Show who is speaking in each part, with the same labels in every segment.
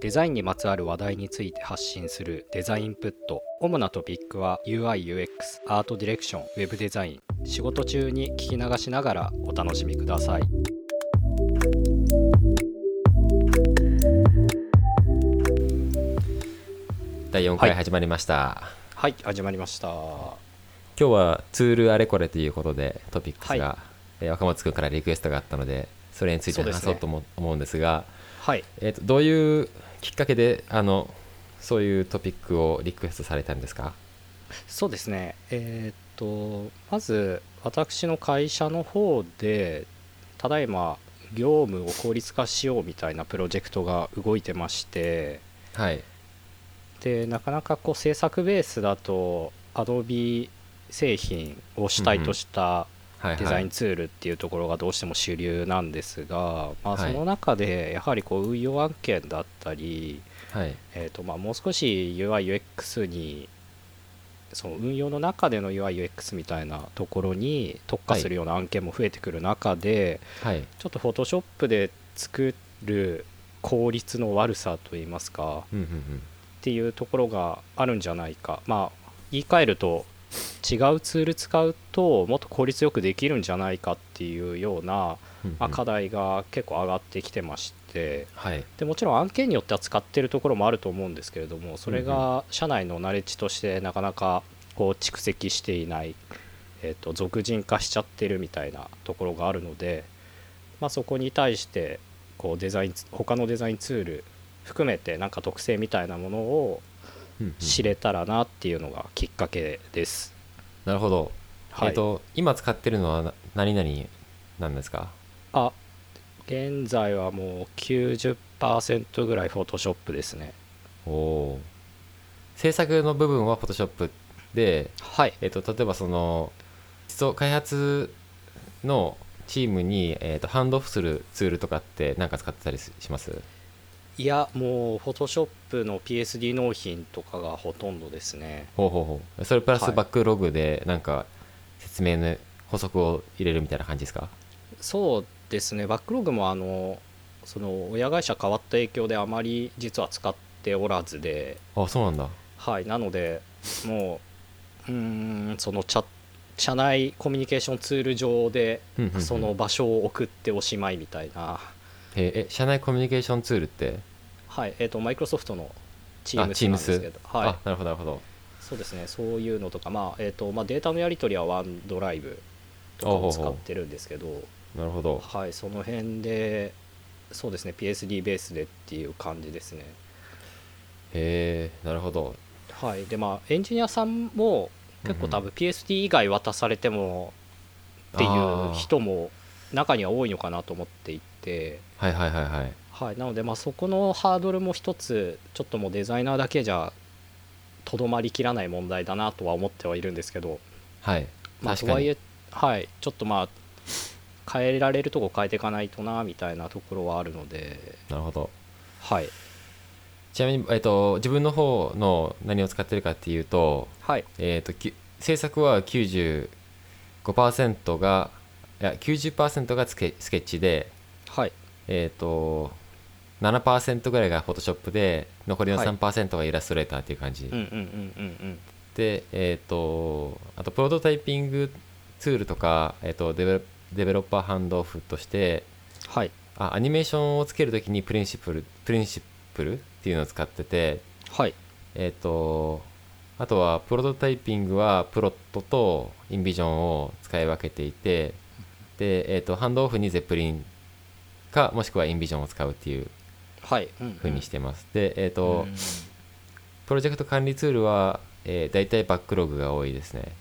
Speaker 1: デザインにまつわる話題について発信するデザインプット主なトピックは UIUX アートディレクションウェブデザイン仕事中に聞き流しながらお楽しみください
Speaker 2: 第4
Speaker 1: は
Speaker 2: 回
Speaker 1: い
Speaker 2: 始まりました、
Speaker 1: はい始まりましたは
Speaker 2: 今日はツールあれこれということでトピックスが、
Speaker 1: は
Speaker 2: えー若松君からリクエストがあったのでそれについて
Speaker 1: そうですね
Speaker 2: 話そうと思思うんですが
Speaker 1: い
Speaker 2: えー、とどういうきっかけであのそういうトピックをリクエストされたんですか
Speaker 1: そうですねえーっとまず私の会社の方でただいま業務を効率化しようみたいなプロジェクトが動いてまして
Speaker 2: はい
Speaker 1: でなかなかこう制作ベースだと Adobe 製品を主体とした
Speaker 2: はいはい
Speaker 1: デザインツールっていうところがどうしても主流なんですが、まあ、
Speaker 2: は
Speaker 1: そ
Speaker 2: い
Speaker 1: の中でやはりこう運用案件だったり、
Speaker 2: はい
Speaker 1: えー、とまあもう少し UIUX にその運用の中での UIUX みたいなところに特化するような案件も増えてくる中で、
Speaker 2: はい
Speaker 1: ちょっと Photoshop で作る効率の悪さといいますか、
Speaker 2: うんうんうん
Speaker 1: っていうところがあるんじゃないかまあ言い換えると違うツール使うともっと効率よくできるんじゃないかっていうような、
Speaker 2: うんうん
Speaker 1: まあ、課題が結構上がってきてまして
Speaker 2: はい
Speaker 1: でもちろん案件によっては使ってるところもあると思うんですけれどもそれが社内のナレッジとしてなかなかこう蓄積していない、えっと俗人化しちゃってるみたいなところがあるので、まあ、そこに対してこうデザインツ他のデザインツール含めてなんか特性みたいなものを
Speaker 2: うんうん
Speaker 1: 知れたらなっていうのがきっかけです。
Speaker 2: なるほど、
Speaker 1: はい
Speaker 2: えっ、と今使ってるのはな何々なんですか
Speaker 1: あ現在はもう90%ぐらい Photoshop ですね。
Speaker 2: おおー制作の部分は Photoshop で
Speaker 1: はい。
Speaker 2: えっと例えばその実装開発のチームに、えっとハンドオフするツールとかって何か使ってたりします
Speaker 1: いや、もう Photoshop の PSD 納品とかがほとんどですね。
Speaker 2: ほうほうほうそれプラ
Speaker 1: は
Speaker 2: ス
Speaker 1: い
Speaker 2: バックログでなんか説明の補足を入れるみたいな感じですか
Speaker 1: そうですね、バックログもあの、その親会社変わった影響であまり実は使っておらずで、
Speaker 2: あそうなんだ
Speaker 1: はい、なので、もう、うーん、そのチャ社内コミュニケーションツール上で
Speaker 2: うんうんうん
Speaker 1: その場所を送っておしまいみたいな、
Speaker 2: ええ社内コミュニケーションツールって
Speaker 1: はい、えっ、と、マイクロソフトのチー
Speaker 2: あ
Speaker 1: ムなんですけど、はい
Speaker 2: あ、なるほどなるほど
Speaker 1: そうですね、そういうのとか、まあえーとまあ、データのやり取りはワンドライブとか
Speaker 2: おうおうお
Speaker 1: を
Speaker 2: う
Speaker 1: 使ってるんですけど、
Speaker 2: なるほど
Speaker 1: はい、その辺で、そうですね、PSD ベースでっていう感じですね。
Speaker 2: へえなるほど
Speaker 1: はい、で、まあ、エンジニアさんも結構多
Speaker 2: うん
Speaker 1: 分 PSD 以外渡されてもっていう人も中には多いのかなと思っていて。
Speaker 2: はいはいはいはい
Speaker 1: はい、なので、まあ、そこのハードルも一つちょっともうデザイナーだけじゃとどまりきらない問題だなとは思ってはいるんですけど、
Speaker 2: はい
Speaker 1: まあ、
Speaker 2: 確
Speaker 1: と
Speaker 2: か
Speaker 1: はい
Speaker 2: に
Speaker 1: え、はい、ちょっとまあ変えられるとこ変えていかないとなみたいなところはあるので、
Speaker 2: なるほど
Speaker 1: はい、
Speaker 2: ちなみに、えっと、自分の方の何を使ってるかっていうと,、
Speaker 1: はい、
Speaker 2: えっときゅ制作は95%がいや90%がスケスケッチで、
Speaker 1: はい、
Speaker 2: えっと7%ぐらいが Photoshop で残りの
Speaker 1: はい
Speaker 2: 3%がイラストレーターっていう感じ、
Speaker 1: うんうんうんうん
Speaker 2: で、えっとあとプロトタイピングツールとか、えっとデベロデベロッパーハンドオフとして
Speaker 1: うん、はい、
Speaker 2: あアニメーションをつけるときにプリンシプルプリンシプルっていうのを使ってて
Speaker 1: はい、
Speaker 2: えっ、と、あとはプロトタイピングはプロットとインビジョンを使い分けていて、で、えっ、と、ハンドオフにゼップリンか、もしくはインビジョンを使うっていう
Speaker 1: はい、うんうん
Speaker 2: 風にしてます。で、えっ、
Speaker 1: う
Speaker 2: と、
Speaker 1: ん
Speaker 2: プロジェクト管理ツールは、えー、大体バックログが多いですね。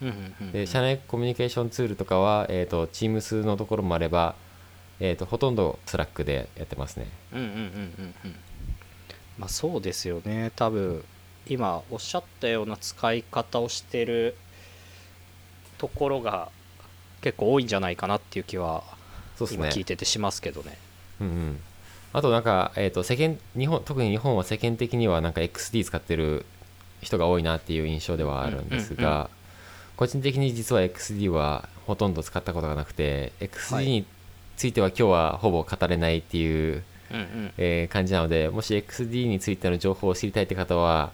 Speaker 1: うんうんうんうん
Speaker 2: で、社内コミュニケーションツールとかは、えっ、と、Teams のところもあれば、えっ、と、ほとんど Slack でやってますね。
Speaker 1: うんうんうんうんうんまあそうですよね多分今おっしゃったような使い方をしてるところが結構多いんじゃないかなっていう気は
Speaker 2: そうです
Speaker 1: 今
Speaker 2: ね。
Speaker 1: 聞いててしますけどね
Speaker 2: うんうん、あとなんか、えー、と世間日本特に日本は世間的にはなんか XD 使ってる人が多いなっていう印象ではあるんですが、
Speaker 1: うんうんう
Speaker 2: 個人的に実は XD はほとんど使ったことがなくて
Speaker 1: は
Speaker 2: XD
Speaker 1: い
Speaker 2: については今日はほぼ語れないっていう
Speaker 1: うんうん
Speaker 2: えー感じなのでもし XD についての情報を知りたいって方は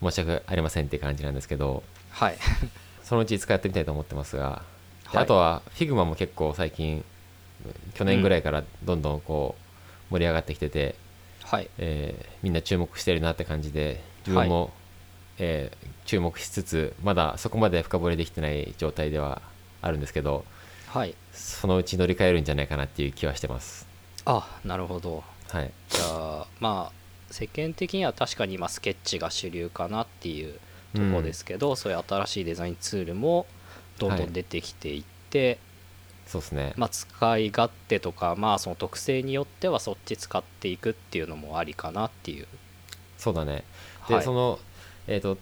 Speaker 2: 申し訳ありませんって感じなんですけど
Speaker 1: はい
Speaker 2: そのうち使ってみたいと思ってますが、で
Speaker 1: はい
Speaker 2: あとは Figma も結構最近去年ぐらいからどんどんこう盛り上がってきてて、
Speaker 1: はい
Speaker 2: えーみんな注目してるなって感じで自分も、えー注目しつつまだそこまで深掘りできてない状態ではあるんですけど
Speaker 1: はい
Speaker 2: そのうち乗り換えるんじゃないかなっていう気はしてます
Speaker 1: あなるほど
Speaker 2: はい
Speaker 1: じゃあまあ世間的には確かに今スケッチが主流かなっていうところですけど、そういう新しいデザインツールもどんど
Speaker 2: はい
Speaker 1: ん出てきていって、
Speaker 2: そうですね、
Speaker 1: まあ、使い勝手とか、まあ、その特性によってはそっち使っていくっていうのもありかなっていう。
Speaker 2: そうだねで、
Speaker 1: はい
Speaker 2: そのえっ、と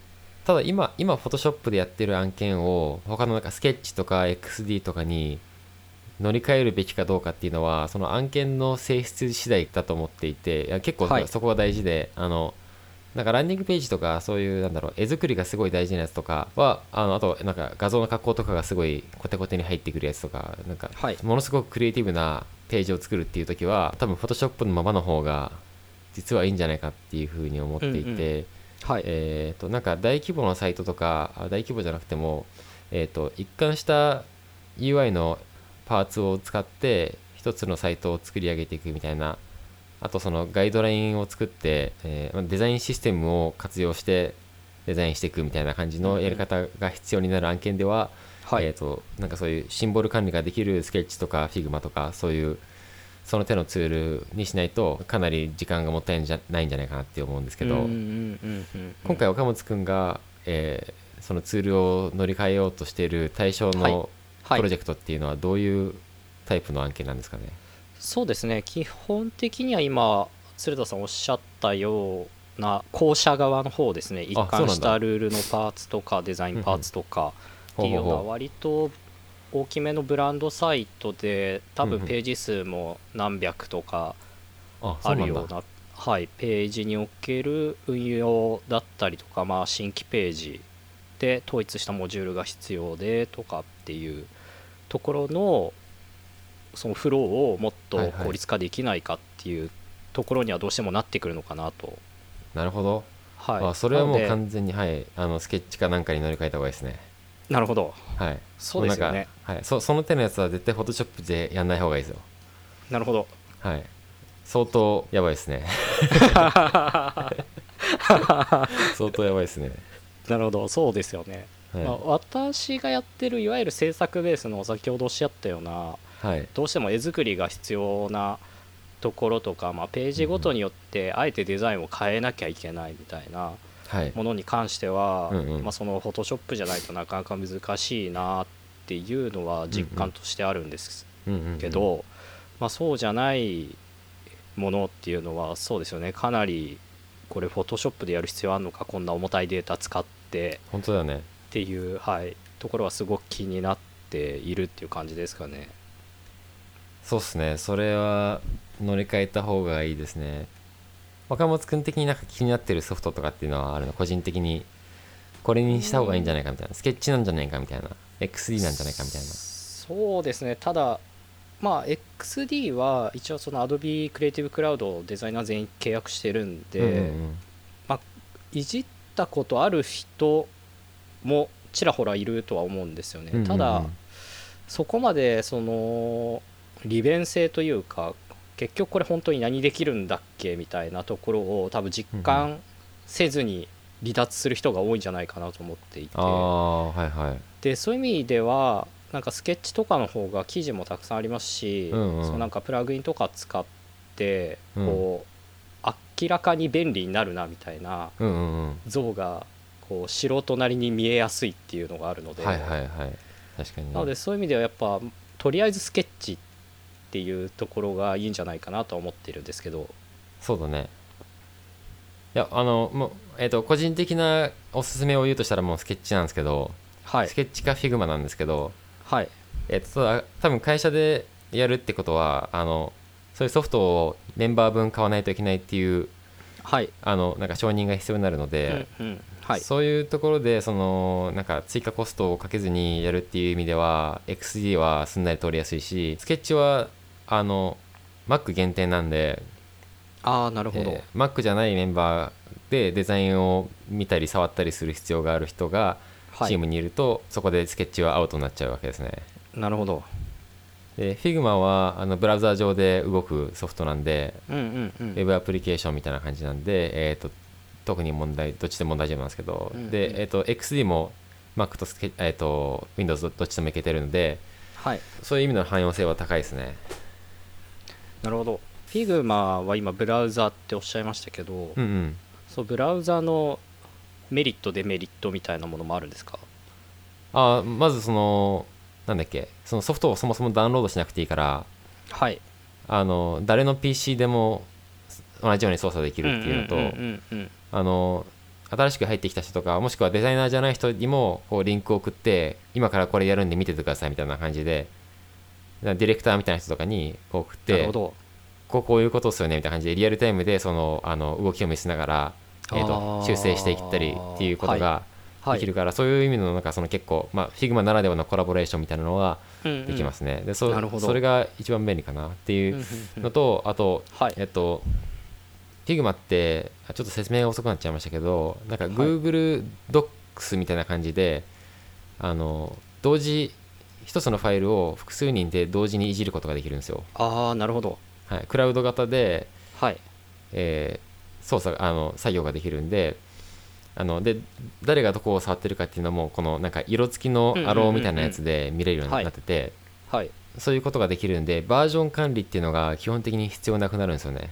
Speaker 2: ただ今今フォトショップでやってる案件を他のなんかスケッチとか XD とかに乗り換えるべきかどうかっていうのはその案件の性質次第だと思っていていや結構
Speaker 1: はい
Speaker 2: そこは大事で、あのなんかランディングページとかそういうなんだろう絵作りがすごい大事なやつとかはあのあとなんか画像の加工とかがすごいコテコテに入ってくるやつとかなんか
Speaker 1: はい
Speaker 2: ものすごくクリエイティブなページを作るっていう時は多分フォトショップのままの方が実はいいんじゃないかっていうふうに思っていて、
Speaker 1: うんうんはい、
Speaker 2: えー、となんか大規模なサイトとかあ大規模じゃなくても、えー、と一貫した UI のパーツを使って一つのサイトを作り上げていくみたいなあとそのガイドラインを作って、えーまあデザインシステムを活用してデザインしていくみたいな感じのやり方が必要になる案件では、
Speaker 1: はい
Speaker 2: えー、となんかそういうシンボル管理ができるスケッチとか Figma とかそういうその手のツールにしないとかなり時間がもったいんじゃないんじゃないかなって思うんですけど、
Speaker 1: うんうんうんうんうん
Speaker 2: 今回岡本君が、えーそのツールを乗り換えようとしている対象の
Speaker 1: はい
Speaker 2: プロジェクトっていうのはどういうタイプの案件なんですかね、
Speaker 1: そうですね基本的には今鶴田さんおっしゃったような校舎側の方ですね一
Speaker 2: そう
Speaker 1: 貫
Speaker 2: なん
Speaker 1: し
Speaker 2: だ
Speaker 1: たルールのパーツとかデザインパーツとかっていうような
Speaker 2: ほうほうほう
Speaker 1: 割と大きめのブランドサイトで多
Speaker 2: うんう
Speaker 1: 分
Speaker 2: ん
Speaker 1: ページ数も何百とか
Speaker 2: あそ
Speaker 1: あ
Speaker 2: うな
Speaker 1: る
Speaker 2: ん
Speaker 1: よう
Speaker 2: だ
Speaker 1: なはい、ページにおける運用だったりとか、まあ、新規ページで統一したモジュールが必要でとかっていうところのそのフローをもっ
Speaker 2: は
Speaker 1: と
Speaker 2: いはい
Speaker 1: 効率化できないかっていうところにはどうしてもなってくるのかなと。
Speaker 2: なるほど、
Speaker 1: はい、
Speaker 2: あそれはもう
Speaker 1: なので
Speaker 2: 完全に、はい、あのスケッチかなんかに乗り換えた方がいいですね
Speaker 1: なるほど
Speaker 2: はい
Speaker 1: そうですよね
Speaker 2: もなんかはい、そその手のやつは絶対フォトショップでやんない方がいいですよ
Speaker 1: なるほど
Speaker 2: はい相当やばいです ね相当やばいですね
Speaker 1: なるほどそうですよね、
Speaker 2: はい、
Speaker 1: まあ、私がやってるいわゆる制作ベースの先ほどおっしゃったような
Speaker 2: はい
Speaker 1: どうしても絵作りが必要なところとか、まあ、ページごとによってあえてデザインを変えなきゃいけないみたいな
Speaker 2: はい
Speaker 1: ものに関しては、
Speaker 2: うんうん
Speaker 1: まあ、そのフォトショップじゃないとなかなか難しいなっていうのは実感としてあるんです
Speaker 2: うんうんうん
Speaker 1: けど、まあ、そうじゃないものっていうのはそうですよねかなりこれフォトショップでやる必要あるのかこんな重たいデータ使って
Speaker 2: 本当だね
Speaker 1: っていう、はい、ところはすごく気になっているっていう感じですかね。
Speaker 2: そうっすねそれは乗り換えた方がいいですね若松君的になんか気になってるソフトとかっていうのはあるの個人的にこれにした方がいいんじゃないかみたいなスケッチなんじゃないかみたいな XD なんじゃないかみたいな
Speaker 1: そうですねただまあ XD は一応その Adobe Creative Cloud をデザイナー全員契約してるんで、
Speaker 2: うんうんうん
Speaker 1: いじったことある人もちらほらいるとは思うんですよね、
Speaker 2: うんうんうん
Speaker 1: ただそこまでその利便性というか結局これ本当に何できるんだっけみたいなところを多分実感せずに離脱する人が多いんじゃないかなと思っていて、
Speaker 2: ああはいはい
Speaker 1: でそういう意味ではなんかスケッチとかの方が記事もたくさんありますし、
Speaker 2: うんうん
Speaker 1: そうなんかプラグインとか使って
Speaker 2: うん
Speaker 1: こう、明らかに便利になるなみたいな
Speaker 2: うんうんうん
Speaker 1: 像がこう素人なりに見えやすいっていうのがあるので、
Speaker 2: はいはいはい確かにね
Speaker 1: なのでそういう意味ではやっぱとりあえずスケッチっていうところがいいんじゃないかなとは思ってるんですけど
Speaker 2: そうだねいやあのもうえっ、と個人的なおすすめを言うとしたらもうスケッチなんですけど、
Speaker 1: はい
Speaker 2: スケッチか Figma なんですけど
Speaker 1: はい
Speaker 2: えっと、ただ多分会社でやるってことはあのそういうソフトをメンバー分買わないといけないっていう
Speaker 1: はい、
Speaker 2: あのなんか承認が必要になるので、
Speaker 1: うんうんはい
Speaker 2: そういうところでそのなんか追加コストをかけずにやるっていう意味では XD はすんなり通りやすいしスケッチはあの Mac 限定なんで
Speaker 1: ああなるほど、
Speaker 2: えー Mac じゃないメンバーでデザインを見たり触ったりする必要がある人が
Speaker 1: はい
Speaker 2: チームにいると、そこでスケッチはアウトになっちゃうわけですね。
Speaker 1: なるほど
Speaker 2: で Figma はあのブラウザー上で動くソフトなんで、
Speaker 1: うんうんうん
Speaker 2: ウェブアプリケーションみたいな感じなんで、えー、と特に問題どっちでも大丈夫なんですけど、
Speaker 1: うんうん
Speaker 2: で、えー、と XD も Mac とスケ、えー、と Windows どっちでもいけてるので
Speaker 1: はい
Speaker 2: そういう意味の汎用性は高いですね。
Speaker 1: なるほど Figma は今ブラウザっておっしゃいましたけど、
Speaker 2: うんうん
Speaker 1: そうブラウザのメリットデメリットみたいなものもあるんですか
Speaker 2: あまずそのなんだっけそのソフトをそもそもダウンロードしなくていいから
Speaker 1: はい
Speaker 2: あの誰の PC でも同じように操作できるっていうのと、
Speaker 1: うんうんうんうん
Speaker 2: あの新しく入ってきた人とかもしくはデザイナーじゃない人にもこうリンクを送って今からこれやるんで見ててくださいみたいな感じでだからディレクターみたいな人とかにこう送っ
Speaker 1: なる
Speaker 2: て
Speaker 1: ほど
Speaker 2: こうこういうことっすよねみたいな感じでリアルタイムでそのあの動きを見せながら、えー
Speaker 1: あ
Speaker 2: と
Speaker 1: ー
Speaker 2: 修正していったりっていうことが
Speaker 1: は
Speaker 2: で
Speaker 1: い、
Speaker 2: きるから、そういう意味のなんかその結構、まあ、Figma ならではのコラボレーションみたいなのはできますすね、でそ
Speaker 1: なるほど
Speaker 2: それが一番便利かなって
Speaker 1: う
Speaker 2: い
Speaker 1: んうん
Speaker 2: う
Speaker 1: うん
Speaker 2: のと、あと
Speaker 1: はい
Speaker 2: えっと、Figma って、あちょっと説明が遅くなっちゃいましたけど、なんか
Speaker 1: い
Speaker 2: Google Docs みたいな感じで、あの、同時、一つのファイルを複数人で同時にいじることができるんですよ。
Speaker 1: ああなるほど
Speaker 2: はい、クラウド型で、
Speaker 1: はい
Speaker 2: えー操作、あの、作業ができるんで、あので誰がどこを触ってるかっていうのもこのなんか色付きのアローみたいなやつで見れるようになってて、
Speaker 1: はい
Speaker 2: そういうことができるんでバージョン管理っていうのが基本的に必要なくなるんですよね。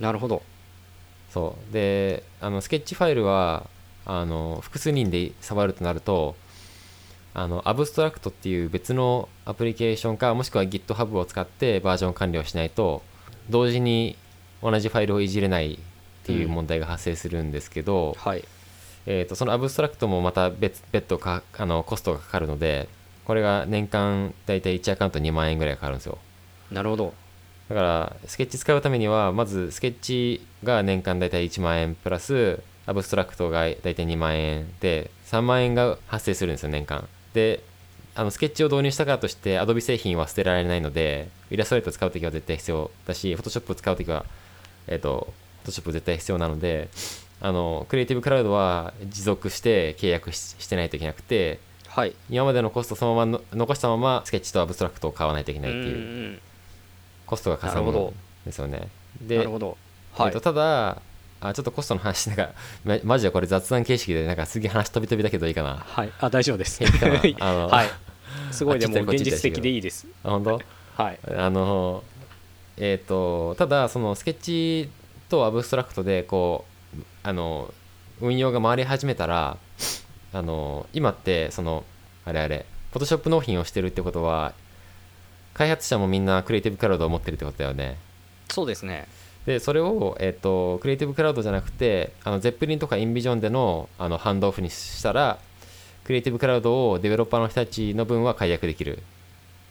Speaker 1: なるほど
Speaker 2: そうであのスケッチファイルはあの複数人で触るとなるとあのアブストラクトっていう別のアプリケーションかもしくは GitHub を使ってバージョン管理をしないと同時に同じファイルをいじれないっていう問題が発生するんですけど、
Speaker 1: はい
Speaker 2: えー、とそのアブストラクトもまた別別途かあのコストがかかるのでこれが年間大体1アカウント2万円ぐらいかかるんですよ。
Speaker 1: なるほど
Speaker 2: だからスケッチ使うためにはまずスケッチが年間だいたい1万円プラスアブストラクトがだいたい2万円で3万円が発生するんですよ年間であのスケッチを導入したからとして Adobe 製品は捨てられないのでイラストレート使うときは絶対必要だし Photoshop 使うときはえっ、と Photoshop 絶対必要なのであのクリエイティブクラウドは持続して契約ししてないといけなくて
Speaker 1: はい
Speaker 2: 今までのコストそのままの残したままスケッチとアブストラクトを買わないといけないっていう
Speaker 1: うんうん
Speaker 2: コストがかさ
Speaker 1: な
Speaker 2: む
Speaker 1: るほ
Speaker 2: ん
Speaker 1: ど
Speaker 2: ですよね。で、
Speaker 1: なるほどは
Speaker 2: えっ
Speaker 1: い
Speaker 2: と、ただあ、ちょっとコストの話、なんか、 まマジでこれ雑談形式で、なんかすげえ話飛び飛びだけどいいか な。
Speaker 1: はいあ大丈夫です
Speaker 2: 平気かなあの
Speaker 1: はいすごいで
Speaker 2: あっち行った
Speaker 1: も
Speaker 2: り
Speaker 1: う
Speaker 2: こっち
Speaker 1: 現
Speaker 2: 行ったり
Speaker 1: 実的でいいです
Speaker 2: あ本当
Speaker 1: はい
Speaker 2: あの、えっ、と、ただ、そのスケッチとアブストラクトで、こう、あの、運用が回り始めたら、あの、今って、その、あれあれ、Photoshop 納品をしてるってことは、開発者もみんなクリエイティブクラウドを持ってるってことだよね。
Speaker 1: そうですね
Speaker 2: でそれを、えっとクリエイティブクラウドじゃなくてあのゼップリンとかインビジョンでのあのハンドオフにしたらクリエイティブクラウドをデベロッパーの人たちの分は解約できる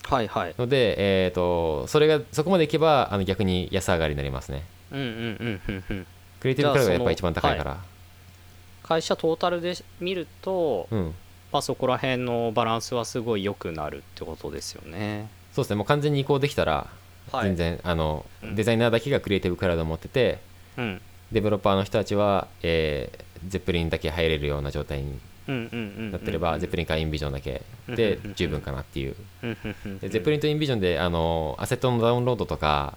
Speaker 1: はいはい
Speaker 2: ので、えっとそれがそこまでいけばあの逆に安上がりになりますね
Speaker 1: うんうんうんうんうん
Speaker 2: クリエイティブクラウドがやっぱ
Speaker 1: じ
Speaker 2: 一
Speaker 1: ゃあ
Speaker 2: 番高いから、
Speaker 1: 会社トータルで見ると、
Speaker 2: うん
Speaker 1: まあ、そこら辺のバランスはすごい良くなるってことですよね。
Speaker 2: そうですねもう完全に移行できたら
Speaker 1: はい
Speaker 2: 全然、あの
Speaker 1: うん
Speaker 2: デザイナーだけがクリエイティブクラウドを持ってて
Speaker 1: うん、
Speaker 2: デベロッパーの人たちは、えーゼップリンだけ入れるような状態に
Speaker 1: うんうんうんうんうん、
Speaker 2: なってれば、ゼップリンかインビジョンだけで十分かなっていう
Speaker 1: うんうんうんう
Speaker 2: で
Speaker 1: ん
Speaker 2: ゼップリンとインビジョンであのアセットのダウンロードとか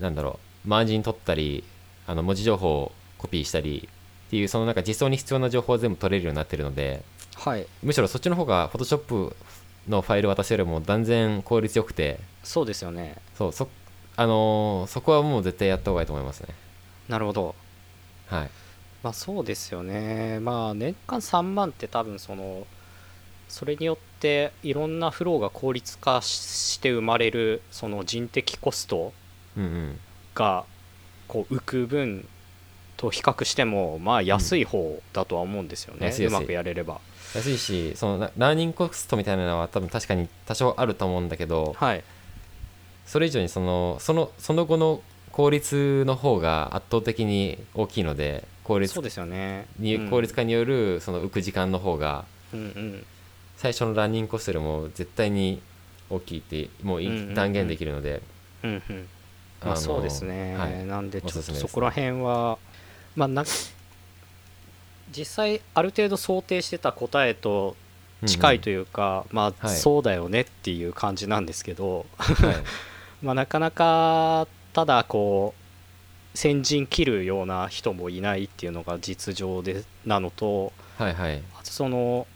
Speaker 2: なんだろうマージン取ったりあの文字情報をコピーしたりっていうそのなんか実装に必要な情報は全部取れるようになってるので
Speaker 1: はい
Speaker 2: むしろそっちの方が Photoshop のファイル渡すよりも断然効率よくて
Speaker 1: そうですよね。
Speaker 2: そうそあのーそこはもう絶対やった方がいいと思いますね
Speaker 1: なるほど。
Speaker 2: はい
Speaker 1: まあそうですよね。まあ年間3万って多分そのそれによっていろんなフローが効率化しして生まれるその人的コスト
Speaker 2: うんうん
Speaker 1: がこう浮く分と比較してもまあ安い方だとは思うんですよね、
Speaker 2: 安い安いう
Speaker 1: まくやれれば。
Speaker 2: 安いしそのララーニングコストみたいなのは多分確かに多少あると思うんだけど
Speaker 1: はい、
Speaker 2: それ以上にそのそのその後の効率の方が圧倒的に大きいので効率
Speaker 1: そうですよね。
Speaker 2: に
Speaker 1: うん
Speaker 2: 効率、化によるその浮く時間の方が
Speaker 1: うんうん
Speaker 2: 最初のランニングコストよりも絶対に大きいってもうい
Speaker 1: うんうんうん
Speaker 2: 断言できるので、
Speaker 1: うんうんまあ、そうですね、
Speaker 2: はい
Speaker 1: なんでちょ
Speaker 2: お
Speaker 1: っ
Speaker 2: すす
Speaker 1: と
Speaker 2: めです
Speaker 1: そこら辺は、まあ、な実際ある程度想定してた答えと近いと
Speaker 2: い
Speaker 1: いうか、まあ、
Speaker 2: はい
Speaker 1: そうだよねっていう感じなんですけど、
Speaker 2: うん、はい
Speaker 1: まあ、なかなかただこう先陣切るような人もいないっていうのが実情でなのと
Speaker 2: はいはい
Speaker 1: あとその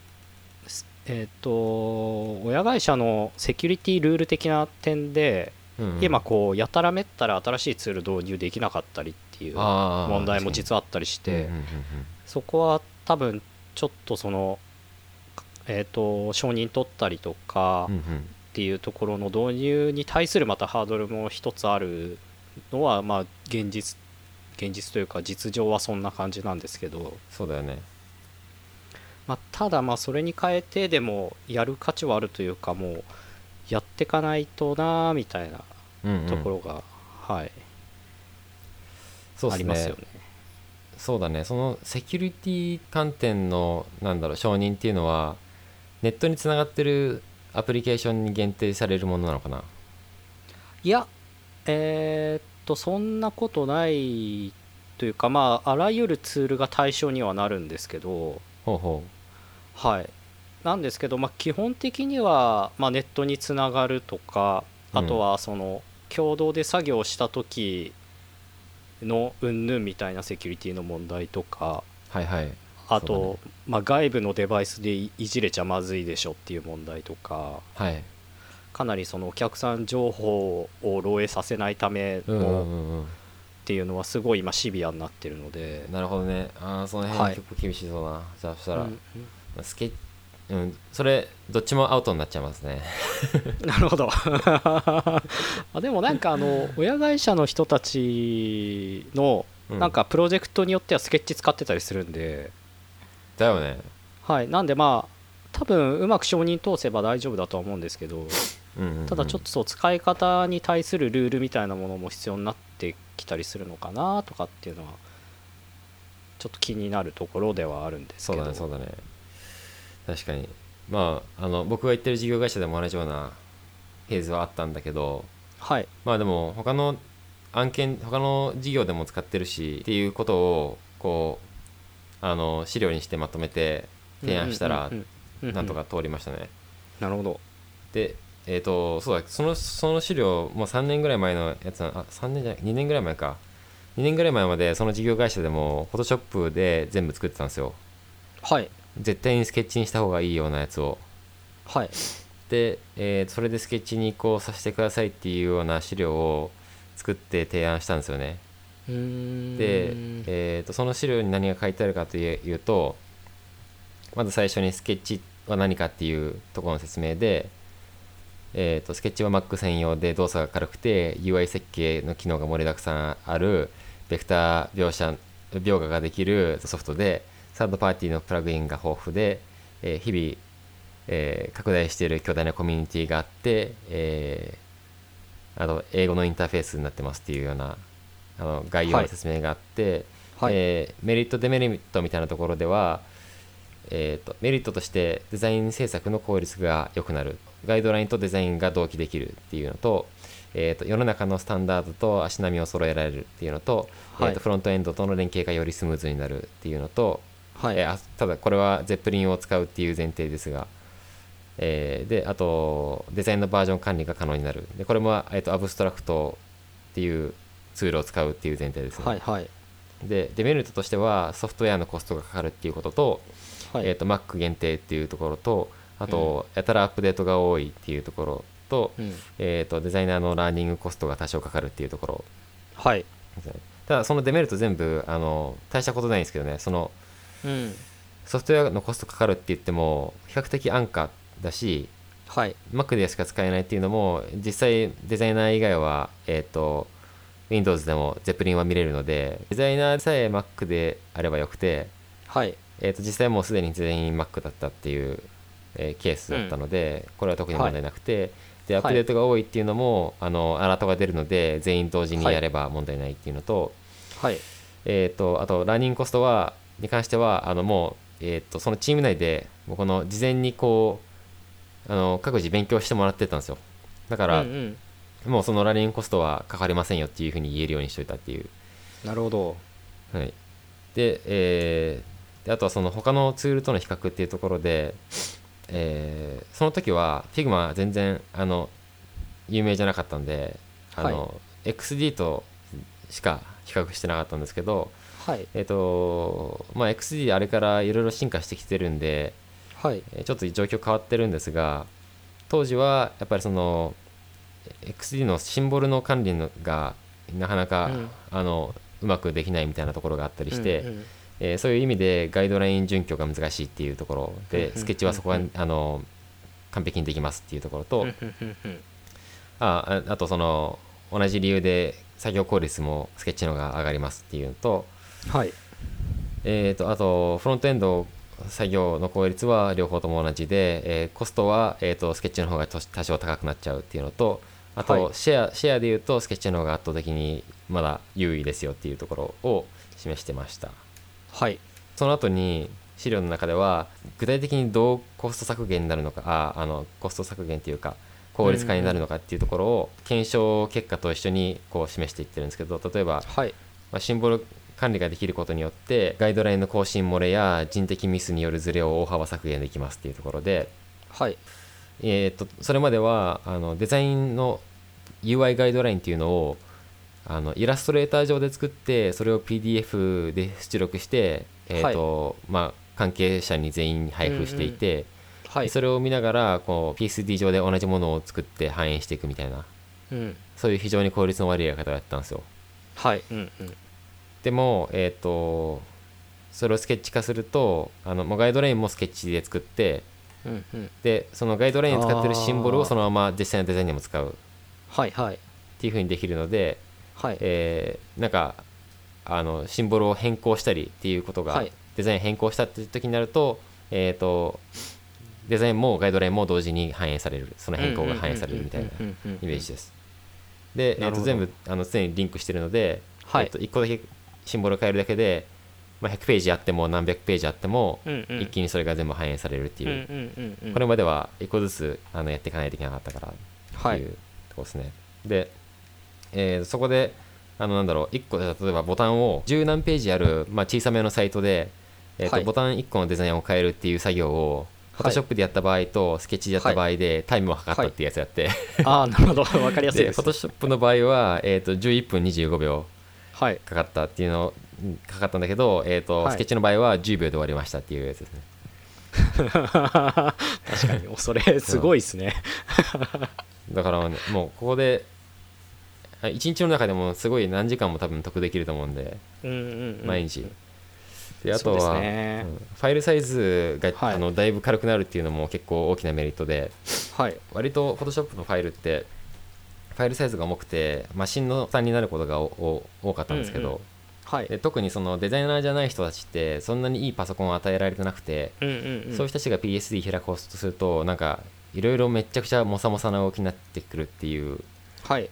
Speaker 1: すえっ、と親会社のセキュリティルール的な点で
Speaker 2: うんうん
Speaker 1: 今こうやたらめったら新しいツール導入できなかったりっていう
Speaker 2: あー
Speaker 1: 問題も実はあったりして
Speaker 2: うんうんうん
Speaker 1: そこは多分ちょっとそのえっ、と承認取ったりとか
Speaker 2: うんうんうん
Speaker 1: っていうところの導入に対するまたハードルも一つあるのはまあ現実現実というか実情はそんな感じなんですけど、
Speaker 2: そうだよね
Speaker 1: まあ、ただまあそれに変えてでもやる価値はあるというかもうやってかないとなーみたいな
Speaker 2: うんうん
Speaker 1: ところが、はい、
Speaker 2: そうっ
Speaker 1: あ
Speaker 2: す
Speaker 1: ります
Speaker 2: ね
Speaker 1: よね。
Speaker 2: そうだねそのセキュリティ観点のなんだろう承認っていうのはネットにつながってるアプリケーションに限定されるものなのかない
Speaker 1: やえーっとそんなことないというかまああらゆるツールが対象にはなるんですけど
Speaker 2: ほうほ
Speaker 1: はいなんですけど、まあ、基本的には、まあ、ネットにつながるとかあとはその、共同で作業した時の云々みたいなセキュリティの問題とか
Speaker 2: うはいはい
Speaker 1: あ
Speaker 2: そうだ
Speaker 1: と、まあ、外部のデバイスでいいじれちゃまずいでしょっていう問題とか
Speaker 2: はい
Speaker 1: かなりそのお客さん情報を漏洩させないため
Speaker 2: うんうん
Speaker 1: の
Speaker 2: うんうん
Speaker 1: っていうのはすごい今シビアになってるので、
Speaker 2: なるほどねあーその
Speaker 1: は
Speaker 2: 辺
Speaker 1: い
Speaker 2: 結構厳しそうな、じゃあそした
Speaker 1: う
Speaker 2: ら、
Speaker 1: ん
Speaker 2: スケうんそれどっちもアウトになっちゃいますね
Speaker 1: なるほど あでもなんかあの親会社の人たちの
Speaker 2: うん
Speaker 1: なんかプロジェクトによってはスケッチ使ってたりするんで、
Speaker 2: だよね
Speaker 1: はい、なんでまあ多分うまく承認通せば大丈夫だとは思うんですけど
Speaker 2: うんうんうん
Speaker 1: ただちょっとそう使い方に対するルールみたいなものも必要になってきたりするのかなとかっていうのはちょっと気になるところではあるんです
Speaker 2: そう
Speaker 1: けど
Speaker 2: だねそうだね確かにまああの僕が行ってる事業会社でも同じようなフェーズはあったんだけど
Speaker 1: はい
Speaker 2: まあでも他の案件他の事業でも使ってるしっていうことをこうあの資料にしてまとめて提案したら
Speaker 1: うううんうん
Speaker 2: なんとか通りましたね、
Speaker 1: なるほど
Speaker 2: でえっ、とそうだそのその資料もう3年ぐらい前のやつなあ3年じゃない2年ぐらい前か2年ぐらい前までその事業会社でもフォトショップで全部作ってたんですよ
Speaker 1: はい
Speaker 2: 絶対にスケッチにした方がいいようなやつを
Speaker 1: はい
Speaker 2: で、えーそれでスケッチに移行させてくださいっていうような資料を作って提案したんですよね
Speaker 1: うーん
Speaker 2: で、えー、とその資料に何が書いてあるかといういうとまず最初にスケッチは何かっていうところの説明で、えー、とスケッチは Mac 専用で動作が軽くて UI 設計の機能が盛りだくさんあるベクター描写描画ができるソフトでサードパーティーのプラグインが豊富で、えー日々、えー拡大している巨大なコミュニティがあって、えーあと英語のインターフェースになってますっていうようなあの概要の説明があって、
Speaker 1: はい
Speaker 2: えーメリットデメリットみたいなところでは、えー、とメリットとしてデザイン制作の効率が良くなるガイドラインとデザインが同期できるっていうのと,、えー、と世の中のスタンダードと足並みを揃えられるっていうのと,、
Speaker 1: はい
Speaker 2: えー、とフロントエンドとの連携がよりスムーズになるっていうのと、
Speaker 1: はい
Speaker 2: えーあただこれはゼップリンを使うっていう前提ですが、えーであとデザインのバージョン管理が可能になるでこれも、えー、とアブストラクトっていうツールを使うっていう前提ですね、
Speaker 1: はいはい
Speaker 2: でデメリットとしてはソフトウェアのコストがかかるっていうことと,、
Speaker 1: はい
Speaker 2: えー、と Mac 限定っていうところとあと、やたらアップデートが多いっていうところと,、
Speaker 1: うん
Speaker 2: えー、とデザイナーのラーニングコストが多少かかるっていうところ
Speaker 1: はい
Speaker 2: ですねただそのデメリット全部あの大したことないんですけどねその
Speaker 1: うん
Speaker 2: ソフトウェアのコストかかるって言っても比較的安価だし
Speaker 1: はい
Speaker 2: Mac でしか使えないっていうのも実際デザイナー以外は、えー、と Windows でも Zeppelin は見れるのでデザイナーさえ Mac であればよくて、
Speaker 1: はい
Speaker 2: えー、と実際もうすでに全員 Mac だったっていう、えーケースだったので、これは特に問題なくて、でアップデートが多いっていうのも、あのアラートが出るので全員同時にやれば問題ないっていうのと、
Speaker 1: はい
Speaker 2: えー、とあとランニングコストはに関してはあのもう、えー、とそのチーム内でもうこの事前にこうあの各自勉強してもらってたんですよだから、
Speaker 1: うんうん
Speaker 2: もうそのランニングコストはかかりませんよっていうふうに言えるようにしといたっていう
Speaker 1: なるほど
Speaker 2: はい、で,、えーであとはその他のツールとの比較っていうところで、えーその時は Figma 全然あの有名じゃなかったんであの、XD としか比較してなかったんですけど、
Speaker 1: はい
Speaker 2: えーとまあ、XD あれからいろいろ進化してきてるんで
Speaker 1: はい
Speaker 2: えーちょっと状況変わってるんですが当時はやっぱりその XD のシンボルの管理のがなかなか、
Speaker 1: うん
Speaker 2: あのうまくできないみたいなところがあったりして、
Speaker 1: うんうん
Speaker 2: えーそういう意味でガイドライン準拠が難しいっていうところ
Speaker 1: うん
Speaker 2: でスケッチはそこは
Speaker 1: うん
Speaker 2: あの完璧にできますっていうところと
Speaker 1: うんうんうん
Speaker 2: あああとその同じ理由で作業効率もスケッチの方が上がりますっていうのと,、
Speaker 1: はい
Speaker 2: えー、とあとフロントエンド作業の効率は両方とも同じで、えーコストは、えー、とスケッチの方がと多少高くなっちゃうっていうのとあ
Speaker 1: は
Speaker 2: と
Speaker 1: い
Speaker 2: シェア,、シェアでいうとスケッチの方が圧倒的にまだ優位ですよっていうところを示してました。
Speaker 1: はい
Speaker 2: その後に資料の中では具体的にどうコスト削減になるのかああのコスト削減というか効率化になるのかっていうところを検証結果と一緒にこう示していってるんですけど例えば、
Speaker 1: はい
Speaker 2: まあ、シンボル管理ができることによってガイドラインの更新漏れや人的ミスによるズレを大幅削減できますっていうところで、
Speaker 1: はい
Speaker 2: えー、とそれまではあのデザインの UI ガイドラインっていうのをあのイラストレーター上で作ってそれを PDF で出力して、えーとまあ、関係者に全員に配布していて、
Speaker 1: はい
Speaker 2: それを見ながらこう PSD 上で同じものを作って反映していくみたいな
Speaker 1: うん
Speaker 2: そういう非常に効率の悪いやり方をやってたんですよ。
Speaker 1: はいうんうん
Speaker 2: でも、えー、とそれをスケッチ化するとあの、まあ、ガイドラインもスケッチで作って
Speaker 1: うんうん
Speaker 2: でそのガイドラインに使ってるシンボルをそのまま実際のデザインにも使う
Speaker 1: はいはい
Speaker 2: っていう風にできるので、
Speaker 1: はい
Speaker 2: えーなんかあのシンボルを変更したりっていうことが、
Speaker 1: はい
Speaker 2: デザイン変更したっていう時になると,、えー、とデザインもガイドラインも同時に反映されるその変更が反映されるみたいなイ
Speaker 1: うんうんうんうんうんうん
Speaker 2: メージです。で、え
Speaker 1: な
Speaker 2: ー、
Speaker 1: る
Speaker 2: と
Speaker 1: ほど
Speaker 2: 全部あの常にリンクしてるので、
Speaker 1: はい
Speaker 2: えー、と1個だけシンボル変えるだけで、まあ、100ページあっても何百ページあっても、
Speaker 1: うんうん
Speaker 2: 一気にそれが全部反映されるっていう、
Speaker 1: うんうんうんうん
Speaker 2: これまでは1個ずつあのやっていかないといけなかったからっ
Speaker 1: は
Speaker 2: てい
Speaker 1: いう
Speaker 2: とこですね。で、えーそこで、あのなんだろう、1個、例えばボタンを十何ページある、まあ、小さめのサイトで、えーと
Speaker 1: はい
Speaker 2: ボタン1個のデザインを変えるっていう作業を、
Speaker 1: は
Speaker 2: Photoshop
Speaker 1: い
Speaker 2: でやった場合と、スケッチでやった場合で、タイムを測ったっていうやつやって、
Speaker 1: ああなるほどわかりやすい
Speaker 2: で、
Speaker 1: で
Speaker 2: Photoshop
Speaker 1: すね
Speaker 2: の場合は、えーと、11分25秒
Speaker 1: はい
Speaker 2: かかったっていうの、うんかかったんだけど、えーと
Speaker 1: はい
Speaker 2: スケッチの場合は10秒で終わりましたっていうやつですね。
Speaker 1: 確かにそれすごいですね
Speaker 2: だから、ね、もうここで、1日の中でもすごい何時間も多分得できると思うんで、
Speaker 1: うんうんうん
Speaker 2: 毎日、であ
Speaker 1: そ
Speaker 2: と
Speaker 1: うです
Speaker 2: は、
Speaker 1: ね
Speaker 2: うんファイルサイズが、
Speaker 1: はい
Speaker 2: あのだいぶ軽くなるっていうのも結構大きなメリットで
Speaker 1: はい
Speaker 2: 割と Photoshop のファイルってファイルサイズが重くてマシンの負担になることがおお多かったんですけど、
Speaker 1: うんうんはい
Speaker 2: で特にそのデザイナーじゃない人たちってそんなにいいパソコンを与えられてなくて、
Speaker 1: うんうんうん
Speaker 2: そういう人たちが PSD 開こうとするとなんかいろいろめっちゃくちゃモサモサな動きになってくるっていう
Speaker 1: はい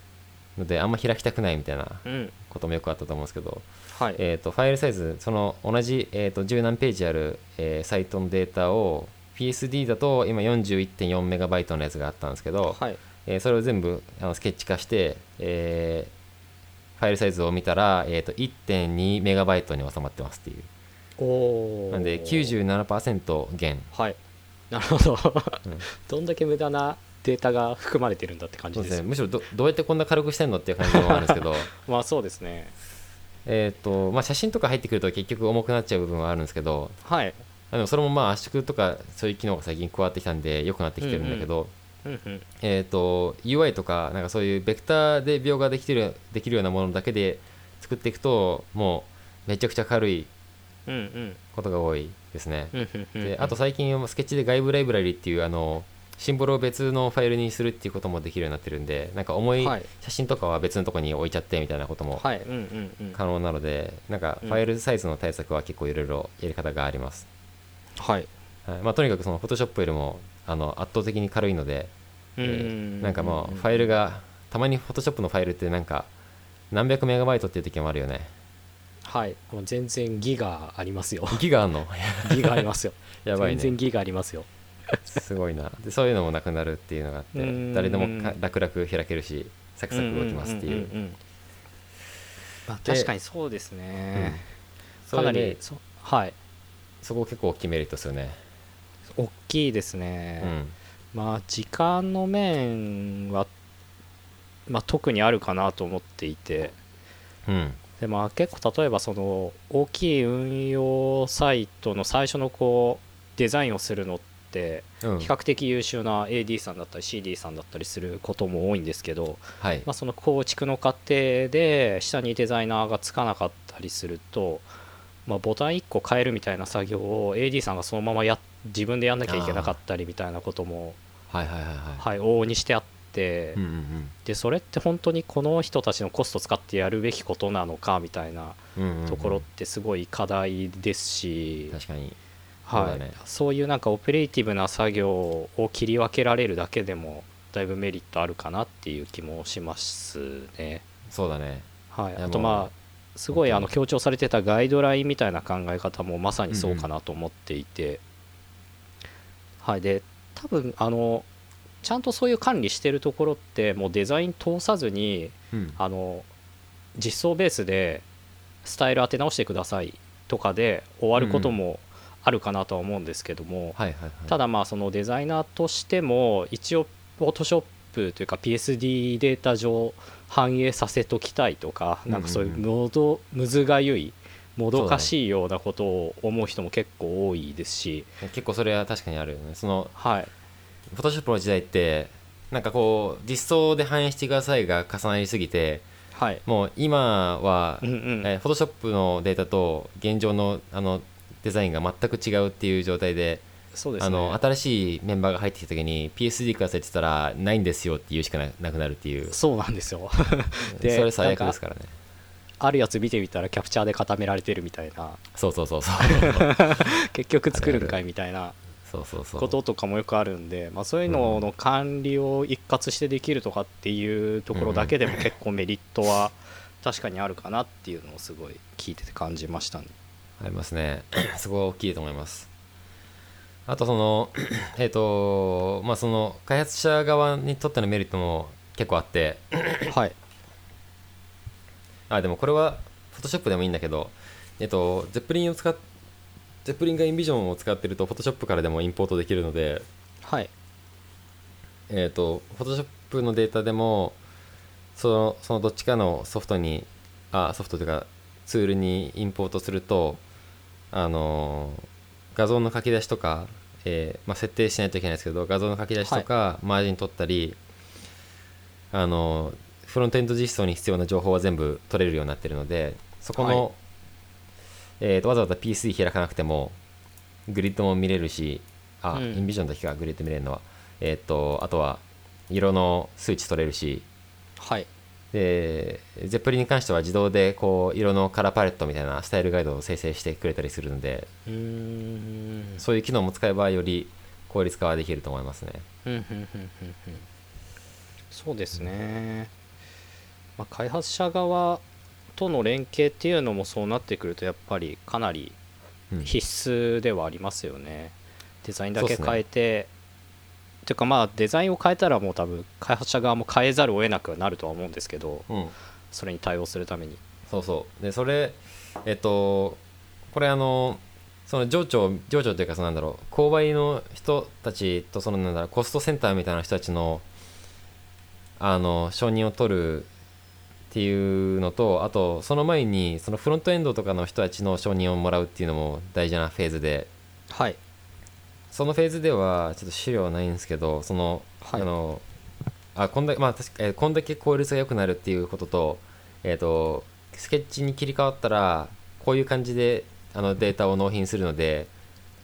Speaker 2: のであんま開きたくないみたいな
Speaker 1: うん
Speaker 2: こともよくあったと思うんですけど
Speaker 1: はい
Speaker 2: えー、とファイルサイズその同じ、えー、と十何ページある、えーサイトのデータを PSD だと今 41.4MB のやつがあったんですけど、
Speaker 1: はい
Speaker 2: えーそれを全部あのスケッチ化して、えーファイルサイズを見たら、えー、と 1.2MB に収まってますっていう
Speaker 1: おお
Speaker 2: なんで97%減
Speaker 1: はいなるほど
Speaker 2: うん
Speaker 1: どんだけ無駄なデータが含まれてるんだって感
Speaker 2: そ
Speaker 1: じで
Speaker 2: うです
Speaker 1: す
Speaker 2: ねむしろどどうやってこんな軽くしてんのっていう感じもあるんです けど
Speaker 1: まあそうですね
Speaker 2: えーと、まあ、写真とか入ってくると結局重くなっちゃう部分はあるんですけど
Speaker 1: はい
Speaker 2: あでもそれもまあ圧縮とかそういう機能が最近加わってきたんで良くなってきてるんだけど、
Speaker 1: うんうん
Speaker 2: えー、と UI とかなんかそういうベクターで描画できてるできるようなものだけで作っていくともうめちゃくちゃ軽い
Speaker 1: うんうん
Speaker 2: ことが多いですね。
Speaker 1: うんうんうん
Speaker 2: であと最近はスケッチで外部ライブラリっていうあのシンボルを別のファイルにするっていうこともできるようになってるんでなんか重い
Speaker 1: はい
Speaker 2: 写真とかは別のとこに置いちゃってみたいなことも
Speaker 1: はいうんうんうん
Speaker 2: 可能なのでなんかファイルサイズの対策は結構いろいろやり方があります。
Speaker 1: はい
Speaker 2: はいまあ、とにかくその Photoshop よりもあの圧倒的に軽いので
Speaker 1: う
Speaker 2: え
Speaker 1: ん
Speaker 2: ーなんかもうファイルがたまに Photoshop のファイルってなんか何百メガバイトっていう時もあるよね
Speaker 1: はいもう全然ギガあります よ
Speaker 2: ギガあ んの
Speaker 1: ギガありますよ
Speaker 2: やばい
Speaker 1: 全然
Speaker 2: ね
Speaker 1: ギガありますよ
Speaker 2: すごいなでそういうのもなくなるっていうのがあっ
Speaker 1: うー
Speaker 2: て
Speaker 1: ん
Speaker 2: 誰でもか楽々開けるしサクサク動きますってい
Speaker 1: ん
Speaker 2: うん
Speaker 1: んんんんまあ
Speaker 2: で
Speaker 1: 確かにそうですね、
Speaker 2: そ
Speaker 1: かな
Speaker 2: れ
Speaker 1: り
Speaker 2: で
Speaker 1: そはい
Speaker 2: そこ結構大きいメリットですよね、
Speaker 1: 大きいですね、まあ時間の面は、まあ、特にあるかなと思っていて
Speaker 2: うんうん
Speaker 1: でまあ結構例えばその大きい運用サイトの最初のこうデザインをするのって
Speaker 2: うん
Speaker 1: 比較的優秀な AD さんだったり CD さんだったりすることも多いんですけど、
Speaker 2: はい
Speaker 1: まあ、その構築の過程で下にデザイナーがつかなかったりすると、まあ、ボタン1個変えるみたいな作業を AD さんがそのままや自分でやんなきゃいけなかったりみたいなことも、
Speaker 2: はいはいはいは
Speaker 1: はい、往々にしてあって、
Speaker 2: いうんうんうん
Speaker 1: でそれって本当にこの人たちのコスト使ってやるべきことなのかみたいな
Speaker 2: うんうんうん
Speaker 1: ところってすごい課題ですし、
Speaker 2: 確かに
Speaker 1: は
Speaker 2: そう
Speaker 1: い
Speaker 2: だね
Speaker 1: そういうなんかオペレーティブな作業を切り分けられるだけでもだいぶメリットあるかなっていう気もしますね。
Speaker 2: そうだね
Speaker 1: はい、
Speaker 2: いや
Speaker 1: あと
Speaker 2: も
Speaker 1: ま
Speaker 2: う
Speaker 1: あすごいあ
Speaker 2: 本
Speaker 1: の
Speaker 2: 当
Speaker 1: 強調されてたガイドラインみたいな考え方もまさにそうかなと思っていて、はいで多分あのちゃんとそういう管理してるところってもうデザイン通さずに
Speaker 2: うん
Speaker 1: あの実装ベースでスタイル当て直してくださいとかで終わることもあるかなとは思うんですけども、
Speaker 2: はいはいはい
Speaker 1: ただまあそのデザイナーとしても一応フォトショップというか PSD データ上反映させときたいとか
Speaker 2: うんう
Speaker 1: な
Speaker 2: んう
Speaker 1: んんかそういうのどむずがゆいもどかしいようなことを思う人も結構多いですし
Speaker 2: 結構それは確かにあるよねその
Speaker 1: はい
Speaker 2: フォトショップの時代ってなんかこう実装で反映してくださいが重なりすぎて
Speaker 1: はい
Speaker 2: もう今は、
Speaker 1: うんうん
Speaker 2: えーフォトショップのデータと現状のあのデザインが全く違うっていう状態で
Speaker 1: そうですね
Speaker 2: あの新しいメンバーが入ってきた時に PSD くださいって言ったらないんですよって言うしかななくなるっていうそ
Speaker 1: そうなんですよ で
Speaker 2: れ最悪ですからね
Speaker 1: あるやつ見てみたらキャプチャーで固められてるみたいな
Speaker 2: そうそうそうそう
Speaker 1: 結局作るんかいみたいな
Speaker 2: そうそうそう
Speaker 1: こととかもよくあるんで、まあ、そういうのの管理を一括してできるとかっていうところだけでも結構メリットは確かにあるかなっていうのをすごい聞いてて感じましたね。
Speaker 2: ありますね そこは大きいと思いますあとその えっ、とまあその開発者側にとってのメリットも結構あって
Speaker 1: はい、
Speaker 2: あでもこれは Photoshop でもいいんだけどえっ、とゼップリンを使っゼップリンが InVision を使ってると Photoshop からでもインポートできるので
Speaker 1: はい、
Speaker 2: えっ、と Photoshop のデータでもそのそのどっちかのソフトにあソフトというかツールにインポートするとあの画像の書き出しとか、えーまあ、設定しないといけないですけど画像の書き出しとか、マージン取ったりあのフロントエンド実装に必要な情報は全部取れるようになってるのでそこの、
Speaker 1: は
Speaker 2: えーとわざわざ PC 開かなくてもグリッドも見れるしあ、
Speaker 1: うん
Speaker 2: インビジョンだけかグリッド見れるのはえーっとあとは色の数値取れるし
Speaker 1: はい、
Speaker 2: でゼップリンに関しては自動でこう色のカラーパレットみたいなスタイルガイドを生成してくれたりするので
Speaker 1: うーん
Speaker 2: そういう機能も使えばより効率化はできると思いますね
Speaker 1: うんうんうんうんうんそうですね、まあ、開発者側との連携っていうのもそうなってくるとやっぱりかなり
Speaker 2: うん
Speaker 1: 必須ではありますよねデザインだ
Speaker 2: そう
Speaker 1: け
Speaker 2: っすね
Speaker 1: 変えて、ていうかまあデザインを変えたらもう多分開発者側も変えざるを得なくはなるとは思うんですけど
Speaker 2: うん
Speaker 1: それに対応するために
Speaker 2: そうそうでそれえっとこれあのその上長上長というかそのなんだろう購買の人たちとそのなんだろうコストセンターみたいな人たちのあの承認を取るっていうのとあとその前にそのフロントエンドとかの人たちの承認をもらうっていうのも大事なフェーズで
Speaker 1: はい
Speaker 2: そのフェーズではちょっと資料はないんですけどその、
Speaker 1: はい
Speaker 2: あのあこんだけまあ確かえーこんだけ効率が良くなるっていうことと,、えー、とスケッチに切り替わったらこういう感じであのデータを納品するので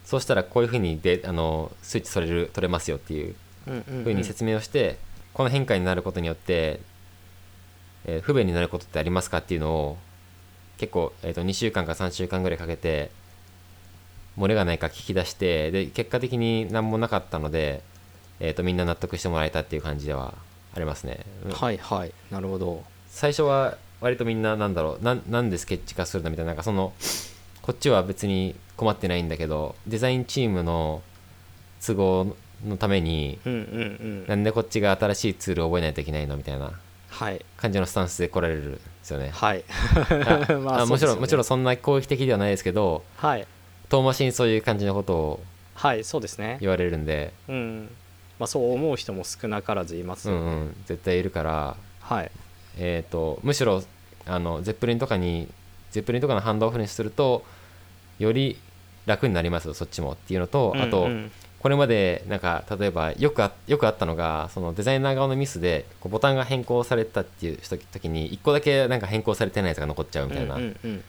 Speaker 2: そうしたらこういうふうにであのスイッチ取れる取れますよっていう
Speaker 1: うんうんうん
Speaker 2: ふうに説明をして、この変化になることによって、えー不便になることってありますかっていうのを結構、えー、と2週間か3週間ぐらいかけて漏れがないか聞き出してで結果的に何もなかったので、えー、とみんな納得してもらえたっていう感じではありますね、うん
Speaker 1: はいはいなるほど
Speaker 2: 最初は割とみんななんだろうなんなんでスケッチ化するのみたいななんかそのこっちは別に困ってないんだけどデザインチームの都合のために
Speaker 1: うんうんうん
Speaker 2: なんでこっちが新しいツールを覚えないといけないのみたいな
Speaker 1: はい
Speaker 2: 感じのスタンスで来られるんですよね。
Speaker 1: はい
Speaker 2: あ
Speaker 1: まあ
Speaker 2: あ
Speaker 1: そうで
Speaker 2: もちろん、
Speaker 1: すよね
Speaker 2: もちろんそんな攻撃的ではないですけど
Speaker 1: はい
Speaker 2: 遠回しにそういう感じのことを
Speaker 1: はいそうですね
Speaker 2: 言われるんで、
Speaker 1: うんまあそう思う人も少なからずいます
Speaker 2: う
Speaker 1: よ
Speaker 2: ん
Speaker 1: ね、
Speaker 2: うん、絶対いるから、
Speaker 1: はい
Speaker 2: えー、とむしろあのゼップリンとかにゼップリンとかのハンドオフにするとより楽になりますよそっちもっていうのとあと、
Speaker 1: うんうん
Speaker 2: これまでなんか例えばよくあよくあったのがそのデザイナー側のミスでこうボタンが変更されたっていう時時に1個だけなんか変更されてないやつが残っちゃうみたいな
Speaker 1: うんうんうん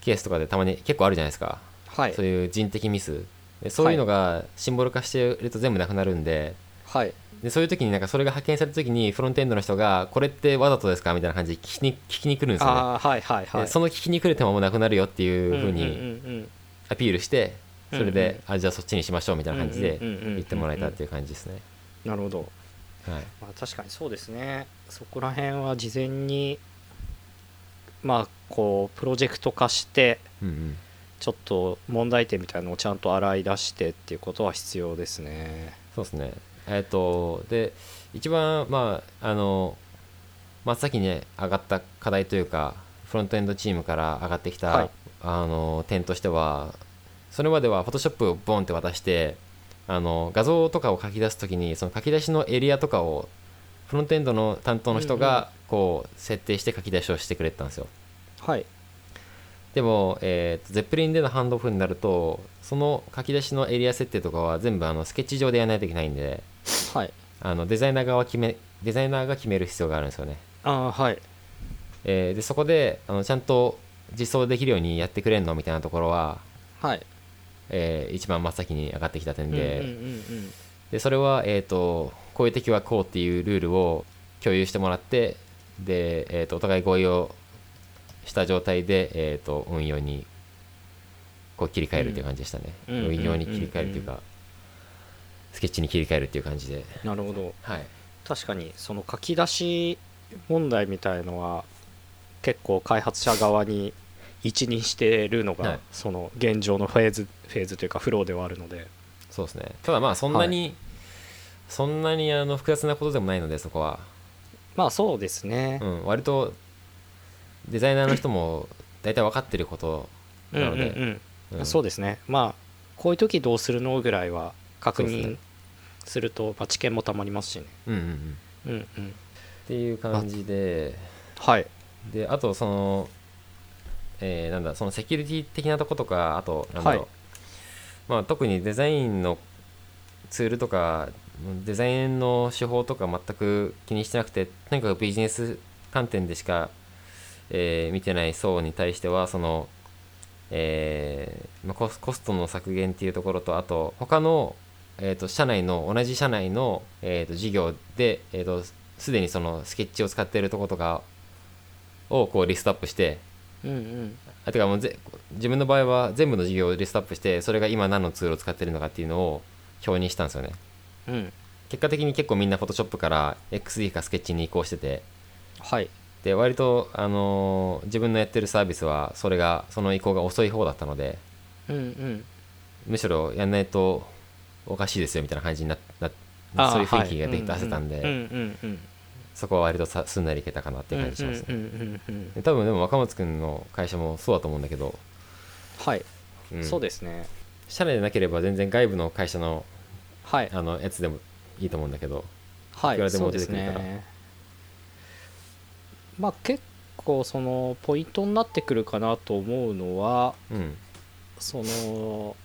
Speaker 2: ケースとかでたまに結構あるじゃないですか、
Speaker 1: はい
Speaker 2: そういう人的ミスでそういうのがシンボル化してると全部なくなるんで
Speaker 1: はい
Speaker 2: でそういう時になんかそれが発見された時にフロントエンドの人がこれってわざとですかみたいな感じで聞きに聞きに来るんですよね
Speaker 1: ああはいはいは
Speaker 2: で
Speaker 1: い
Speaker 2: その聞きに来る手間もなくなるよっていうふうに
Speaker 1: に
Speaker 2: アピールしてそれ
Speaker 1: うんうん
Speaker 2: であじゃあそっちにしましょうみたいな感じで
Speaker 1: うんうんうんうんうん
Speaker 2: 言ってもらえたっていう感じですね。
Speaker 1: なるほど、
Speaker 2: はい
Speaker 1: まあ、確かにそうですねそこら辺は事前にまあこうプロジェクト化して
Speaker 2: うんうん
Speaker 1: ちょっと問題点みたいなのをちゃんと洗い出してっていうことは必要ですね
Speaker 2: そうですね。えっ、とで一番まああの真っ先に上がった課題というかフロントエンドチームから上がってきた、
Speaker 1: はい
Speaker 2: あの点としてはそれまでは Photoshop をボンって渡してあの画像とかを書き出すときにその書き出しのエリアとかをフロントエンドの担当の人
Speaker 1: うん
Speaker 2: がこう設定して書き出しをしてくれてたんですよ。
Speaker 1: はい
Speaker 2: でも、えーとゼップリンでのハンドオフになるとその書き出しのエリア設定とかは全部あのスケッチ上でやらないといけないんで
Speaker 1: はい
Speaker 2: あのデザイナー側は決めデザイナーが決める必要があるんですよね、
Speaker 1: ああはい
Speaker 2: えーでそこであのちゃんと実装できるようにやってくれんのみたいなところは、
Speaker 1: はい
Speaker 2: えー一番真っ先に上がってきた点で,、
Speaker 1: うんうんうん
Speaker 2: でそれは、えー、とこういう敵はこうっていうルールを共有してもらってで、えー、とお互い合意をした状態で、えー、と運用にこう切り替えるっていう感じでしたね、
Speaker 1: うんうん
Speaker 2: 運用に切り替えるというか、
Speaker 1: うん
Speaker 2: スケッチに切り替えるっていう感じで
Speaker 1: うんなるほど
Speaker 2: はい
Speaker 1: 確かにその書き出し問題みたいのは結構開発者側に一任してるのが、
Speaker 2: はい
Speaker 1: その現状のフェーズフェーズというかフローではあるので
Speaker 2: そうですねただまあそんなに、そんなにあの複雑なことでもないのでそこは、
Speaker 1: まあそうですね
Speaker 2: う、ん、割とデザイナーの人も大体分かってること
Speaker 1: うん、
Speaker 2: なので、
Speaker 1: うんうん
Speaker 2: うん
Speaker 1: そうですねまあこういう時どうするのぐらいは確
Speaker 2: そうです
Speaker 1: 認
Speaker 2: ね
Speaker 1: すると、まあ、知見もたまりますしね
Speaker 2: うんうんうん
Speaker 1: うんうん
Speaker 2: っていう感じで
Speaker 1: はい
Speaker 2: であとその、えーなんだそのセキュリティ的なとことかあとなんだろう、
Speaker 1: はい
Speaker 2: まあ、特にデザインのツールとかデザインの手法とか全く気にしてなくてとにかくビジネス観点でしか、えー見てない層に対してはその、えーまあ、コスコストの削減っていうところとあと他の、えー、と社内の同じ社内の、えー、と事業で、えー、とすでにそのスケッチを使っているところとかをこうリストアップして
Speaker 1: うんうん
Speaker 2: あてかもうぜ自分の場合は全部の事業をリストアップしてそれが今何のツールを使ってるのかっていうのを表にしたんですよね
Speaker 1: うん
Speaker 2: 結果的に結構みんな Photoshop から XD かスケッチに移行してて
Speaker 1: はい
Speaker 2: で割と、あのー自分のやってるサービスはそれがその移行が遅い方だったので
Speaker 1: うんうん
Speaker 2: むしろやんないとおかしいですよみたいな感じになな
Speaker 1: あー
Speaker 2: そういう雰囲気
Speaker 1: は
Speaker 2: ができ
Speaker 1: う
Speaker 2: 出せたんで、
Speaker 1: うんうんうん
Speaker 2: そこは割とさすんなりいけたかなっていう感じしますね、
Speaker 1: うんうんうんうんうん
Speaker 2: で多分でも若松くんの会社もそうだと思うんだけど、
Speaker 1: はい、
Speaker 2: うん
Speaker 1: そうですね
Speaker 2: 社内でなければ全然外部の会社の
Speaker 1: はい
Speaker 2: あのやつでもいいと思うんだけど
Speaker 1: はい
Speaker 2: くらでも
Speaker 1: そうです
Speaker 2: 出てくるから
Speaker 1: ねまあ結構そのポイントになってくるかなと思うのは
Speaker 2: うん
Speaker 1: その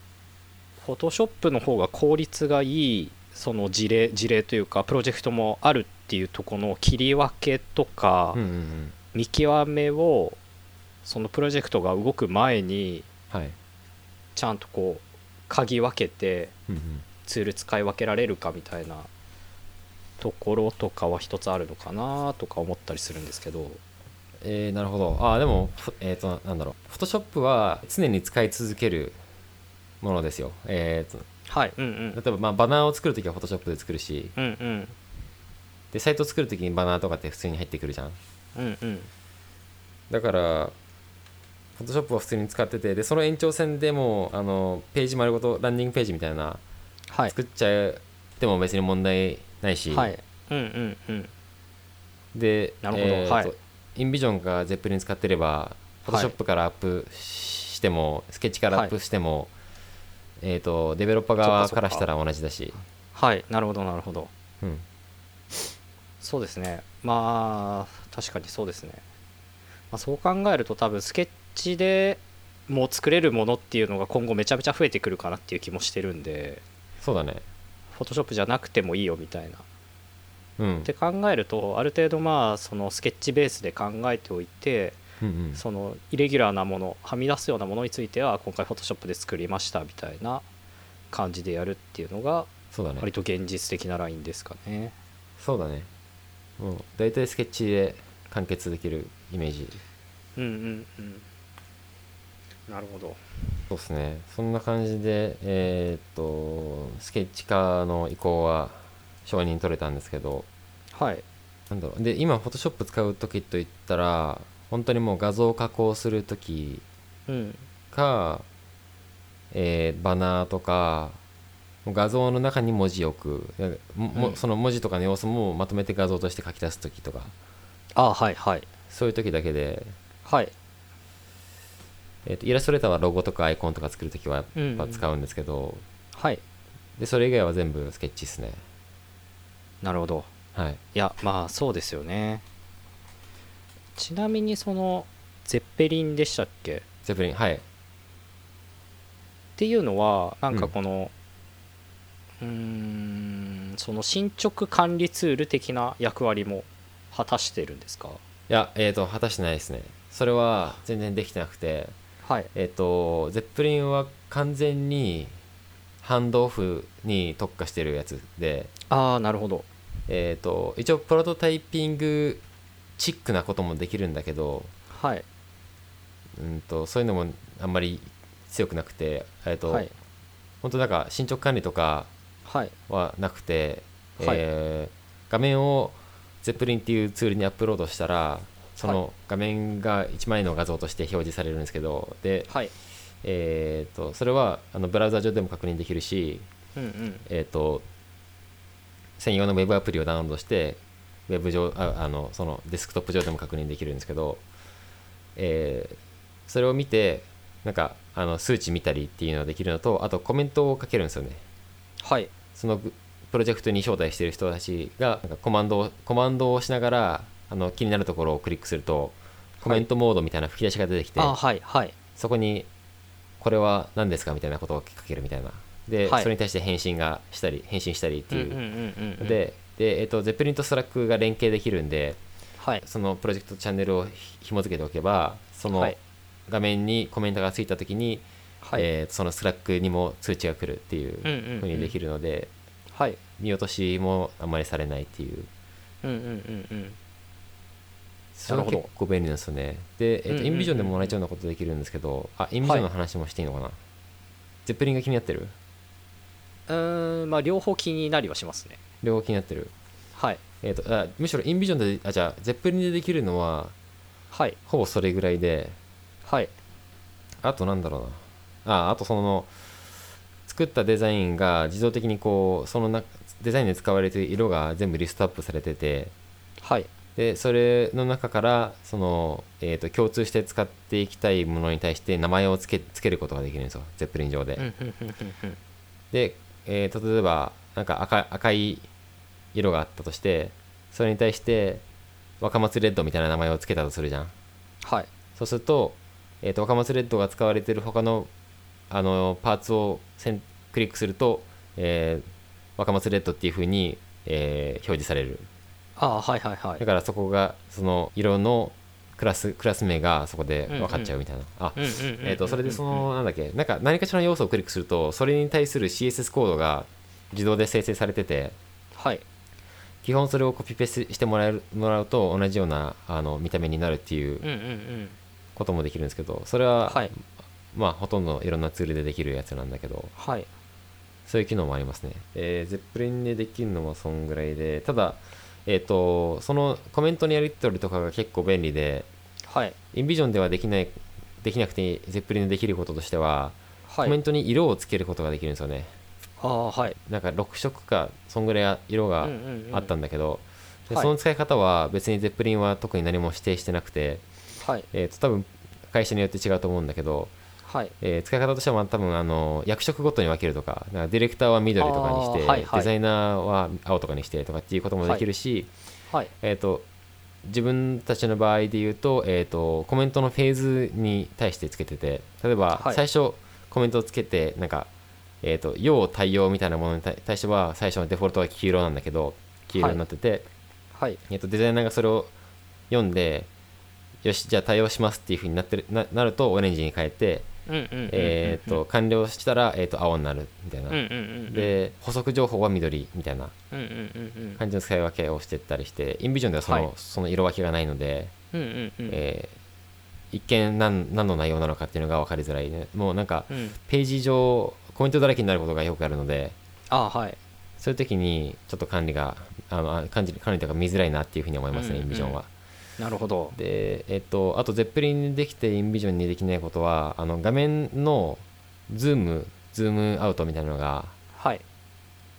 Speaker 1: フォトショップの方が効率がいいその事例事例というかプロジェクトもあるっていうとこの切り分けとか
Speaker 2: うんうんうん
Speaker 1: 見極めをそのプロジェクトが動く前に
Speaker 2: はい
Speaker 1: ちゃんとこう鍵分けて
Speaker 2: うんうん
Speaker 1: ツール使い分けられるかみたいなところとかは一つあるのかなとか思ったりするんですけど
Speaker 2: えーなるほどあーでもふえっ、となんだろうフォトショップは常に使い続けるものですよえっ、
Speaker 1: はいうんう
Speaker 2: と
Speaker 1: ん
Speaker 2: 例えばまあバナーを作るときはフォトショップで作るし
Speaker 1: うんうん
Speaker 2: でサイト作るときにバナーとかって普通に入ってくるじゃん
Speaker 1: うんうん
Speaker 2: だからフォトショップは普通に使っててでその延長線でもあのページ丸ごとランディングページみたいな
Speaker 1: はい
Speaker 2: 作っちゃっても別に問題ないし、
Speaker 1: はいうんうんうん
Speaker 2: で、
Speaker 1: なるほど
Speaker 2: えーと
Speaker 1: はい
Speaker 2: インビジョンがゼップリン使ってれば、フォトショップからアップしても、スケッチからアップしても、えー、とデベロッパー側
Speaker 1: そっかそっ
Speaker 2: か
Speaker 1: から
Speaker 2: したら同じだし、
Speaker 1: はいなるほどなるほど
Speaker 2: うん、
Speaker 1: そうですねまあ確かにそうですね、まあ、そう考えると多分スケッチでもう作れるものっていうのが今後めちゃめちゃ増えてくるかなっていう気もしてるんで
Speaker 2: そうだね。
Speaker 1: フォトショップじゃなくてもいいよみたいな
Speaker 2: うん
Speaker 1: っ。て考えるとある程度まあそのスケッチベースで考えておいて
Speaker 2: うんうん、
Speaker 1: そのイレギュラーなものはみ出すようなものについては今回フォトショップで作りましたみたいな感じでやるっていうのが
Speaker 2: そうだね。
Speaker 1: 割と現実的なラインですかね。
Speaker 2: そうだね。もう大体スケッチで完結できるイメージ。
Speaker 1: うんうんうん。なるほど。
Speaker 2: そうですね。そんな感じで、えーっと、スケッチ化の移行は承認取れたんですけど、
Speaker 1: はい。
Speaker 2: なんだろう。で、今、フォトショップ使う時といったら、本当にもう画像加工する時
Speaker 1: うん。
Speaker 2: か、えーバナーとか、もう画像の中に文字を置く、なんかもも
Speaker 1: うん
Speaker 2: その文字とかの様子もまとめて画像として書き出す時とか、
Speaker 1: あはいはい。
Speaker 2: そういう時だけで、
Speaker 1: はい。
Speaker 2: えー、とイラストレーターはロゴとかアイコンとか作るときはやっぱ使うんですけど、
Speaker 1: はい。
Speaker 2: でそれ以外は全部スケッチですね
Speaker 1: なるほど。
Speaker 2: はい
Speaker 1: いやまあそうですよね。ちなみにそのゼッペリンでしたっけ
Speaker 2: ゼプリンはい
Speaker 1: っていうのはなん
Speaker 2: う
Speaker 1: か
Speaker 2: ん
Speaker 1: このうーんその進捗管理ツール的な役割も果たしてるんですか
Speaker 2: いやえっ、と果たしてないですねそれは全然できてなくて
Speaker 1: はい
Speaker 2: えっ、とゼプリンは完全にハンドオフに特化してるやつで
Speaker 1: ああなるほど
Speaker 2: えっ、と一応プロトタイピングチックなこともできるんだけど
Speaker 1: はい
Speaker 2: うんとそういうのもあんまり強くなくてえっ、と、
Speaker 1: はい
Speaker 2: 本当なんか進捗管理とか
Speaker 1: はい
Speaker 2: はなくて、
Speaker 1: はい
Speaker 2: えー画面を Zeppelin っていうツールにアップロードしたらその画面が1枚の画像として表示されるんですけどで、
Speaker 1: はい
Speaker 2: えー、とそれはあのブラウザ上でも確認できるし、
Speaker 1: うんうん
Speaker 2: えー、と専用のウェブアプリをダウンロードしてウェブ上ああのそのデスクトップ上でも確認できるんですけど、えーそれを見てなんかあの数値見たりっていうのができるのとあとコメントをかけるんですよね。
Speaker 1: はい
Speaker 2: そのグプロジェクトに招待している人たちがなんかコマンドをコマンドを押しながらあの気になるところをクリックするとコメントモードみたいな吹き出しが出てきて、
Speaker 1: あーはいはい
Speaker 2: そこにこれは何ですかみたいなことを書けるみたいなで、
Speaker 1: はい
Speaker 2: それに対して返信がしたり返信したりっていう、
Speaker 1: うんうんうんうん
Speaker 2: でで、えっとゼッペリンとスラックが連携できるんで
Speaker 1: はい
Speaker 2: そのプロジェクトチャンネルをひ紐付けておけばそ
Speaker 1: は
Speaker 2: の
Speaker 1: い
Speaker 2: 画面にコメントがついた時に、
Speaker 1: はい
Speaker 2: えーそのスラックにも通知が来るっていう
Speaker 1: うんうんうん
Speaker 2: ふうにできるので、
Speaker 1: はい
Speaker 2: 見落としもあんまりされないっていう
Speaker 1: うんうんうんうん
Speaker 2: それは
Speaker 1: なるほ
Speaker 2: 結
Speaker 1: ど
Speaker 2: 構便利なんですよねで、えっ
Speaker 1: うんうん
Speaker 2: と
Speaker 1: うん
Speaker 2: インビジョンでも同じようなことできるんですけどあインビジョンの話もしていいのかな、ゼッペリンが気になってる
Speaker 1: うーんまあ両方気になりはしますね
Speaker 2: 両方気になってる、
Speaker 1: はい
Speaker 2: えっとあむしろインビジョンであじゃあゼッペリンでできるのは
Speaker 1: はい
Speaker 2: ほぼそれぐらいで
Speaker 1: はい
Speaker 2: あとなんだろうなああとその作ったデザインが自動的にこうそのなデザインで使われている色が全部リストアップされてて
Speaker 1: はい
Speaker 2: でそれの中からその、えー、と共通して使っていきたいものに対して名前をつけつけることができるんですよゼップリン上で、
Speaker 1: うんうんうんうんうん
Speaker 2: で、えー例えばなんか赤赤い色があったとしてそれに対して若松レッドみたいな名前をつけたとするじゃん
Speaker 1: はい
Speaker 2: そうすると,、えー、と若松レッドが使われている他のあのパーツをせんクリックすると、えー若松レッドっていうふうに、えー表示される
Speaker 1: ああはいはいはい
Speaker 2: だからそこがその色のクラスクラス名がそこで分かっちゃうみたいな、あ
Speaker 1: うんうんうんうん
Speaker 2: えー、とそれでそのなんだっけなんか何かしらの要素をクリックするとそれに対する CSS コードが自動で生成されてて
Speaker 1: はい
Speaker 2: 基本それをコピペしてもらえるもらうと同じようなあの見た目になるっていう
Speaker 1: うんうんうん
Speaker 2: こともできるんですけどそれは、
Speaker 1: はい
Speaker 2: まあほとんどいろんなツールでできるやつなんだけど
Speaker 1: はい
Speaker 2: そういう機能もありますね。えー、ゼップリンでできるのもそんぐらいでただえっ、とそのコメントのやり取りとかが結構便利で
Speaker 1: はい
Speaker 2: インビジョンではできないできなくてゼップリンでできることとしては、
Speaker 1: は
Speaker 2: コメ
Speaker 1: い
Speaker 2: ントに色をつけることができるんですよね
Speaker 1: ああはい
Speaker 2: なんか6色かそんぐらい色が
Speaker 1: うんうんうん
Speaker 2: あったんだけど、で
Speaker 1: はい
Speaker 2: その使い方は別にゼップリンは特に何も指定してなくて、
Speaker 1: はい
Speaker 2: えー、と多分会社によって違うと思うんだけど、
Speaker 1: はい
Speaker 2: えー使い方としては多分あの役職ごとに分けるとかなんかディレクターは緑とかにし
Speaker 1: あー
Speaker 2: て、
Speaker 1: はいはい
Speaker 2: デザイナーは青とかにしてとかっていうこともできるし、
Speaker 1: はい
Speaker 2: えー、と自分たちの場合で言うと,、えー、とコメントのフェーズに対してつけてて例えば
Speaker 1: はい
Speaker 2: 最初コメントをつけてなんか、えー、と要対応みたいなものに対対しては最初のデフォルトは黄色なんだけど黄色になってて、
Speaker 1: はい
Speaker 2: えっとデザイナーがそれを読んでよしじゃあ対応しますっていうふうになってるななるとオレンジに変えて、
Speaker 1: うんうんうんうん
Speaker 2: えー、と完了したら、えー、と青になるみたいな、
Speaker 1: うんうんうんうん
Speaker 2: で補足情報は緑みたいな
Speaker 1: うんうんうん
Speaker 2: 感じの使い分けをしてったりしてインビジョンではそ
Speaker 1: は
Speaker 2: の,、
Speaker 1: い
Speaker 2: その色分けがないので、
Speaker 1: うんうんうんうん
Speaker 2: えー一見何何の内容なのかっていうのが分かりづらいねもうなんか
Speaker 1: うん
Speaker 2: ページ上コメントだらけになることがよくあるので
Speaker 1: あーはい
Speaker 2: そういう時にちょっと管理があのあ管理管理というか見づらいなっていうふうに思います
Speaker 1: うん
Speaker 2: ね、
Speaker 1: うん
Speaker 2: インビジョンは。
Speaker 1: なるほど
Speaker 2: でえっとあとゼッペリンにできてインビジョンにできないことはあの画面のズームズームアウトみたいなのが
Speaker 1: はい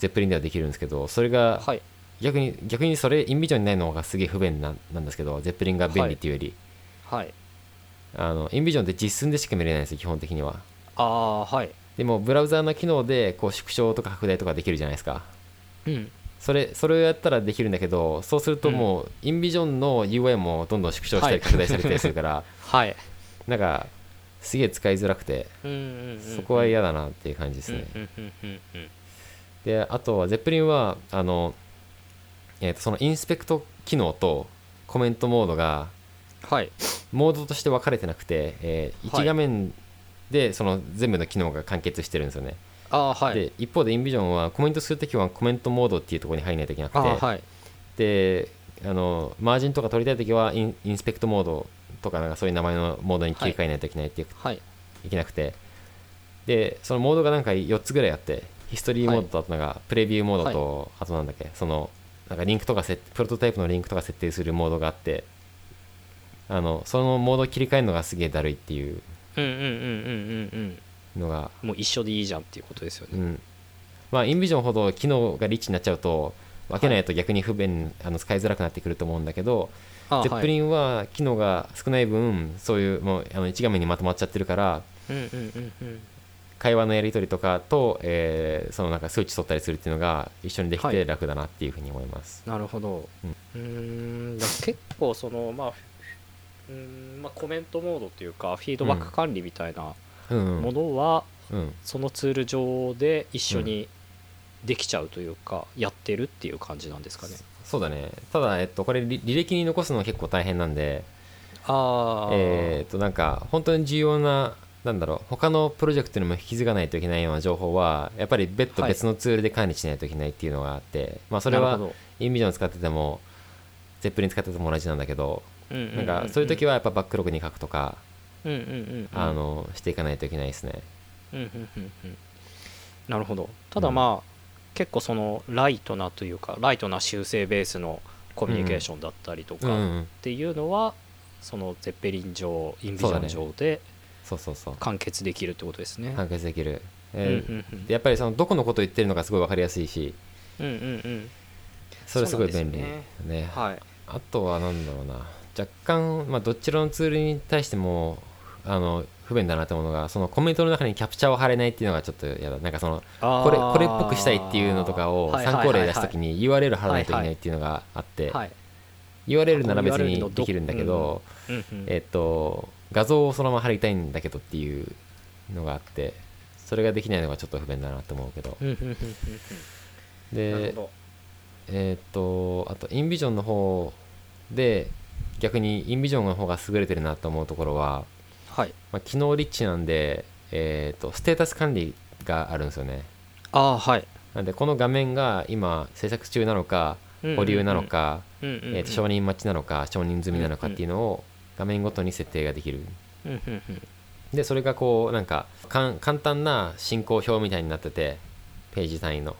Speaker 2: ゼッペリンではできるんですけどそれが
Speaker 1: はい
Speaker 2: 逆に逆にそれインビジョンにないのがすげえ不便なんなんですけどゼッペリンが便利っていうより、
Speaker 1: はい
Speaker 2: あのインビジョンって実寸でしか見れないんですよ基本的には
Speaker 1: ああーはい
Speaker 2: でもブラウザーの機能でこう縮小とか拡大とかできるじゃないですか
Speaker 1: うん
Speaker 2: それそれをやったらできるんだけどそうするともうインビジョンの UI もどんどん縮小した
Speaker 1: は
Speaker 2: り
Speaker 1: い
Speaker 2: 拡大したりしたりする から、
Speaker 1: はい
Speaker 2: なんかすげえ使いづらくて
Speaker 1: うんうんうんうん
Speaker 2: そこは嫌だなっていう感じですね、
Speaker 1: うんうんうんうんうん
Speaker 2: であとはゼップリンはあの、えーとそのインスペクト機能とコメントモードが
Speaker 1: はい
Speaker 2: モードとして分かれてなくて、え
Speaker 1: は
Speaker 2: 1
Speaker 1: い
Speaker 2: 画面でその全部の機能が完結してるんですよね、
Speaker 1: あーはい
Speaker 2: で一方でインビジョンはコメントするときはコメントモードっていうところに入らないといけなくて
Speaker 1: あーはい
Speaker 2: であのマージンとか取りたいときはインインスペクトモードとかなんかそういう名前のモードに切り替えないといけないっていう、
Speaker 1: はい
Speaker 2: い、けなくてでそのモードがなんか4つぐらいあってヒストリーモードとあとなんかプレビューモードと、あとなんだっけそのなんかリンクとかせプロトタイプのリンクとか設定するモードがあってあのそのモードを切り替えるのがすげえだるいっていう
Speaker 1: うんうんうんうんうん
Speaker 2: のが
Speaker 1: うんもう一緒でいいじゃんっていうことですよ
Speaker 2: う
Speaker 1: ね
Speaker 2: ん、まあインビジョンほど機能がリッチになっちゃうと分けないと逆に不便、あの使いづらくなってくると思うんだけど
Speaker 1: あ
Speaker 2: ゼ
Speaker 1: ー
Speaker 2: ッ
Speaker 1: は
Speaker 2: プリ
Speaker 1: い
Speaker 2: ンは機能が少ない分そういうもうあの1画面にまとまっちゃってるから
Speaker 1: うんうんうんうん
Speaker 2: 会話のやり取りとかと、えーそのなんか数値取ったりするっていうのが一緒にでき
Speaker 1: は
Speaker 2: て
Speaker 1: い
Speaker 2: 楽だなっていうふうに思います。
Speaker 1: なるほど。うーん、だから結構そのまあ、うーんまあコメントモードというかフィードバック管理みたいな
Speaker 2: うんう
Speaker 1: も
Speaker 2: ん
Speaker 1: のは
Speaker 2: うん
Speaker 1: そのツール上で一緒にできちゃうというかやってるっていう感じなんですかね。
Speaker 2: そうだねただ、えっと、これ履履歴に残すの結構大変なんで、
Speaker 1: あ
Speaker 2: えーっとなんか本当に重要ななんだろう他のプロジェクトにも引き継がないといけないような情報はやっぱり別途
Speaker 1: はい
Speaker 2: 別のツールで管理しないといけないっていうのがあって、まあそれはインビジョン使っててもゼップリン使ってても同じなんだけどなんかそういう時
Speaker 1: は、
Speaker 2: はやっぱバックログに書くとか、
Speaker 1: うんうんうんうん、
Speaker 2: あのしていかないといけないですね。
Speaker 1: うんうんうんうんなるほどただまあ、結構そのライトなというかライトな修正ベースのコミュニケーションだったりと
Speaker 2: う
Speaker 1: か、
Speaker 2: んうん、
Speaker 1: っていうのはそのゼッペリン上インビジョン上で
Speaker 2: そうそうそう
Speaker 1: 完結できるってことですね。
Speaker 2: 完結できる。
Speaker 1: うん
Speaker 2: えー
Speaker 1: うんうん
Speaker 2: でやっぱりそのどこのことを言ってるのかすごい分かりやすいし
Speaker 1: うんうんうん
Speaker 2: それすごい
Speaker 1: そうな
Speaker 2: 便
Speaker 1: ん
Speaker 2: 利
Speaker 1: です
Speaker 2: ね
Speaker 1: よねはい
Speaker 2: あとはなんだろうな若干、まあ、どちらのツールに対してもあの不便だなと思うのがそのコメントの中にキャプチャーを貼れないっていうのがちょっと嫌だなんかその
Speaker 1: あー
Speaker 2: これこれっぽくしたいっていうのとかを
Speaker 1: はいはい
Speaker 2: 参
Speaker 1: はい
Speaker 2: 考
Speaker 1: はい
Speaker 2: 例出すときに URL 貼らないといけないっていうのがあって
Speaker 1: はい
Speaker 2: URL なら別
Speaker 1: URL の
Speaker 2: に
Speaker 1: ど
Speaker 2: できるんだけど
Speaker 1: うんうん
Speaker 2: えっと画像をそのまま貼りたいんだけどっていうのがあってそれができないのがちょっと不便だなと思うけど
Speaker 1: うんうんうんうんうんなる
Speaker 2: で
Speaker 1: ほ
Speaker 2: えーっとあとインビジョンの方で逆にインビジョンの方が優れてるなと思うところは、
Speaker 1: どはい
Speaker 2: まあ、機能リッチなんで、えーっとステータス管理があるんですよね
Speaker 1: あーはい
Speaker 2: なんでこの画面が今制作中なのか保留なのか、
Speaker 1: うんうんうん
Speaker 2: えーっと承認待ちなのか承認済みなのかっていうのを画面ごとに設定ができる
Speaker 1: うんうんうん
Speaker 2: でそれがこうなんかかん簡単な進行表みたいになっててページ単位の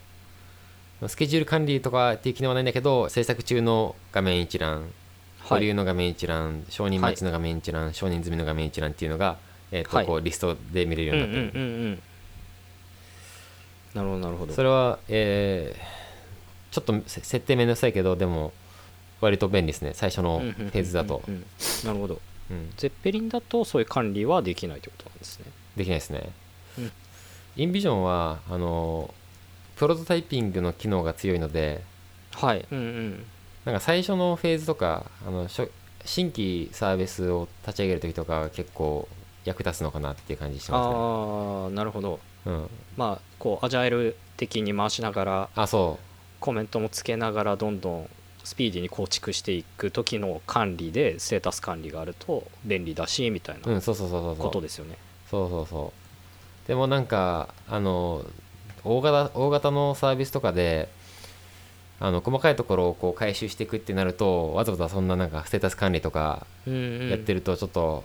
Speaker 2: スケジュール管理とかっていう機能はないんだけど制作中の画面一覧保
Speaker 1: はい
Speaker 2: 留の画面一覧承認待ちの画面一覧、承認済みの画面一覧っていうのが、えーと
Speaker 1: はい
Speaker 2: こうリストで見れるよ
Speaker 1: う
Speaker 2: うんに
Speaker 1: う
Speaker 2: なってる、
Speaker 1: んうんうんなるほどなるほど
Speaker 2: それは、えーちょっとせ設定面倒くさいけどでも割と便利ですね最初の
Speaker 1: うん
Speaker 2: フェーズだと
Speaker 1: う、んうんなるほど
Speaker 2: うん、
Speaker 1: ゼッペリンだとそういう管理はできないということなんですね
Speaker 2: できないですね、
Speaker 1: うん
Speaker 2: インビジョンはあのプロトタイピングの機能が強いので
Speaker 1: はいうんうん
Speaker 2: なんか最初のフェーズとかあの初新規サービスを立ち上げる時とかは結構役立つのかなっていう感じしてま
Speaker 1: ああなるほど
Speaker 2: すねうん、
Speaker 1: まあこうアジャイル的に回しながら
Speaker 2: あそう
Speaker 1: コメントもつけながらどんどんスピーディーに構築していく時の管理でステータス管理があると便利だしみたいな
Speaker 2: うん、そうそうそうそうそう
Speaker 1: ことですよね。
Speaker 2: そうそうそうでもなんかあの大型大型のサービスとかであの細かいところをこう回収していくってなるとわざわざそんななんかステータス管理とかや
Speaker 1: や
Speaker 2: ってるとちょっと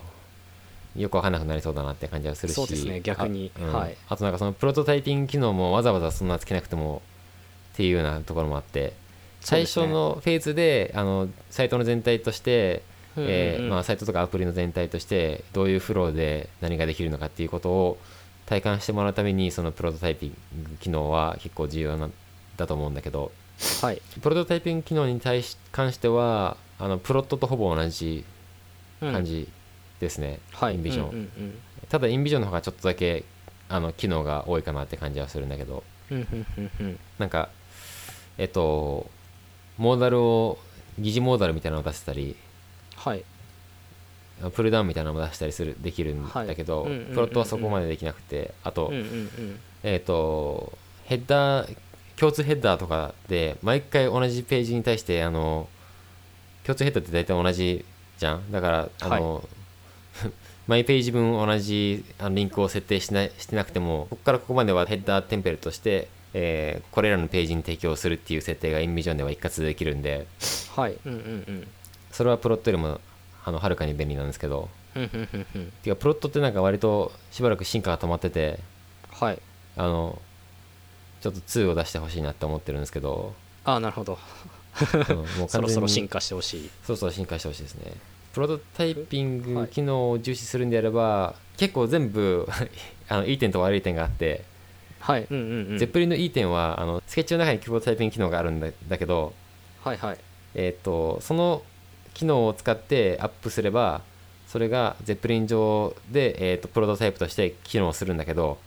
Speaker 2: よくわかんなくなりそうだなって感じはするし
Speaker 1: そうですね逆に
Speaker 2: あ,うん、
Speaker 1: はい
Speaker 2: あとなんかそのプロトタイピング機能もわざわざそんなつけなくてもっていうようなところもあっ
Speaker 1: そ
Speaker 2: て
Speaker 1: う
Speaker 2: 最
Speaker 1: ですね
Speaker 2: 初のフェーズであのサイトの全体としてえーまあ、サイトとかアプリの全体としてどういうフローで何ができるのかっていうことを体感してもらうためにそのプロトタイピング機能は結構重要なんだと思うんだけど
Speaker 1: はい
Speaker 2: プロトタイピング機能に対し関してはあのプロットとほぼ同じ感
Speaker 1: うん
Speaker 2: じですね、
Speaker 1: はい
Speaker 2: インビジョン、
Speaker 1: うんうん
Speaker 2: ただインビジョンの方がちょっとだけあの機能が多いかなって感じはするんだけど
Speaker 1: うんうんうんうんうん
Speaker 2: なんかえっとモーダルを疑似モーダルみたいなのを出せたり
Speaker 1: はい
Speaker 2: プルダウンみたいなのも出したりするできるん
Speaker 1: はい
Speaker 2: だけど、
Speaker 1: うんうんうんうん
Speaker 2: プロットはそこまでできなくてあと,、
Speaker 1: うんうんうん
Speaker 2: えっ、とヘッダー共通ヘッダーとかで毎回同じページに対してあの共通ヘッダーって大体同じじゃんだからあの、 毎ページ分同じあのリンクを設定しないしてなくてもここからここまではヘッダーテンプレとして、えーこれらのページに提供するっていう設定がインビジョンでは一括できるんで
Speaker 1: はいうんうんうん
Speaker 2: それはプロットよりもあのはるかに便利なんですけど。
Speaker 1: うんうんうんうん
Speaker 2: てかプロットってなんか割としばらく進化が止まってて
Speaker 1: はい
Speaker 2: あのちょっと2を出してほしいなって思ってるんです けど、
Speaker 1: ああなるほど
Speaker 2: うんもう完全に
Speaker 1: そろそろ進化してほしい
Speaker 2: そろそろ進化してほしいですねプロトタイピン
Speaker 1: はい
Speaker 2: グ機能を重視するんであれば、結構全部 あのいい点と悪い点があって、
Speaker 1: はいうんうんうん
Speaker 2: ゼップリのいい点はあのスケッチの中にプロトタイピング機能があるんだだけど、
Speaker 1: はいはい
Speaker 2: えー、とその機能を使ってアップすればそれがゼップリン上で、えー、とプロトタイプとして機能するんだけど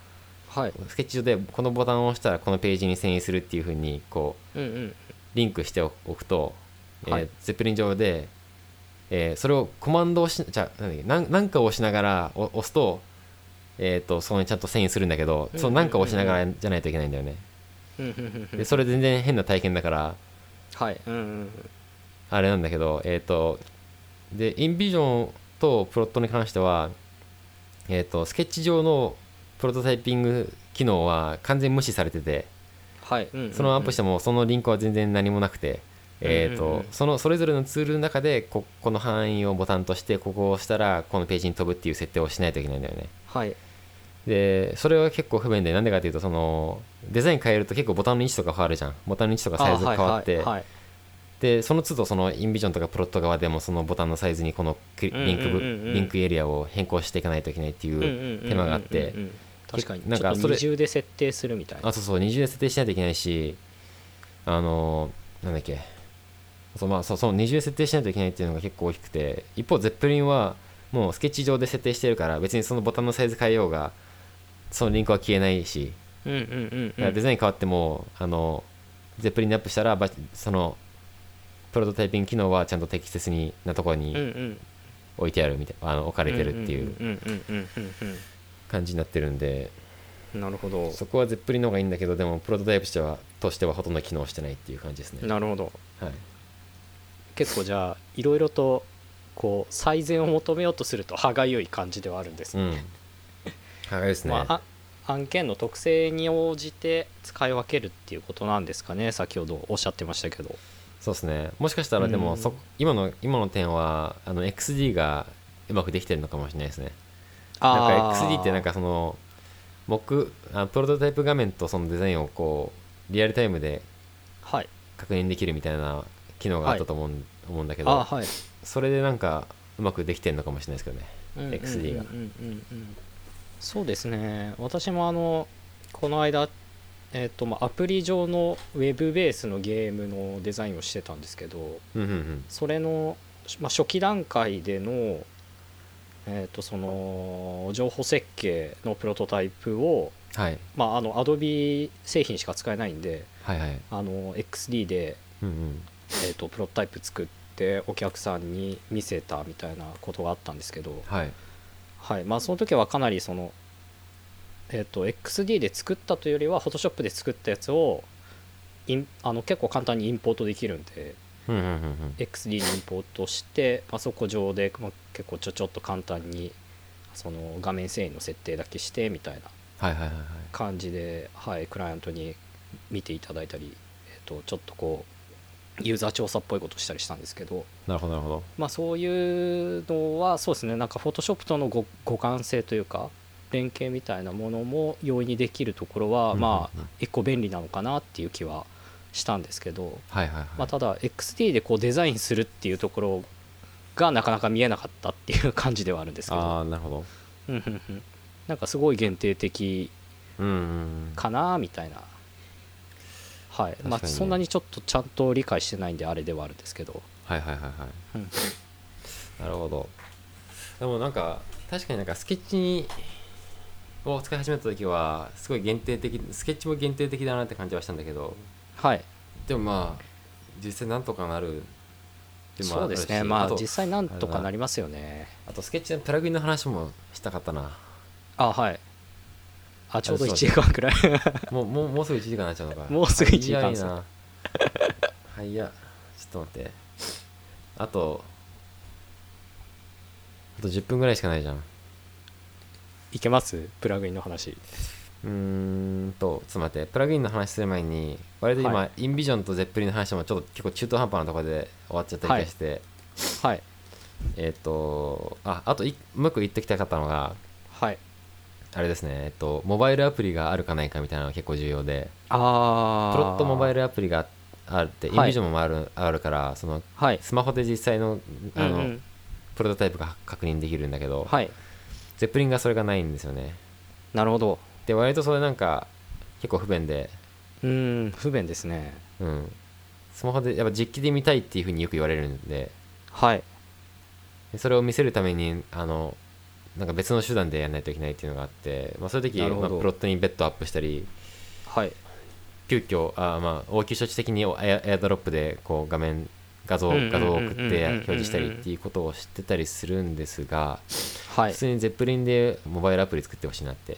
Speaker 1: はい
Speaker 2: スケッチ上でこのボタンを押したらこのページに遷移するっていう風にこう
Speaker 1: うんうん
Speaker 2: リンクしておくと、えー
Speaker 1: はい
Speaker 2: ゼッペリン上で、えーそれをコマンドをしじゃあなんだっけなんなんかを押しながらお押すと,、えー、とそこにちゃんと遷移するんだけど、
Speaker 1: うん
Speaker 2: そのなんかを押しながらじゃないといけないんだよね、
Speaker 1: うんうんうんうん
Speaker 2: でそれ全然変な体験だから
Speaker 1: はいうんうん
Speaker 2: あれなんだけどえっ、とでインビジョンとプロットに関してはえっ、とスケッチ上のプロトタイピング機能は完全無視されてて
Speaker 1: はいうんうんうん
Speaker 2: そのアップしてもそのリンクは全然何もなくて、えー
Speaker 1: うんうんう
Speaker 2: と
Speaker 1: ん
Speaker 2: そのそれぞれのツールの中でここの範囲をボタンとしてここを押したらこのページに飛ぶっていう設定をしないといけないんだよね
Speaker 1: はい
Speaker 2: でそれは結構不便でなんでかというとそのデザイン変えると結構ボタンの位置とか変わるじゃんボタンの位置とかサイズが変わっ
Speaker 1: あー
Speaker 2: て、
Speaker 1: はいはいはい
Speaker 2: でその都度そのインビジョンとかプロット側でもそのボタンのサイズにこのクリリンク
Speaker 1: うんうんうんう
Speaker 2: 部
Speaker 1: ん
Speaker 2: リンクエリアを変更していかないといけないっていう,、手間があっ
Speaker 1: うんう
Speaker 2: て
Speaker 1: んうんうんうん確かに
Speaker 2: なん
Speaker 1: ち
Speaker 2: か
Speaker 1: ょっ
Speaker 2: そ
Speaker 1: と
Speaker 2: れ
Speaker 1: 二重で設定するみたいな
Speaker 2: あそうそう二重で設定しないといけないしあのなんだっけそうまあそうそう二重で設定しないといけないっていうのが結構大きくて一方ゼップリンはもうスケッチ上で設定してるから別にそのボタンのサイズ変えようがそのリンクは消えないし、
Speaker 1: うんうんうん
Speaker 2: だからデザイン変わってもあのゼップリンにアップしたらばそのプロトタイピング機能はちゃんと適切になところ
Speaker 1: うん
Speaker 2: に
Speaker 1: うん
Speaker 2: 置いてあるみたいあの置かれてるっていう
Speaker 1: うんうんうんうんうん
Speaker 2: 感じになってるんで
Speaker 1: うんなるほど
Speaker 2: そこはゼップリンの方がいいんだけどでもプロトタイプとしてはとしてはほとんど機能してないっていう感じですね。
Speaker 1: なるほど
Speaker 2: はい、
Speaker 1: 結構じゃあいろいろとこう最善を求めようとすると歯がゆい感じではあるんです
Speaker 2: う
Speaker 1: ね、
Speaker 2: ん。はいですね。
Speaker 1: まああ案件の特性に応じて使い分けるっていうことなんですかね先ほどおっしゃってましたけど
Speaker 2: そうですね。もしかしたらで
Speaker 1: う
Speaker 2: も
Speaker 1: ん
Speaker 2: そ今の今の点はあの XD がうまくできてるのかもしれないですね。なんか XD ってなんかその僕あプロトタイプ画面とそのデザインをこうリアルタイムで
Speaker 1: はい
Speaker 2: 確認できるみたいな機能があったと思うん,、思うんだけ
Speaker 1: あ
Speaker 2: ど、
Speaker 1: はい
Speaker 2: それでなんかうまくできてるのかもしれないですけどね。XD が
Speaker 1: うんうんうんうんうんそうですね私もあのこの間えーとまあ、アプリ上のウェブベースのゲームのデザインをしてたんですけど
Speaker 2: うんうんうん
Speaker 1: それの、まあ、初期段階での,、えー、とその情報設計のプロトタイプを、
Speaker 2: はい
Speaker 1: まあ、あの Adobe 製品しか使えないんで
Speaker 2: はいはい
Speaker 1: あの XD で、
Speaker 2: うんうん
Speaker 1: えー、とプロトタイプ作ってお客さんに見せたみたいなことがあったんですけど、
Speaker 2: はい
Speaker 1: はいまあ、その時はかなりその、えー、と XD で作ったというよりは Photoshop で作ったやつをインあの結構簡単にインポートできるんで
Speaker 2: うんうんうんうん
Speaker 1: XD にインポートしてパソコン上で、まあ、結構ちょちょっと簡単にその画面遷移の設定だけしてみたいな
Speaker 2: はいはいはいはい
Speaker 1: 感じで、はい、クライアントに見ていただいたり、えー、とちょっとこうユーザー調査っぽいことしたりしたんですけど、
Speaker 2: なるほどなるほど
Speaker 1: まあ、そういうのはそうですねなんかフォトショップとのご互換性というか連携みたいなものも容易にできるところは、
Speaker 2: うんうんうん
Speaker 1: まあ一個便利なのかなっていう気はしたんですけど、
Speaker 2: はいはいはい
Speaker 1: まあ、ただ XD でこうデザインするっていうところがなかなか見えなかったっていう感じではあるんですけ
Speaker 2: あ
Speaker 1: ど
Speaker 2: あなるほど
Speaker 1: うんうんうんなんかすごい限定的
Speaker 2: うんうん
Speaker 1: かなみたいなはい、ま
Speaker 2: 確か
Speaker 1: あ、
Speaker 2: にね
Speaker 1: そんなにちょっとちゃんと理解してないんであれではあるんですけど、
Speaker 2: はいはいはいは
Speaker 1: うん
Speaker 2: いなるほどでもなんか確かになんかスケッチを使い始めた時はすごい限定的スケッチも限定的だなって感じはしたんだけど
Speaker 1: はい
Speaker 2: でもまあ実際なんとかなるっていうのも
Speaker 1: そ
Speaker 2: あ
Speaker 1: う
Speaker 2: る
Speaker 1: で
Speaker 2: し
Speaker 1: すねまあ
Speaker 2: と
Speaker 1: 実際なんとかなりますよね
Speaker 2: あとスケッチのプラグインの話もしたかったな。
Speaker 1: あはいあちょうど1
Speaker 2: そう
Speaker 1: 時
Speaker 2: そう
Speaker 1: 間くらい
Speaker 2: もうもうもうすぐ1時間になっちゃうのか。
Speaker 1: もうすぐ1時間
Speaker 2: 早いな。はいや、ちょっと待って。あと、あと10分ぐらいしかないじゃん。う
Speaker 1: いけますプラグインの話
Speaker 2: ーんと、ちょっと待って、プラグインの話する前に、割と今、
Speaker 1: は
Speaker 2: インビジョンとゼップリンの話もちょっと結構中途半端なところで終わっちゃったりして、
Speaker 1: はい
Speaker 2: えっ、と、あ、あといもう一個言ってきたかったのが、
Speaker 1: はい
Speaker 2: あれですね、えっと、モバイルアプリがあるかないかみたいなのが結構重要で。
Speaker 1: ああ
Speaker 2: プロットモバイ
Speaker 1: ル
Speaker 2: ルアプリがあって、
Speaker 1: はい
Speaker 2: インビジョンもあるあるからその
Speaker 1: はい
Speaker 2: スマホで実際のあの、
Speaker 1: うんうん
Speaker 2: プロトタイプが確認できるんだけど、
Speaker 1: はい
Speaker 2: ゼップリンがそれがないんですよね
Speaker 1: なるほど
Speaker 2: で割とそれなんか結構不便で、
Speaker 1: うーん不便ですね
Speaker 2: うん、スマホでやっぱ実機で見たいっていうふうによく言われるんで
Speaker 1: はい
Speaker 2: でそれを見せるためにあのなんか別の手段でやらないといけないっていうのがあって、まあ、そういう時、
Speaker 1: なるほ
Speaker 2: まあ、
Speaker 1: ど
Speaker 2: プロットにベッドアップしたり
Speaker 1: はい
Speaker 2: 急遽あまあ応急処置的にエアエアドロップでこう画面画像
Speaker 1: うんうんうんうん
Speaker 2: 画像を送って表示したりっていうことをしてたりするんですが
Speaker 1: は
Speaker 2: 普
Speaker 1: い
Speaker 2: 通にゼップリンでモバイルアプリ作ってほしいなって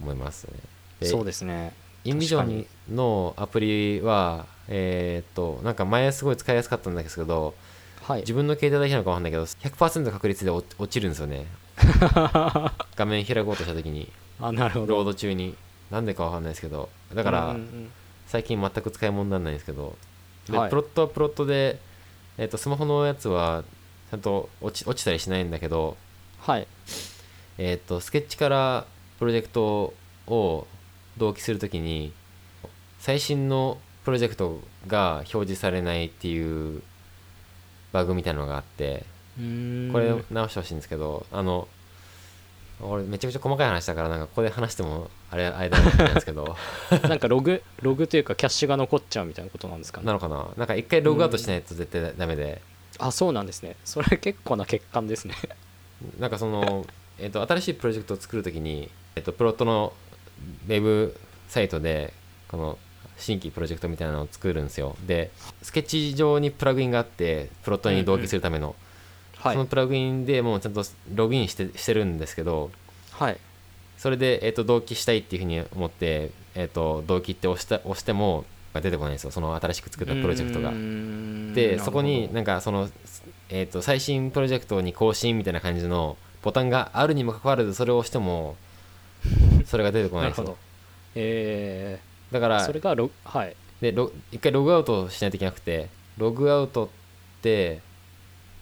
Speaker 2: 思いますね。
Speaker 1: そうですね
Speaker 2: インビジョ
Speaker 1: 確
Speaker 2: ンのアプリはえーっとなんか前すごい使いやすかったんですけど
Speaker 1: はい
Speaker 2: 自分の携帯だけなのかわかんないけど100%確率で落落ちるんですよ ね画面開こうとした時に
Speaker 1: あなるほど
Speaker 2: ロード中になんでかわかんないですけどだから、
Speaker 1: うんうん
Speaker 2: 最近全く使い物にならないんですけどで、
Speaker 1: はい
Speaker 2: プロットはプロットで、えっとスマホのやつはちゃんと落ち落ちたりしないんだけど、
Speaker 1: はい
Speaker 2: えっとスケッチからプロジェクトを同期するときに最新のプロジェクトが表示されないっていうバグみたいなのがあって
Speaker 1: うーん
Speaker 2: これ直してほしいんですけど、あの俺めちゃくちゃ細かい話だからなんかここで話してもあれ間になっちゃうんです けど
Speaker 1: なんかログログというかキャッシュが残っちゃうみたいなことなんですかね
Speaker 2: なのかななんか一回ログアウトしないと絶対ダメで、
Speaker 1: あそうなんですねそれ結構な欠陥です ね
Speaker 2: なんかその、えっと新しいプロジェクトを作るときに、えっとプロットのウェブサイトでこの新規プロジェクトみたいなのを作るんですよでスケッチ上にプラグインがあってプロットに同期するための、
Speaker 1: はい
Speaker 2: そのプラグインでもうちゃんとログインしてしてるんですけど
Speaker 1: はい
Speaker 2: それで、えっと同期したいっていうふうに思って、えっと同期って押した押しても出てこないんですよその新しく作ったプロジェクトが
Speaker 1: うー。んな
Speaker 2: で
Speaker 1: るほど
Speaker 2: そこになんかその、えー、と最新プロジェクトに更新みたいな感じのボタンがあるにもかかわらずそれを押してもそれが出てこな
Speaker 1: なん
Speaker 2: い
Speaker 1: る
Speaker 2: です
Speaker 1: ほ
Speaker 2: よ
Speaker 1: どえ
Speaker 2: だか
Speaker 1: ー
Speaker 2: ら
Speaker 1: それがロはい
Speaker 2: でロ一回ログアウトしないといけなくてログアウトって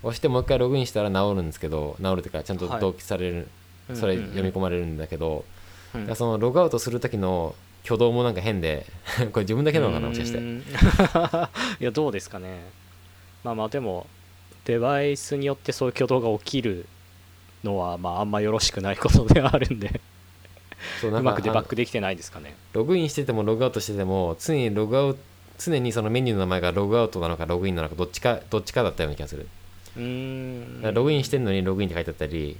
Speaker 2: 押してもう一回ログインしたら治るんですけど治るっていうかちゃんと
Speaker 1: はい
Speaker 2: 同期される、それ読み込まれるんだけど、
Speaker 1: うん
Speaker 2: だからそのログアウトする時の挙動もなんか変で これ自分だけなのかなもしかして
Speaker 1: うーん いやどうですかねまあまあでもデバイスによってそういう挙動が起きるのはまああんまよろしくないことではあるんで
Speaker 2: そう
Speaker 1: うまくデバッ
Speaker 2: あの
Speaker 1: グできてないですかね
Speaker 2: ログインしててもログアウトしてても常にログアウト常にそのメニューの名前がログアウトなのかログインなのかどっちかどっちかだったような気がする
Speaker 1: うー
Speaker 2: だ
Speaker 1: ん
Speaker 2: からログインしてるのにログインって書いてあったり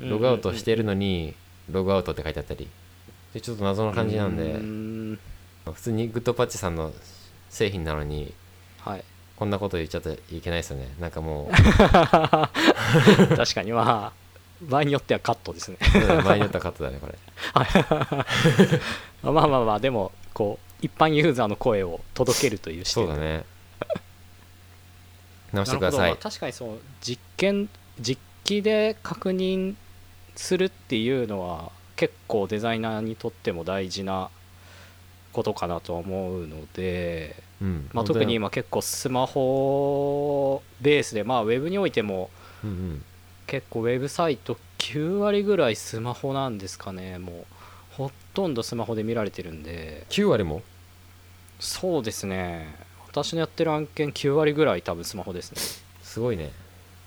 Speaker 2: ログアウトしてるのにログアウトって書いてあったりでちょっと謎の感じなん
Speaker 1: うー
Speaker 2: で
Speaker 1: ん
Speaker 2: 普通にグッドパッチさんの製品なのに
Speaker 1: はい
Speaker 2: こんなこと言っちゃっていけないですよねなんかも
Speaker 1: 確かにまあ場合によってはカットですね
Speaker 2: ううん前にやったカットだねこれ
Speaker 1: まあまあまあでもこう一般ユーザーの声を届けるという視
Speaker 2: そう
Speaker 1: 点
Speaker 2: だ
Speaker 1: で
Speaker 2: ね直し
Speaker 1: な
Speaker 2: て
Speaker 1: るほ
Speaker 2: くだ
Speaker 1: ど
Speaker 2: さ
Speaker 1: まあ
Speaker 2: い
Speaker 1: 確かにそう実験実機で確認するっていうのは結構デザイナーにとっても大事なことかなと思うので、
Speaker 2: うん
Speaker 1: まあ、
Speaker 2: 本当
Speaker 1: 特に今結構スマホベースで、まあ、ウェブにおいても
Speaker 2: うんうん
Speaker 1: 結構ウェブサイト9割ぐらいスマホなんですかねもうほとんどスマホで見られてるんで
Speaker 2: 9割も
Speaker 1: そうですね私のやってる案件9割ぐらい多分スマホですね
Speaker 2: すごいね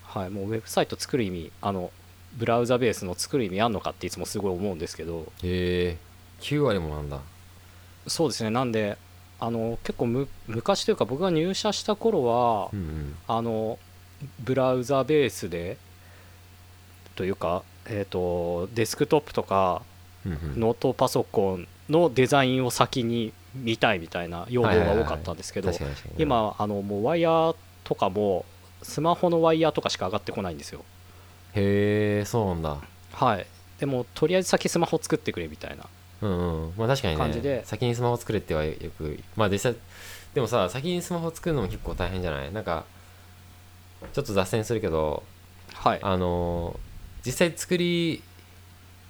Speaker 1: はい、もうウェブサイト作る意味あのブラウザベースの作る意味あんのかっていつもすごい思うんですけど
Speaker 2: へえ9割もなんだ
Speaker 1: そうですねなんであの結構む昔というか僕が入社した頃は、
Speaker 2: うんうん
Speaker 1: あのブラウザベースでというか、えー、とデスクトップとか
Speaker 2: うんうん
Speaker 1: ノートパソコンのデザインを先に見たいみたいな要望が多かったんですけど
Speaker 2: 確かに確かに
Speaker 1: 今あのもうワイヤーとかもスマホのワイヤーとかしか上がってこないんですよ
Speaker 2: へえそうなんだ
Speaker 1: はい、でもとりあえず先スマホ作ってくれみたいな、
Speaker 2: うんうんまあ確かにね
Speaker 1: 感じで
Speaker 2: 先にスマホ作れってはよくまあ実際でもさ先にスマホ作るのも結構大変じゃないなんかちょっと脱線するけど
Speaker 1: はい、
Speaker 2: あのー実際作り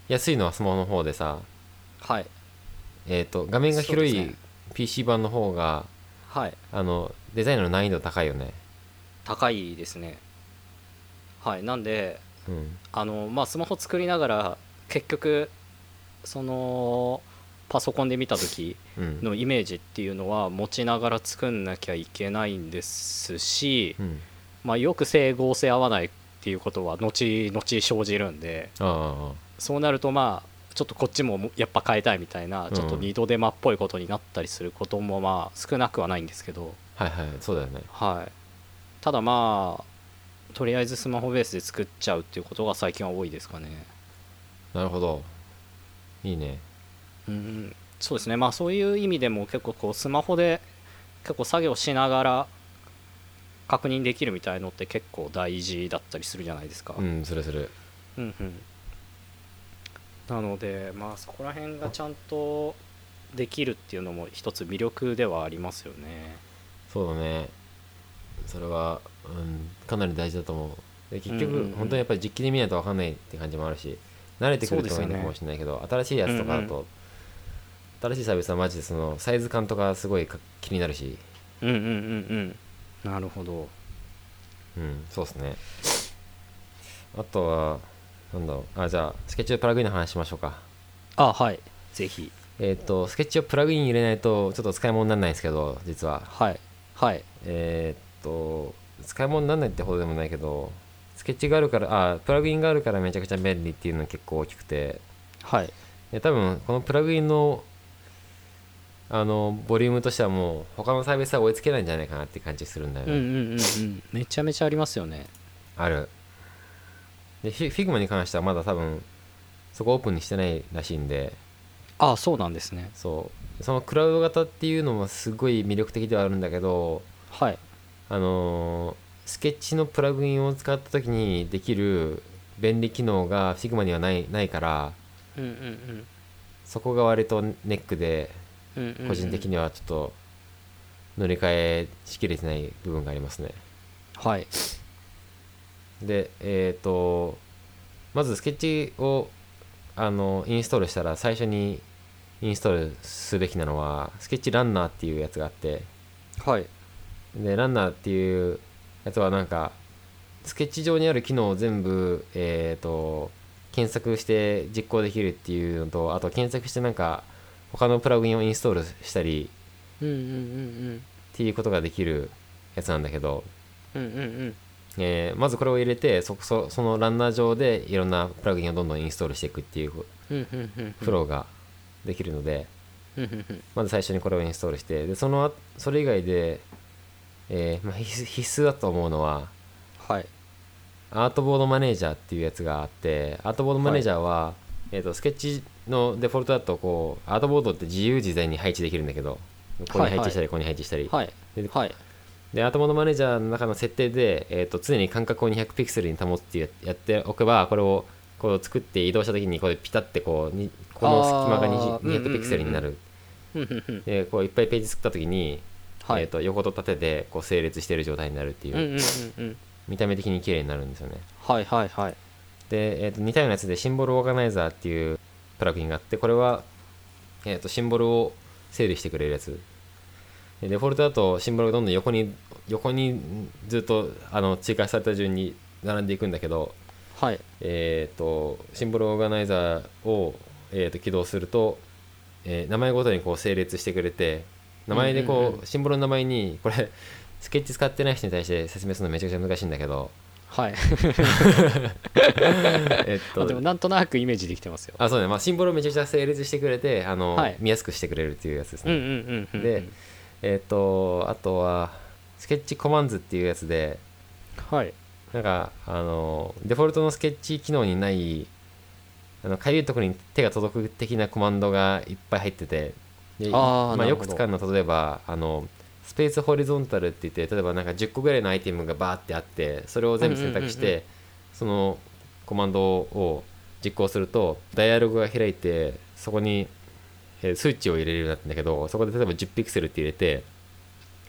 Speaker 2: やすいのはスマホの方でさ
Speaker 1: はい、
Speaker 2: えっ、と画面が広
Speaker 1: そうです
Speaker 2: い
Speaker 1: ね
Speaker 2: PC 版の方が、
Speaker 1: はい、
Speaker 2: あのデザインの難易度高いよね
Speaker 1: 高いですね。はい、なんで、
Speaker 2: うん
Speaker 1: あのまあ、スマホ作りながら、結局、そのパソコンで見た時
Speaker 2: うん
Speaker 1: のイメージっていうのは、持ちながら作んなきゃいけないんですし、
Speaker 2: うん
Speaker 1: まあ、よく整合性合わないっていうことは、後々生じるんで、
Speaker 2: ああああ
Speaker 1: そうなるとまあちょっとこっちもやっぱ変えたいみたいな
Speaker 2: うん
Speaker 1: ちょっと二度手間っぽいことになったりすることもまあ少なくはないんですけど、
Speaker 2: はいはいそうだよね
Speaker 1: はい、ただまあとりあえずスマホベースで作っちゃうっていうことが最近は多いですかね。
Speaker 2: なるほどいいね
Speaker 1: うん、そうですねまあそういう意味でも結構こうスマホで結構作業しながら確認できるみたいのって結構大事だったりするじゃないですか。
Speaker 2: うんするする
Speaker 1: うんうん、なのでまあそこら辺がちゃんとできるっていうのも一つ魅力ではありますよね
Speaker 2: そうだねそれは、うん、かなり大事だと思うで
Speaker 1: うん
Speaker 2: 結
Speaker 1: うん
Speaker 2: 局
Speaker 1: うん
Speaker 2: 本当にやっぱり実機で見ないと分かんないって感じもあるし慣れてくると
Speaker 1: そう
Speaker 2: い
Speaker 1: ですよ
Speaker 2: い
Speaker 1: ね
Speaker 2: のかもしれないけど、新しいやつとかだと、新しいサービスはマジでそのサイズ感とかすごいか気になるし
Speaker 1: うんうんうんうんなるほど
Speaker 2: うんそうですねあとはなんだろうあじゃあスケッチのプラグインの話しましょうか
Speaker 1: あはいぜひ
Speaker 2: えっ、とスケッチをプラグイン入れないとちょっと使い物にならないんですけど実は
Speaker 1: はいはい
Speaker 2: えーっと使い物にならないってほどでもないけどスケッチがあるからあプラグインがあるからめちゃくちゃ便利っていうのは結構大きくて
Speaker 1: はい
Speaker 2: で多分このプラグインのあのボリュームとしてはもう他のサービスは追いつけないんじゃないかなって感じするんだよ
Speaker 1: うん
Speaker 2: ね、
Speaker 1: うんうんうんめちゃめちゃありますよね
Speaker 2: あるでフィフィグマに関してはまだ多分そこオープンにしてないらしいんで
Speaker 1: あそうなんですね
Speaker 2: そうそのクラウド型っていうのもすごい魅力的ではあるんだけど
Speaker 1: はい
Speaker 2: あのースケッチのプラグインを使った時にできる便利機能が Figma にはないないから
Speaker 1: うんうんうん
Speaker 2: そこが割とネックで
Speaker 1: うんうんうん
Speaker 2: 個人的にはちょっと乗り換えしきれてない部分がありますね。
Speaker 1: はい
Speaker 2: でえっ、とまずスケッチをあのインストールしたら最初にインストールすべきなのはスケッチランナーっていうやつがあって
Speaker 1: はい
Speaker 2: でランナーっていうやつはなんかスケッチ上にある機能を全部、えー、と検索して実行できるっていうのとあと検索してなんか他のプラグインをインストールしたり
Speaker 1: うんうんうん
Speaker 2: っていうことができるやつなんだけど、
Speaker 1: うんうんうんうん
Speaker 2: えーまずこれを入れてそそそのランナー上でいろんなプラグインをどんどんインストールしていくっていうフローができるので、まず最初にこれをインストールしてでその後それ以外で、えーまあ、必須必須だと思うのは
Speaker 1: はい
Speaker 2: アートボードマネージャーっていうやつがあってアートボードマネージャーは、えー、とスケッチのデフォルトだとこうアートボードって自由自在に配置できるんだけどここに配置したり、ここに配置したり、
Speaker 1: はい
Speaker 2: で
Speaker 1: はい
Speaker 2: でアートボードマネージャーの中の設定で、えー、と常に間隔を200ピクセルに保つっていうやっておけばこれをこう作って移動した時にこれピタってこうにこの隙間が
Speaker 1: あーうんうんうんうん
Speaker 2: 200ピクセルになる
Speaker 1: うんうんうん
Speaker 2: でこういっぱいページ作った時に、
Speaker 1: はい
Speaker 2: えー、と横と縦でこう整列してる状態になるっていう、
Speaker 1: うんうんうんうん
Speaker 2: 見た目的に綺麗になるんですよね
Speaker 1: はいはいはい
Speaker 2: で、えー、と似たようなやつでシンボルオーガナイザーっていうプラグインがあってこれは、えー、とシンボルを整理してくれるやつでデフォルトだとシンボルがどんどん横に横にずっとあの追加された順に並んでいくんだけど、
Speaker 1: はい
Speaker 2: えー、とシンボルオーガナイザーを、えー、と起動すると、えー名前ごとにこう整列してくれて名前でこう,、
Speaker 1: うんうんうん
Speaker 2: シンボルの名前にこれスケッチ使ってない人に対して説明するのめちゃくちゃ難しいんだ けど、
Speaker 1: はい
Speaker 2: えっ
Speaker 1: まあ
Speaker 2: と
Speaker 1: でもなんとなくイメージできてますよ
Speaker 2: あそうね、まあ、シンボルをめちゃくちゃ整列してくれてあの、
Speaker 1: はい
Speaker 2: 見やすくしてくれるっていうやつです
Speaker 1: うん
Speaker 2: ね、
Speaker 1: うんうんうん
Speaker 2: でえっ、とあとはスケッチコマンズっていうやつで
Speaker 1: はい
Speaker 2: なんかあのデフォルトのスケッチ機能にないあのかゆいところに手が届く的なコマンドがいっぱい入っててで
Speaker 1: あー
Speaker 2: ま
Speaker 1: な
Speaker 2: あ、
Speaker 1: る
Speaker 2: よ
Speaker 1: ほど
Speaker 2: く使うのは例えばあのスペースホリゾンタルって言って例えばなんか10個ぐらいのアイテムがバーってあってそれを全部選択し
Speaker 1: う
Speaker 2: て、
Speaker 1: んうんうんう
Speaker 2: そのコマンドを実行するとダイアログが開いてそこにえー数値を入れるようになったんだけどそこで例えば10ピクセルって入れて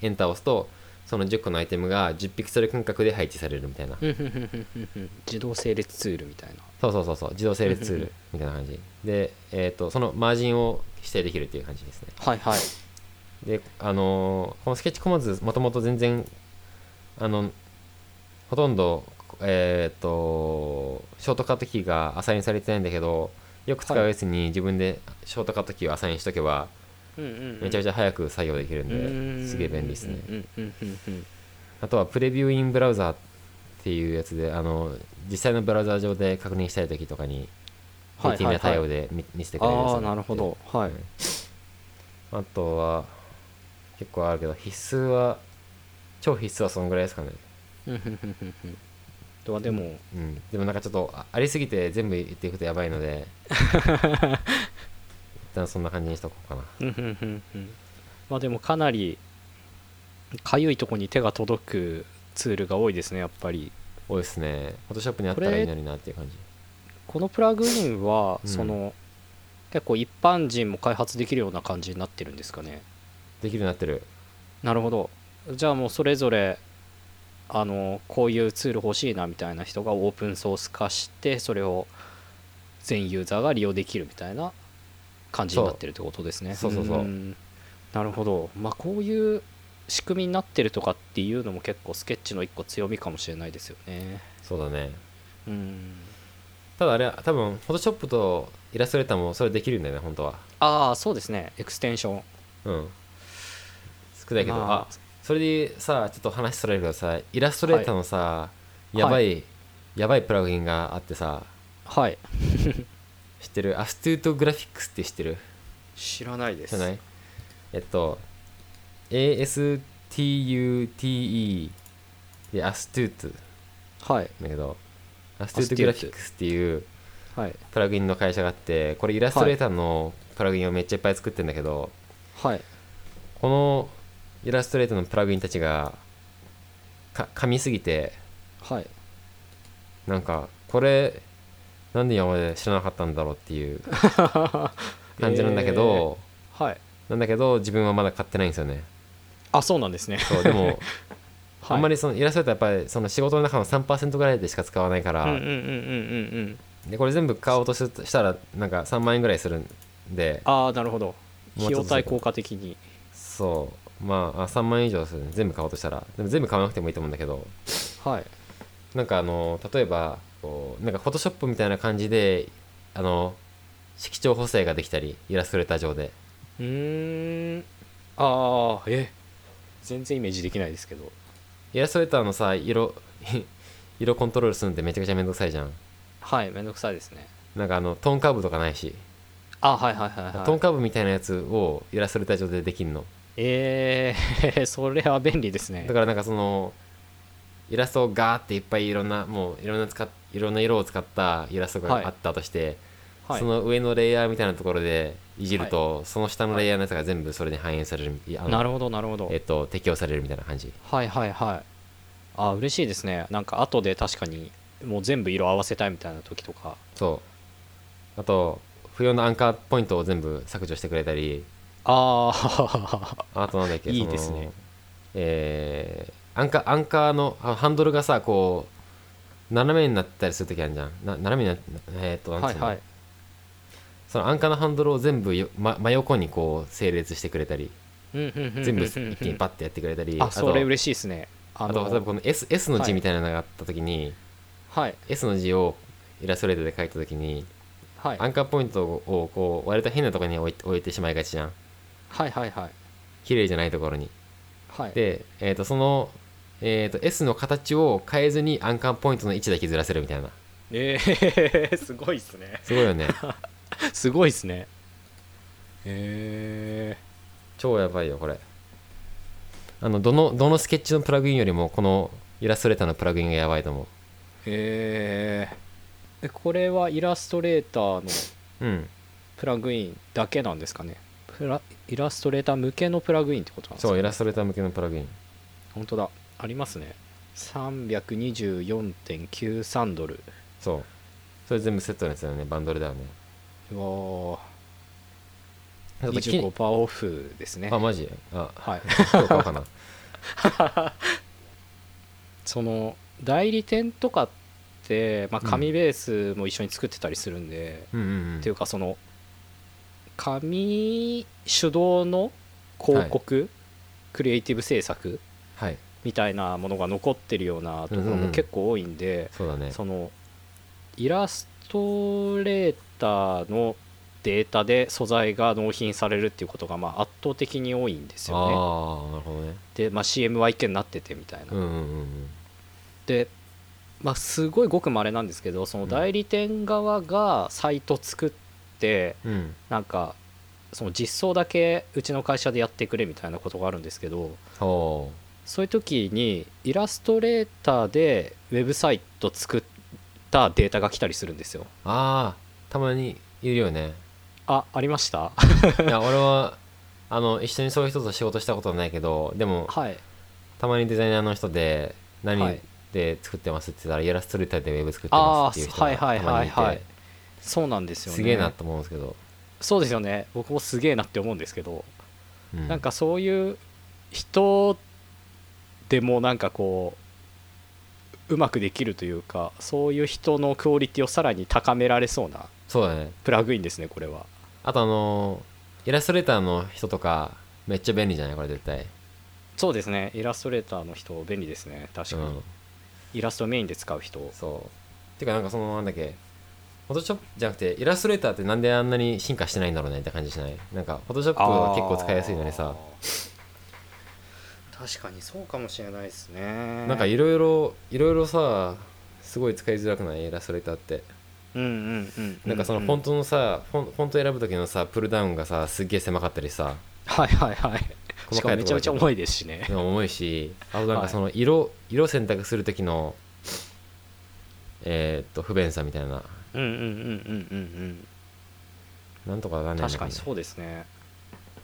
Speaker 2: エンターを押すとその10個のアイテムが10ピクセル間隔で配置されるみたいな
Speaker 1: うんうんうんうんうんうん自動整列ツールみたいな
Speaker 2: そうそうそうそう自動整列ツー
Speaker 1: うんうんう
Speaker 2: ルみたいな感じで、えー、とそのマージンを指定できるっていう感じですね
Speaker 1: はいはい
Speaker 2: であのーこのスケッチコマンズもともと全然あのほとんどえっ、とショートカットキーがアサインされてないんだけどよく使
Speaker 1: は
Speaker 2: う
Speaker 1: い
Speaker 2: やつに自分でショートカットキーをアサインしとけばめちゃく
Speaker 1: ち
Speaker 2: ちゃ早く作業できる
Speaker 1: ゃ
Speaker 2: んですげえ便利ですね
Speaker 1: うんうんうんうん
Speaker 2: あとはプレビューインブラウザーっていうやつであの実際のブラウザー上で確認したい時とかに
Speaker 1: はいはいはい
Speaker 2: ATM 対応で見見せてくれるやつ
Speaker 1: ああ
Speaker 2: が
Speaker 1: なる
Speaker 2: って
Speaker 1: ほどはい
Speaker 2: あとは結構あるけど必須は超必須はそのぐらいですかね
Speaker 1: うんうんうんうんうんあとはでも
Speaker 2: うんでもなんかちょっとあありすぎて全部言っていくとやばい ので一旦そんな感じにしとこうかな
Speaker 1: うんうんうんうんまあでもかなりかゆいとこに手が届くツールが多いですねやっぱり
Speaker 2: 多いですねフォトショップにあったらいいのになっていう感じ
Speaker 1: このプラグインは
Speaker 2: うん
Speaker 1: その、結構一般人も開発できるような感じになってるんですかね
Speaker 2: できるようになってる
Speaker 1: なるほどじゃあもうそれぞれあのこういうツール欲しいなみたいな人がオープンソース化してそれを全ユーザーが利用できるみたいな感じになってるってことですね
Speaker 2: そうそうそうそうん
Speaker 1: なるほどまあこういう仕組みになってるとかっていうのも結構スケッチの一個強みかもしれないですよね
Speaker 2: そうだね
Speaker 1: うん
Speaker 2: ただあれは多分フォトショップとイラストレーターもそれできるんだよね本当は
Speaker 1: ああそうですねエクステンション
Speaker 2: うん少ないけど、
Speaker 1: まあ
Speaker 2: あそれでさちょっと話それるけどさイラストレーターのさ、やばい、やばいプラグインがあってさ
Speaker 1: はい
Speaker 2: 知ってるアストゥートグラフィックスって知ってる
Speaker 1: 知らないで
Speaker 2: じゃないえっと ASTUTE でアストゥート
Speaker 1: はい
Speaker 2: だけどアストゥートグラフィックスっていう
Speaker 1: はい
Speaker 2: プラグインの会社があってこれイラストレーターのプラグインをめっちゃいっぱい作ってるんだけど、
Speaker 1: はい
Speaker 2: このイラストレーターのプラグインたちがか噛みすぎて
Speaker 1: はい
Speaker 2: なんかこれなんで今まで知らなかったんだろうっ ていう感じなんだけど、
Speaker 1: はい
Speaker 2: なんだけど自分はまだ買ってないんですよね
Speaker 1: あそうなんですね、
Speaker 2: そうでも、
Speaker 1: はい、
Speaker 2: あんまりそのイラストレーターやっぱりその仕事の中の3%ぐらいでしか使わないから、
Speaker 1: うんうんうんうんうんうん
Speaker 2: でこれ全部買おうとししたらなんか3万円ぐらいするんで
Speaker 1: ああなるほど
Speaker 2: もう
Speaker 1: 費
Speaker 2: ちょ
Speaker 1: 用
Speaker 2: っとする
Speaker 1: 対効果的に
Speaker 2: そうまああ3万円以上する全部買おうとしたらでも全部買わなくてもいいと思うんだけど
Speaker 1: はい
Speaker 2: なんかあの例えばこうなんかフォトショップみたいな感じであの色調補正ができたりイラストレーター上で
Speaker 1: うーんああえ全然イメージできないですけど
Speaker 2: イラストレーターの さ色色コントロールするのってめちゃくちゃめんどくさいじゃん
Speaker 1: はいめんどくさいですね
Speaker 2: なんかあのトーンカーブとかないし、
Speaker 1: あはいはいはいはい
Speaker 2: トーンカーブみたいなやつをイラストレーター上でできるの
Speaker 1: えー、 それは便利ですね
Speaker 2: だからなんかそのイラストをガーっていっぱいいろんなもういろんな使っいろんな色を使ったイラスト
Speaker 1: はい
Speaker 2: があったとして、
Speaker 1: はい
Speaker 2: その上のレイヤーみたいなところでいじると、その下のレイヤーのやつが全部それに反映されるいやあの
Speaker 1: なるほどなるほど
Speaker 2: えっと適用されるみたいな感じ
Speaker 1: はいはいはいあ嬉しいですねなんか後で確かにもう全部色合わせたいみたいな時とか
Speaker 2: そうあと不要なアンカーポイントを全部削除してくれたり
Speaker 1: ああ
Speaker 2: あとなんだっけ
Speaker 1: いい
Speaker 2: その
Speaker 1: ですね
Speaker 2: えーアンカーアンカーのあハンドルがさこう斜めになったりするときあるじゃんな斜めになえーっとな
Speaker 1: は
Speaker 2: んつう
Speaker 1: い
Speaker 2: の、
Speaker 1: はい
Speaker 2: そのアンカーのハンドルを全部よ、ま、真横にこう整列してくれたり
Speaker 1: うんうんうんうんうん
Speaker 2: 全部一気にパッてやってくれたり
Speaker 1: あそれ
Speaker 2: と
Speaker 1: 嬉しいですねあ
Speaker 2: あと例えばこの S, S の字みたいなのがあったときに、
Speaker 1: はい
Speaker 2: S の字をイラストレートで書いたときに
Speaker 1: はい
Speaker 2: アンカーポイントをこう割と変なところに置い置いてしまいがちじゃん
Speaker 1: はいはいはい
Speaker 2: 綺麗じゃないところに
Speaker 1: はい
Speaker 2: で、えー、とその、えー、と S の形を変えずにアンカーポイントの位置だけずらせるみたいな
Speaker 1: えー、 すごいっすね
Speaker 2: すごい よね
Speaker 1: すごいっすねえ
Speaker 2: 超やばいよこれあのどのどのスケッチのプラグインよりもこのイラストレーターのプラグインがやばいと思
Speaker 1: ー、えー、えこれはイラストレーターの
Speaker 2: ううん
Speaker 1: プラグインだけなんですかねプライラストレーター向けのプラグインってことなんですか
Speaker 2: そうイラストレーター向けのプラグイン
Speaker 1: 本当だありますね324.93ドル
Speaker 2: そうそれ全部セットのやつだよねバンドルだよね
Speaker 1: うわー
Speaker 2: ちょっとき
Speaker 1: 25%オフですね
Speaker 2: あマジあ
Speaker 1: はい
Speaker 2: そうかかな
Speaker 1: その代理店とかって、まあ、
Speaker 2: うん
Speaker 1: 紙ベースも一緒に作ってたりするんで、
Speaker 2: うんうん、うん、
Speaker 1: っていうかその紙主導の広告、クリエイティブ制作
Speaker 2: はい
Speaker 1: みたいなものが残ってるようなところ
Speaker 2: うんうんう
Speaker 1: も
Speaker 2: ん
Speaker 1: 結構多いんで、
Speaker 2: そうだね
Speaker 1: そのイラストレーターのデータで素材が納品されるっていうことがまあ圧倒的に多いんですよね。
Speaker 2: ああなるほどね
Speaker 1: で、まあ、CMYK になっててみたいな。
Speaker 2: うんうんうんうん
Speaker 1: で、まあ、すごいごくまれなんですけどその代理店側がサイト作って
Speaker 2: うん
Speaker 1: なんかその実装だけうちの会社でやってくれみたいなことがあるんですけど
Speaker 2: ほ
Speaker 1: そういう時にイラストレーターでウェブサイト作ったデータが来たりするんですよ。
Speaker 2: うああたまにいるよね
Speaker 1: あありました
Speaker 2: いや俺はあの一緒にそういう人と仕事したことはないけどでも
Speaker 1: はい
Speaker 2: たまにデザイナーの人で
Speaker 1: は
Speaker 2: 何
Speaker 1: い
Speaker 2: で作ってますって言ったら、イラストレーターでウェブ作ってますっていう人が
Speaker 1: あー
Speaker 2: たま
Speaker 1: はい
Speaker 2: にい
Speaker 1: はい
Speaker 2: て、
Speaker 1: はいはいそうなんですよね
Speaker 2: すげえなと思うんですけど、
Speaker 1: そうですよね僕もすげえなって思うんですけど
Speaker 2: う
Speaker 1: なんかそういう人でもなんかこううまくできるというかそういう人のクオリティをさらに高められそうな
Speaker 2: そうだね
Speaker 1: プラグインですねこれは
Speaker 2: あとあのイラストレーターの人とかめっちゃ便利じゃないこれ絶対、
Speaker 1: そうですねイラストレーターの人便利ですね確
Speaker 2: う
Speaker 1: かに、
Speaker 2: ん、
Speaker 1: イラストメインで使う人
Speaker 2: そうてかなんかそのなんだっけフォトショップじゃなくてイラストレーターってなんであんなに進化してないんだろうねって感じしないなんかフォトショップは結構使いやすいのにさ
Speaker 1: 確かにそうかもしれないですね
Speaker 2: なんかいろいろいろいろさすごい使いづらくないイラストレーターって
Speaker 1: うんうんうん
Speaker 2: なんかそのフォントのさ、フォンフォント選ぶ時のさプルダウンがさすっげえ狭かったりさ
Speaker 1: はいはいはい
Speaker 2: 細
Speaker 1: しか
Speaker 2: か
Speaker 1: も
Speaker 2: い
Speaker 1: め
Speaker 2: と
Speaker 1: ちゃ
Speaker 2: ころ
Speaker 1: めちゃ重いですしね
Speaker 2: でも重いしあとなん
Speaker 1: は
Speaker 2: か
Speaker 1: い
Speaker 2: その色、色選択する時のえーっと不便さみたいな
Speaker 1: うんうんうんうんうんうん
Speaker 2: なんとかなんねんの
Speaker 1: 確か
Speaker 2: ね
Speaker 1: にそうですね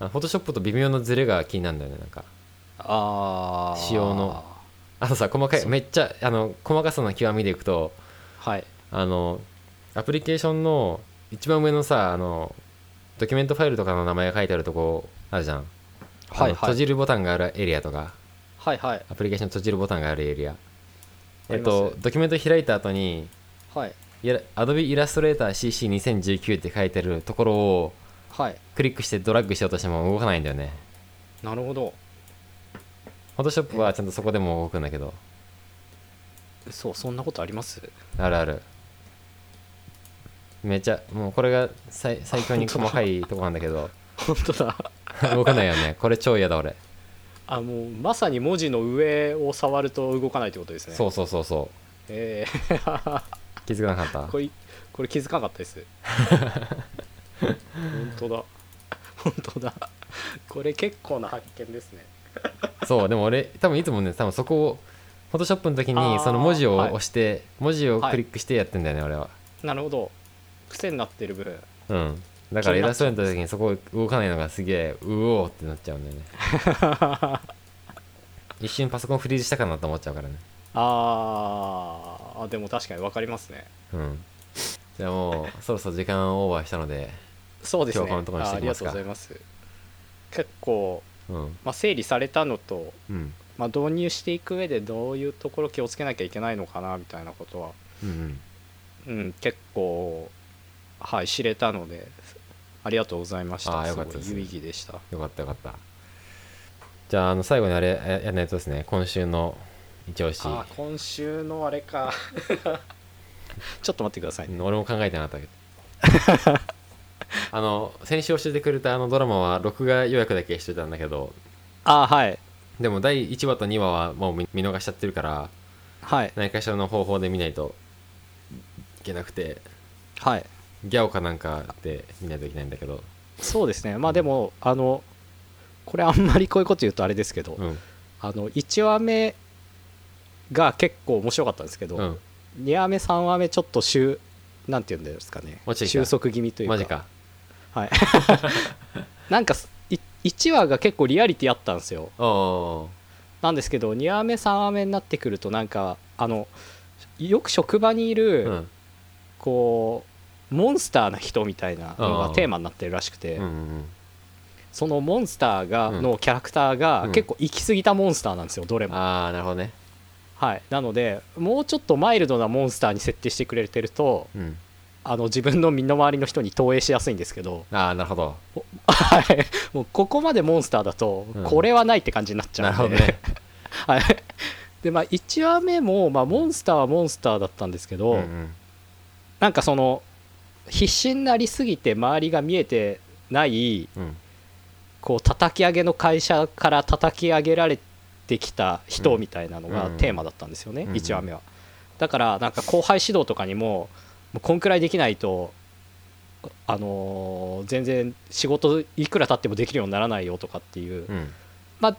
Speaker 2: あフォトショップと微妙なズレが気になるんだよねなんか
Speaker 1: あー
Speaker 2: 仕様のあとさ細かい
Speaker 1: そう
Speaker 2: めっちゃあの細かさの極みでいくと
Speaker 1: はい
Speaker 2: あのアプリケーションの一番上のさあのドキュメントファイルとかの名前が書いてあるとこあるじゃん、
Speaker 1: は
Speaker 2: あ
Speaker 1: いは
Speaker 2: の閉
Speaker 1: い
Speaker 2: じるボタンがあるエリアとか
Speaker 1: はいはい
Speaker 2: アプリケーション閉じるボタンがあるエリアえっ
Speaker 1: あり
Speaker 2: と
Speaker 1: ま
Speaker 2: ドキュメント開いた後に
Speaker 1: はい
Speaker 2: いや Adobe Illustrator CC2019 って書いてるところを
Speaker 1: はい
Speaker 2: クリックしてドラッグしようとしても動かないんだよね
Speaker 1: なるほど
Speaker 2: Photoshop はちゃんとそこでも動くんだけど
Speaker 1: そうそんなことあります
Speaker 2: あるあるめっちゃもうこれが最最強に細かいとこなんだけど
Speaker 1: 本当だ
Speaker 2: 動かないよねこれ超嫌だ俺
Speaker 1: あもうまさに文字の上を触ると動かないってことですね
Speaker 2: そううそうそうそ
Speaker 1: え
Speaker 2: う気づかなか
Speaker 1: ー、
Speaker 2: っ
Speaker 1: これこれ気づかなかった です本当だ本当だこれ結構な発見ですね
Speaker 2: そうでも俺多分いつもね多分そこをフォトショップの時にその文字を押して、文字をクリックしてやってんだよね、俺は
Speaker 1: なるほど癖になってる分
Speaker 2: うんだから偉そうになった時にそこ動かないのがすげえうおーってなっちゃうんだよね 一瞬パソコンフリーズしたかなと思っちゃうからね
Speaker 1: あーあでも確かに分かりますね
Speaker 2: うんじゃあもうそろそろ時間オーバーしたので
Speaker 1: そうですね
Speaker 2: 今日はこのところにして
Speaker 1: あ
Speaker 2: い
Speaker 1: ありが
Speaker 2: きます
Speaker 1: と
Speaker 2: か
Speaker 1: うございます結構、
Speaker 2: うん
Speaker 1: まあ、整理されたのと、
Speaker 2: うん
Speaker 1: まあ、導入していく上でどういうところ気をつけなきゃいけないのかなみたいなことは、
Speaker 2: うんうん
Speaker 1: うん、結構はい知れたのでありがとうございました
Speaker 2: あーよかったです
Speaker 1: すごい有意義でした
Speaker 2: よかったよかったじゃああの最後にあれややんないとですね今週の一押し
Speaker 1: あー今週のあれ かちょっと待ってください、
Speaker 2: うん俺も考えてなかったけど あの先週教えてくれたあのドラマは録画予約だけしてたんだけど
Speaker 1: ああはい
Speaker 2: でも第1話と2話はもう見見逃しちゃってるから
Speaker 1: はい
Speaker 2: 何かしらの方法で見ないといけなくて
Speaker 1: はい
Speaker 2: ギャオかなんかで見ないといけないんだけど
Speaker 1: そうですねまあでもあのこれあんまりこういうこと言うとあれですけど、
Speaker 2: うん
Speaker 1: あの1話目が結構面白かったんですけど、
Speaker 2: うん
Speaker 1: 2話目3話目ちょっと収なんて言うんですかね
Speaker 2: 落ちてきた
Speaker 1: 収束気味というか
Speaker 2: マジか
Speaker 1: はいなんか1話が結構リアリティあったんですよ
Speaker 2: おお
Speaker 1: なんですけど2話目3話目になってくるとなんかあのよく職場にいる、
Speaker 2: ーうん
Speaker 1: こうモンスターな人みたいなのがテーマになってるらしくて、
Speaker 2: うんうん
Speaker 1: そのモンスターが、
Speaker 2: うん
Speaker 1: のキャラクターが、
Speaker 2: うん
Speaker 1: 結構行き過ぎたモンスターなんですよどれ
Speaker 2: うん
Speaker 1: も
Speaker 2: ああなるほどね
Speaker 1: はいなのでもうちょっとマイルドなモンスターに設定してくれてると
Speaker 2: うん
Speaker 1: あの自分の身の回りの人に投影しやすいんですけど、
Speaker 2: ああなるほど
Speaker 1: はい、もうここまでモンスターだと、
Speaker 2: うん
Speaker 1: これはないって感じになっちゃ
Speaker 2: なる
Speaker 1: う
Speaker 2: ほ
Speaker 1: ん
Speaker 2: ど
Speaker 1: で、
Speaker 2: ね
Speaker 1: はい、でまあ1話目も、まあ、モンスターはモンスターだったんですけど、
Speaker 2: うんうん
Speaker 1: なんかその必死になりすぎて周りが見えてない
Speaker 2: うん
Speaker 1: こう叩き上げの会社から叩き上げられてきた人みたいなの
Speaker 2: う
Speaker 1: が
Speaker 2: ん
Speaker 1: テーマだったんですよね、
Speaker 2: うん
Speaker 1: 1話目はだからなんか後輩指導とかにももうこんくらいできないとあのー全然仕事いくら経ってもできるようにならないよとかっていう、
Speaker 2: うん
Speaker 1: まあ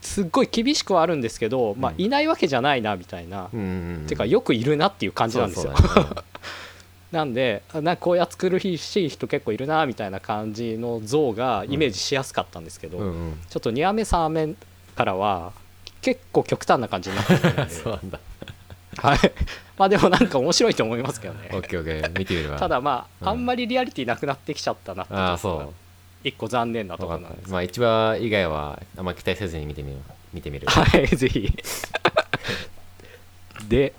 Speaker 1: すっごい厳しくはあるんですけど、まあ
Speaker 2: う、ん
Speaker 1: いないわけじゃないなみたいな、
Speaker 2: うんうんうん
Speaker 1: てかよくいるなっていう感じなんですよ
Speaker 2: そうそうだね
Speaker 1: なんであなんかこうやって作るしい人結構いるなみたいな感じの像がイメージしやすかったんですけど、
Speaker 2: うんうんうん
Speaker 1: ちょっと2話目3話目からは結構極端な感じになってきてるんで
Speaker 2: そうなんだ
Speaker 1: はい、まあでもなんか面白いと思いますけど
Speaker 2: オッ
Speaker 1: ね
Speaker 2: ケーオッケー見てみれば
Speaker 1: ただまあ、
Speaker 2: うん
Speaker 1: あんまりリアリティなくなってきちゃったなって
Speaker 2: ああそう
Speaker 1: 一個残念なと
Speaker 2: 分
Speaker 1: ころ
Speaker 2: かっ
Speaker 1: なんです
Speaker 2: たまあ一話以外はあんま期待せずに見てみる見てみる
Speaker 1: はい ぜ ひで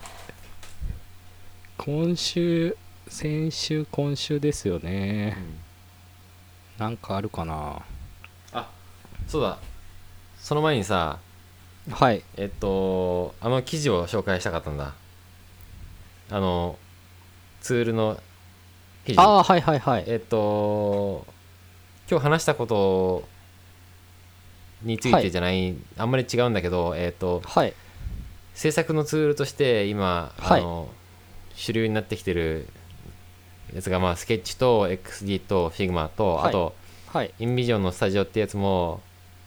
Speaker 1: 今週先週今週ですよね
Speaker 2: うん
Speaker 1: なんかあるかな
Speaker 2: あそうだその前にさ
Speaker 1: はい
Speaker 2: えっとあの記事を紹介したかったんだあのツールの記事
Speaker 1: ああはいはいはい
Speaker 2: えっと今日話したことについてじゃない、あんまり違うんだけどえっと
Speaker 1: はい
Speaker 2: 制作のツールとして今、
Speaker 1: はい
Speaker 2: あの主流になってきてるやつが、まあ、スケッチと XD と Figma と、
Speaker 1: はい
Speaker 2: あと
Speaker 1: はい
Speaker 2: インビジョンのスタジオってやつも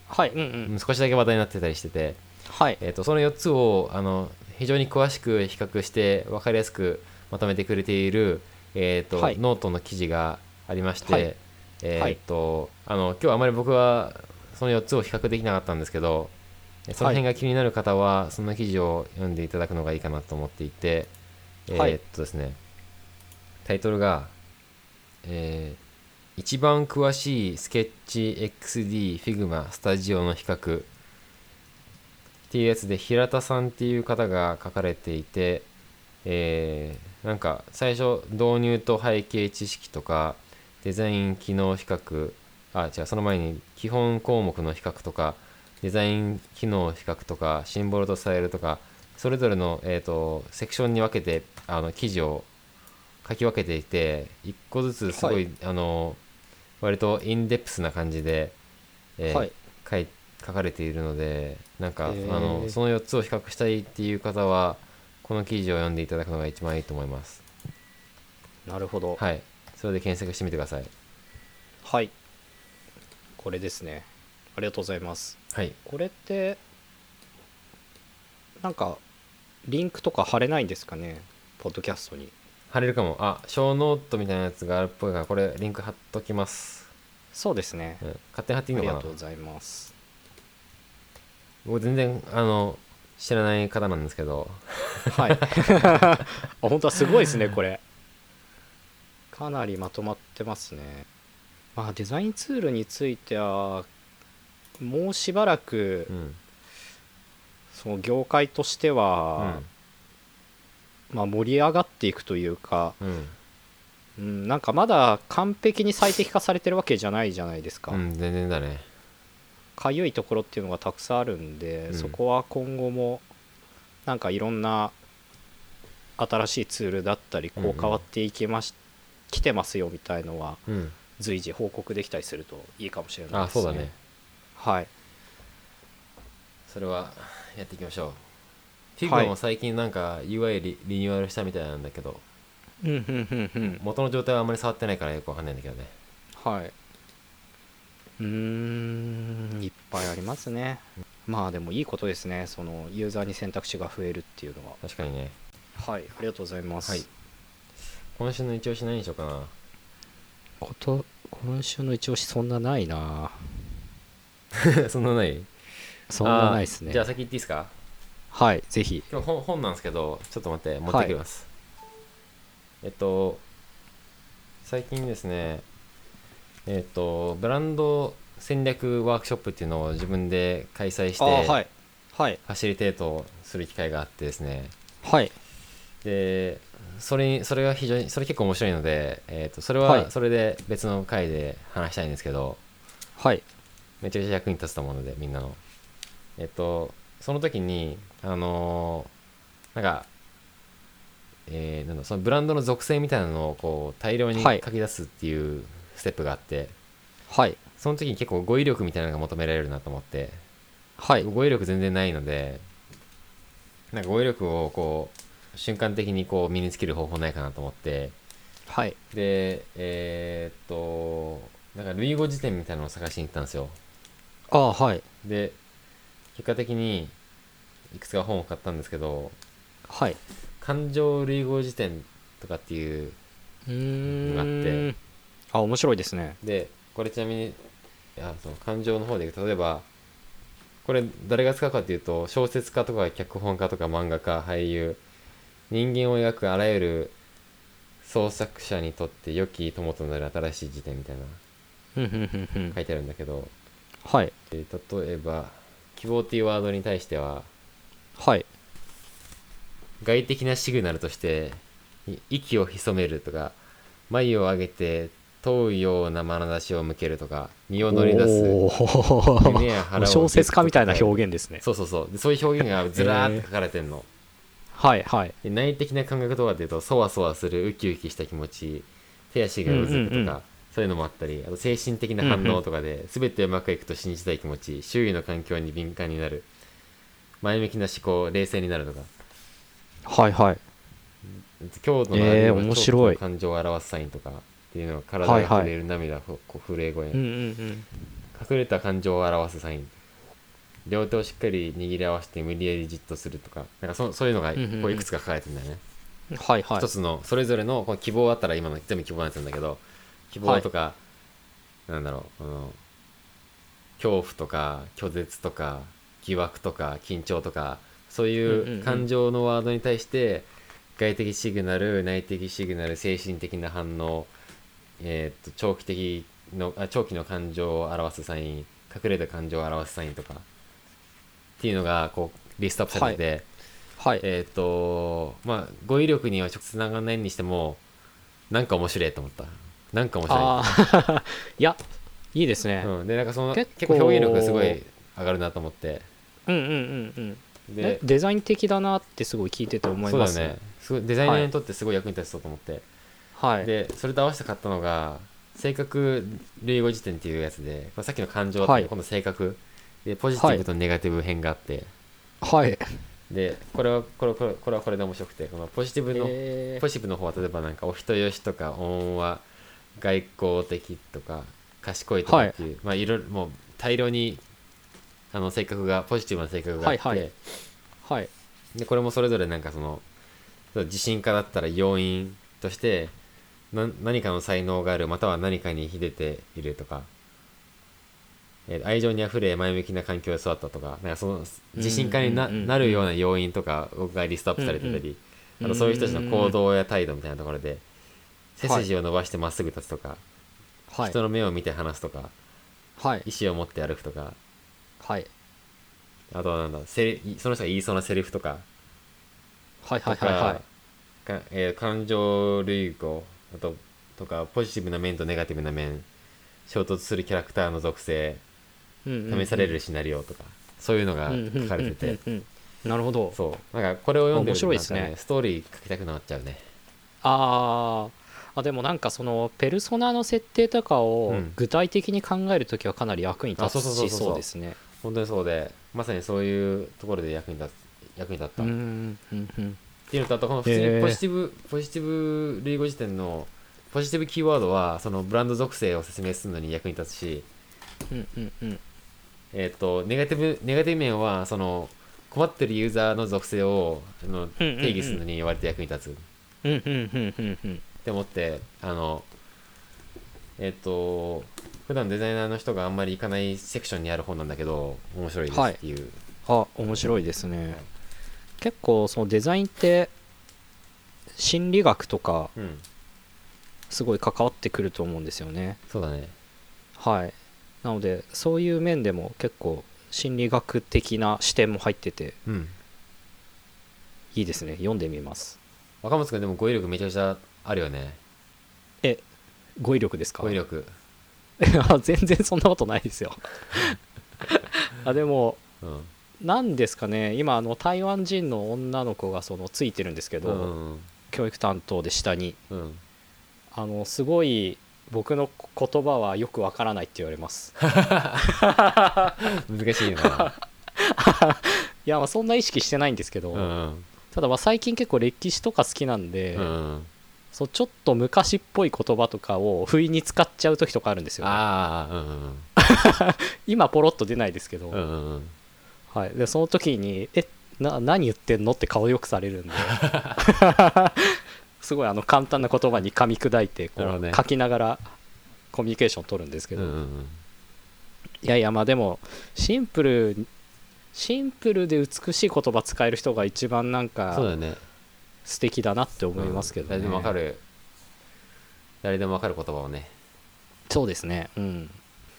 Speaker 1: はいうんうん
Speaker 2: 少しだけ話題になってたりしてて、
Speaker 1: はい
Speaker 2: えー、とその4つをあの非常に詳しく比較して分かりやすくまとめてくれている、えーと
Speaker 1: はい
Speaker 2: ノートの記事がありまして、
Speaker 1: はい
Speaker 2: えーとあの今日あまり僕はその4つを比較できなかったんですけどえその辺が気になる方はその記事を読んでいただくのがいいかなと思っていて、
Speaker 1: はい
Speaker 2: えーっとですねタイトルが、えー一番詳しいスケッチ XD フィグマスタジオの比較」っていうやつで平田さんっていう方が書かれていて、えーなんか最初導入と背景知識とかデザイン機能比較あ違うその前に基本項目の比較とかデザイン機能比較とかシンボルとスタイルとかそれぞれの、えー、とセクションに分けてあの記事を書き分けていて一個ずつすごい、
Speaker 1: は
Speaker 2: あの割とインデップスな感じで、えー
Speaker 1: はい
Speaker 2: 書い書かれているのでなんか、
Speaker 1: へー
Speaker 2: あのその4つを比較したいっていう方はこの記事を読んでいただくのが一番いいと思います。
Speaker 1: なるほどはい、
Speaker 2: はいそれで検索してみてください
Speaker 1: これですねありがとうございます
Speaker 2: はい
Speaker 1: これってなんかリンクとか貼れないんですかねポッドキャストに
Speaker 2: 貼れるかもあ小ノートみたいなやつがあるっぽいからこれリンク貼っときます、
Speaker 1: そうですね
Speaker 2: うん、勝手に貼っていい
Speaker 1: あ
Speaker 2: の
Speaker 1: り
Speaker 2: か
Speaker 1: が
Speaker 2: な
Speaker 1: とうございます
Speaker 2: 僕全然あの知らない方なんですけど
Speaker 1: はい あ本当はすごいですねこれかなりまとまってますねまあデザインツールについてはもうしばらく
Speaker 2: うん
Speaker 1: その業界としては、まあ、盛り上がっていくというか、
Speaker 2: うんうん
Speaker 1: うん、なんかまだ完璧に最適化されてるわけじゃないじゃないですか
Speaker 2: うん全然だね
Speaker 1: かゆ、いところっていうのがたくさんあるんで、
Speaker 2: うん
Speaker 1: そこは今後もなんかいろんな新しいツールだったり
Speaker 2: うん
Speaker 1: こ
Speaker 2: うん
Speaker 1: う変わっていきまし、来てますよみたいのは
Speaker 2: うん
Speaker 1: 随時報告できたりするといいかもしれない
Speaker 2: あ
Speaker 1: ですね。
Speaker 2: そうだね
Speaker 1: はい、
Speaker 2: それはやっていきましょう Figma も最近なんか UI リリニューアルしたみたいなんだけど
Speaker 1: うんうんうんうん
Speaker 2: 元の状態はあんまり触ってないからよくわかんないんだけどね
Speaker 1: はい。うーん、いっぱいありますね。まあでもいいことですね、そのユーザーに選択肢が増えるっていうのは。
Speaker 2: 確かにね
Speaker 1: はい、ありがとうございます。
Speaker 2: はい今週の一押し何にしようかな
Speaker 1: こと今週の一押し、そんなないな。
Speaker 2: そんなない
Speaker 1: そんなないです
Speaker 2: あー
Speaker 1: ね
Speaker 2: じゃ。あ先行っていいですか
Speaker 1: はい、ぜひ。
Speaker 2: 今日本本なんですけどちょっと待って持ってきます、えっと最近ですねえっとブランド戦略ワークショップっていうのを自分で開催し
Speaker 1: あー
Speaker 2: て、
Speaker 1: はい。はい。
Speaker 2: ファシリテートをする機会があってですね
Speaker 1: はい。
Speaker 2: でそれにそれが非常にそれ結構面白いので、えっとそれ
Speaker 1: はい
Speaker 2: はそれで別の回で話したいんですけど、
Speaker 1: はい。
Speaker 2: めちゃくちゃ役に立つと思うのでみんなのえっとその時にあのーなんかえーなんだそのブランドの属性みたいなのをこう大量に
Speaker 1: は
Speaker 2: 書
Speaker 1: い
Speaker 2: き出すっていうステップがあって、
Speaker 1: はい。
Speaker 2: その時に結構語彙力みたいなのが求められるなと思って
Speaker 1: はい。
Speaker 2: 語彙力全然ないのでなんか語彙力をこう瞬間的にこう身につける方法ないかなと思って
Speaker 1: はい。
Speaker 2: でえーっとなんか類語辞典みたいなのを探しに行ったんですよ
Speaker 1: ああ、はい。
Speaker 2: で結果的にいくつか本を買ったんですけど
Speaker 1: はい。
Speaker 2: 「感情類語辞典」とかっていう
Speaker 1: うー
Speaker 2: あっ
Speaker 1: ん。あ、面白いですね。
Speaker 2: でこれちなみにあその感情の方で言うと例えばこれ誰が使うかっていうと小説家とか脚本家とか漫画家俳優人間を描くあらゆる創作者にとって良き友となる新しい辞典みたいな
Speaker 1: うんうんうんうん
Speaker 2: 書いてあるんだけど、
Speaker 1: はい。
Speaker 2: えー例えば「希望」っていうワードに対しては
Speaker 1: はい。
Speaker 2: 外的なシグナルとしてい息を潜めるとか眉を上げて問うような眼差しを向けるとか身を乗り出す
Speaker 1: おー
Speaker 2: 胸や 腹を
Speaker 1: 小説家みたいな
Speaker 2: 現
Speaker 1: 表現ですね。
Speaker 2: そうそうそうでそういう表現がずらーっと書かれてんの、
Speaker 1: はいはい。
Speaker 2: で内的な感覚とかっていうとそわそわするウキウキした気持ち手足がうずくとか、
Speaker 1: うんうんうん
Speaker 2: そういうのもあったりあと精神的な反応とかで、全てうまくいくと信じたい気持ち周囲の環境に敏感になる前向きな思考冷静になるとか
Speaker 1: はいはい。
Speaker 2: 強度のある
Speaker 1: えー
Speaker 2: ような
Speaker 1: 面白い
Speaker 2: 強度の感情を表すサインとかっていうのは体
Speaker 1: はいは
Speaker 2: が
Speaker 1: い
Speaker 2: 震える涙、ふこう震え声、
Speaker 1: うんうん
Speaker 2: 隠れた感情を表すサイン両手をしっかり握り合わせて無理やりじっとするとかなんかそそういうのが
Speaker 1: んうんうん
Speaker 2: こういくつか書かれてるんだよね、
Speaker 1: うん。はいはい
Speaker 2: 一。つのそれぞれのこう希望あったら今の全部希望のやつなんだけど希望とか、なんだろうこの恐怖とか拒絶とか疑惑とか緊張とかそう
Speaker 1: うんうん
Speaker 2: いううん感情のワードに対して外的シグナル内的シグナル精神的な反応、えーっと長期的のあ長期の感情を表すサイン隠れた感情を表すサインとかっていうのがこうリストアップされてて、
Speaker 1: はい。
Speaker 2: えっ、とまあ語彙力には直接つながらないにしてもなんか面白いと思ったなんか面
Speaker 1: あ
Speaker 2: 白
Speaker 1: あ。 いや、いいですね。
Speaker 2: い、うん、でなんかその結
Speaker 1: 結
Speaker 2: 構
Speaker 1: 構
Speaker 2: 表現力がすごい上がるなと思って
Speaker 1: うんうんうんうん。え
Speaker 2: で
Speaker 1: デザイン的だなってすごい聞いてて思い
Speaker 2: そう
Speaker 1: ま
Speaker 2: だよ
Speaker 1: す
Speaker 2: ね。すごいデザイナーにとってすごい役に立つと思って、
Speaker 1: はい。
Speaker 2: でそれと合わせて買ったのが性格類語辞典っていうやつでこれさっきの感情と、
Speaker 1: はい
Speaker 2: 今度性格でポジティブとネガティブ編があって、
Speaker 1: はい。
Speaker 2: でこれはこれこれこれはこれで面白くてこのポジティブの、
Speaker 1: えー
Speaker 2: ポジティブの方は例えばなんかお人よしとか恩和外交的とか賢いとかっていう、い、まあいろいろもう大量にあの性格がポジティブな性格があって、
Speaker 1: はいはいはい
Speaker 2: でこれもそれぞれなんかその自信家だったら要因としてな何かの才能があるまたは何かに秀でているとか、えー愛情にあふれ前向きな環境で育ったとかなんかその自信家にな,、
Speaker 1: うんうんうんうん
Speaker 2: なるような要因とかがリストアップされてたり、
Speaker 1: うんうん
Speaker 2: あとそういう人たちの行動や態度みたいなところで背筋を伸ばしてまっすぐ立つとか、
Speaker 1: はい
Speaker 2: 人の目を見て話すとか
Speaker 1: はい
Speaker 2: 意思を持って歩くとか
Speaker 1: はい
Speaker 2: あとはなんだセリその人が言いそうなセリフとか
Speaker 1: はいはい
Speaker 2: とか、
Speaker 1: はいはい
Speaker 2: かえー感情類語あととかポジティブな面とネガティブな面衝突するキャラクターの属性試
Speaker 1: 試
Speaker 2: されるシナリオとか、そういうのが書かれてて、
Speaker 1: なるほど
Speaker 2: そうなんかこれを読んでると
Speaker 1: 面白いですね
Speaker 2: なんかストーリー書きたくなっちゃうね
Speaker 1: あーあでもなんかそのペルソナの設定とか
Speaker 2: う
Speaker 1: を
Speaker 2: ん
Speaker 1: 具体的に考えるときはかなり役に
Speaker 2: あ
Speaker 1: 立
Speaker 2: そうそう
Speaker 1: つ
Speaker 2: そう
Speaker 1: し
Speaker 2: そう
Speaker 1: そうですね
Speaker 2: 本当にそうでまさにそういうところで役に立つ役に立った、
Speaker 1: う
Speaker 2: っ
Speaker 1: んうんうん
Speaker 2: ていうのとあとこの普通
Speaker 1: へ
Speaker 2: に
Speaker 1: ー
Speaker 2: ポジティブ、ポジティブ類語辞典のポジティブキーワードはそのブランド属性を説明するのに役に立つし、
Speaker 1: うんうんうん
Speaker 2: えっ、と、ネガティブ、ネガティブ面は、その、困ってるユーザーの属性をあ
Speaker 1: う
Speaker 2: の
Speaker 1: んうん
Speaker 2: 定義するのに割と役に立つっ
Speaker 1: うんうんうんうんうん
Speaker 2: て思って、あの、えっ、と、普段デザイナーの人があんまり行かないセクションにある本なんだけど、面白いですっていう。
Speaker 1: あ面白いですね結構そのデザインって心理学とか
Speaker 2: うん、
Speaker 1: すごい関わってくると思うんですよね
Speaker 2: そうだね。
Speaker 1: はいなのでそういう面でも結構心理学的な視点も入ってて
Speaker 2: うん。
Speaker 1: いいですね読んでみます
Speaker 2: 若松くんでも語彙力めちゃくちゃあるよね。
Speaker 1: え語彙力ですか
Speaker 2: 語 彙力。
Speaker 1: いや全然そんなことないですよ あでも
Speaker 2: うん。
Speaker 1: 何ですかね今あの台湾人の女の子がそのついてるんですけど、
Speaker 2: うん。
Speaker 1: 教育担当で下に
Speaker 2: うん。
Speaker 1: あのすごい僕の言葉はよくわからないって言われます
Speaker 2: 難しい な。
Speaker 1: いやまあそんな意識してないんですけど、
Speaker 2: うんうん。
Speaker 1: ただまあ最近結構歴史とか好きなんで、
Speaker 2: うんうん。
Speaker 1: そうちょっと昔っぽい言葉とかを不意に使っちゃう時とかあるんですよ、ね、
Speaker 2: ああ、うんうん
Speaker 1: 今ポロッと出ないですけど、
Speaker 2: うん。うんうんうん。
Speaker 1: はい、でその時に「えな何言ってんの?」って顔よくされるん ですごいあの簡単な言葉に噛み砕いてこ
Speaker 2: なるほ
Speaker 1: う、
Speaker 2: どね
Speaker 1: 書きながらコミュニケーション取るんですけ
Speaker 2: うんう
Speaker 1: ど、
Speaker 2: んうん。
Speaker 1: いやいやまあでもシンプルシンプルで美しい言葉使える人が一番なん
Speaker 2: そうだ
Speaker 1: か
Speaker 2: よね。
Speaker 1: 素敵だなって思いますけどね、
Speaker 2: うん誰でもわかる誰でもわかる言葉をね
Speaker 1: そうですねうん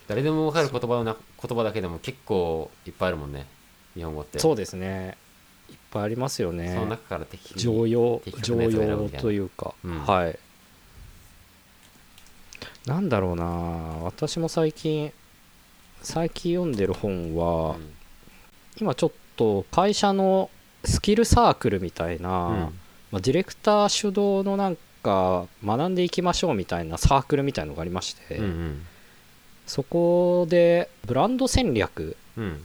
Speaker 2: 誰でもわかる言葉のな言葉だけでも結構いっぱいあるもんね日本語って
Speaker 1: そうですねいっぱいありますよね
Speaker 2: その中から的
Speaker 1: 常用
Speaker 2: 的確
Speaker 1: 常
Speaker 2: なやつを選ぶ
Speaker 1: 用
Speaker 2: みたいな
Speaker 1: というか、
Speaker 2: うん
Speaker 1: はいなんだろうな私も最近最近読んでる本は、
Speaker 2: うん
Speaker 1: 今ちょっと会社のスキルサークルみたいな、
Speaker 2: うん
Speaker 1: まあ、ディレクター主導のなんか学んでいきましょうみたいなサークルみたいのがありまして、
Speaker 2: うんうん
Speaker 1: そこでブランド戦略
Speaker 2: うん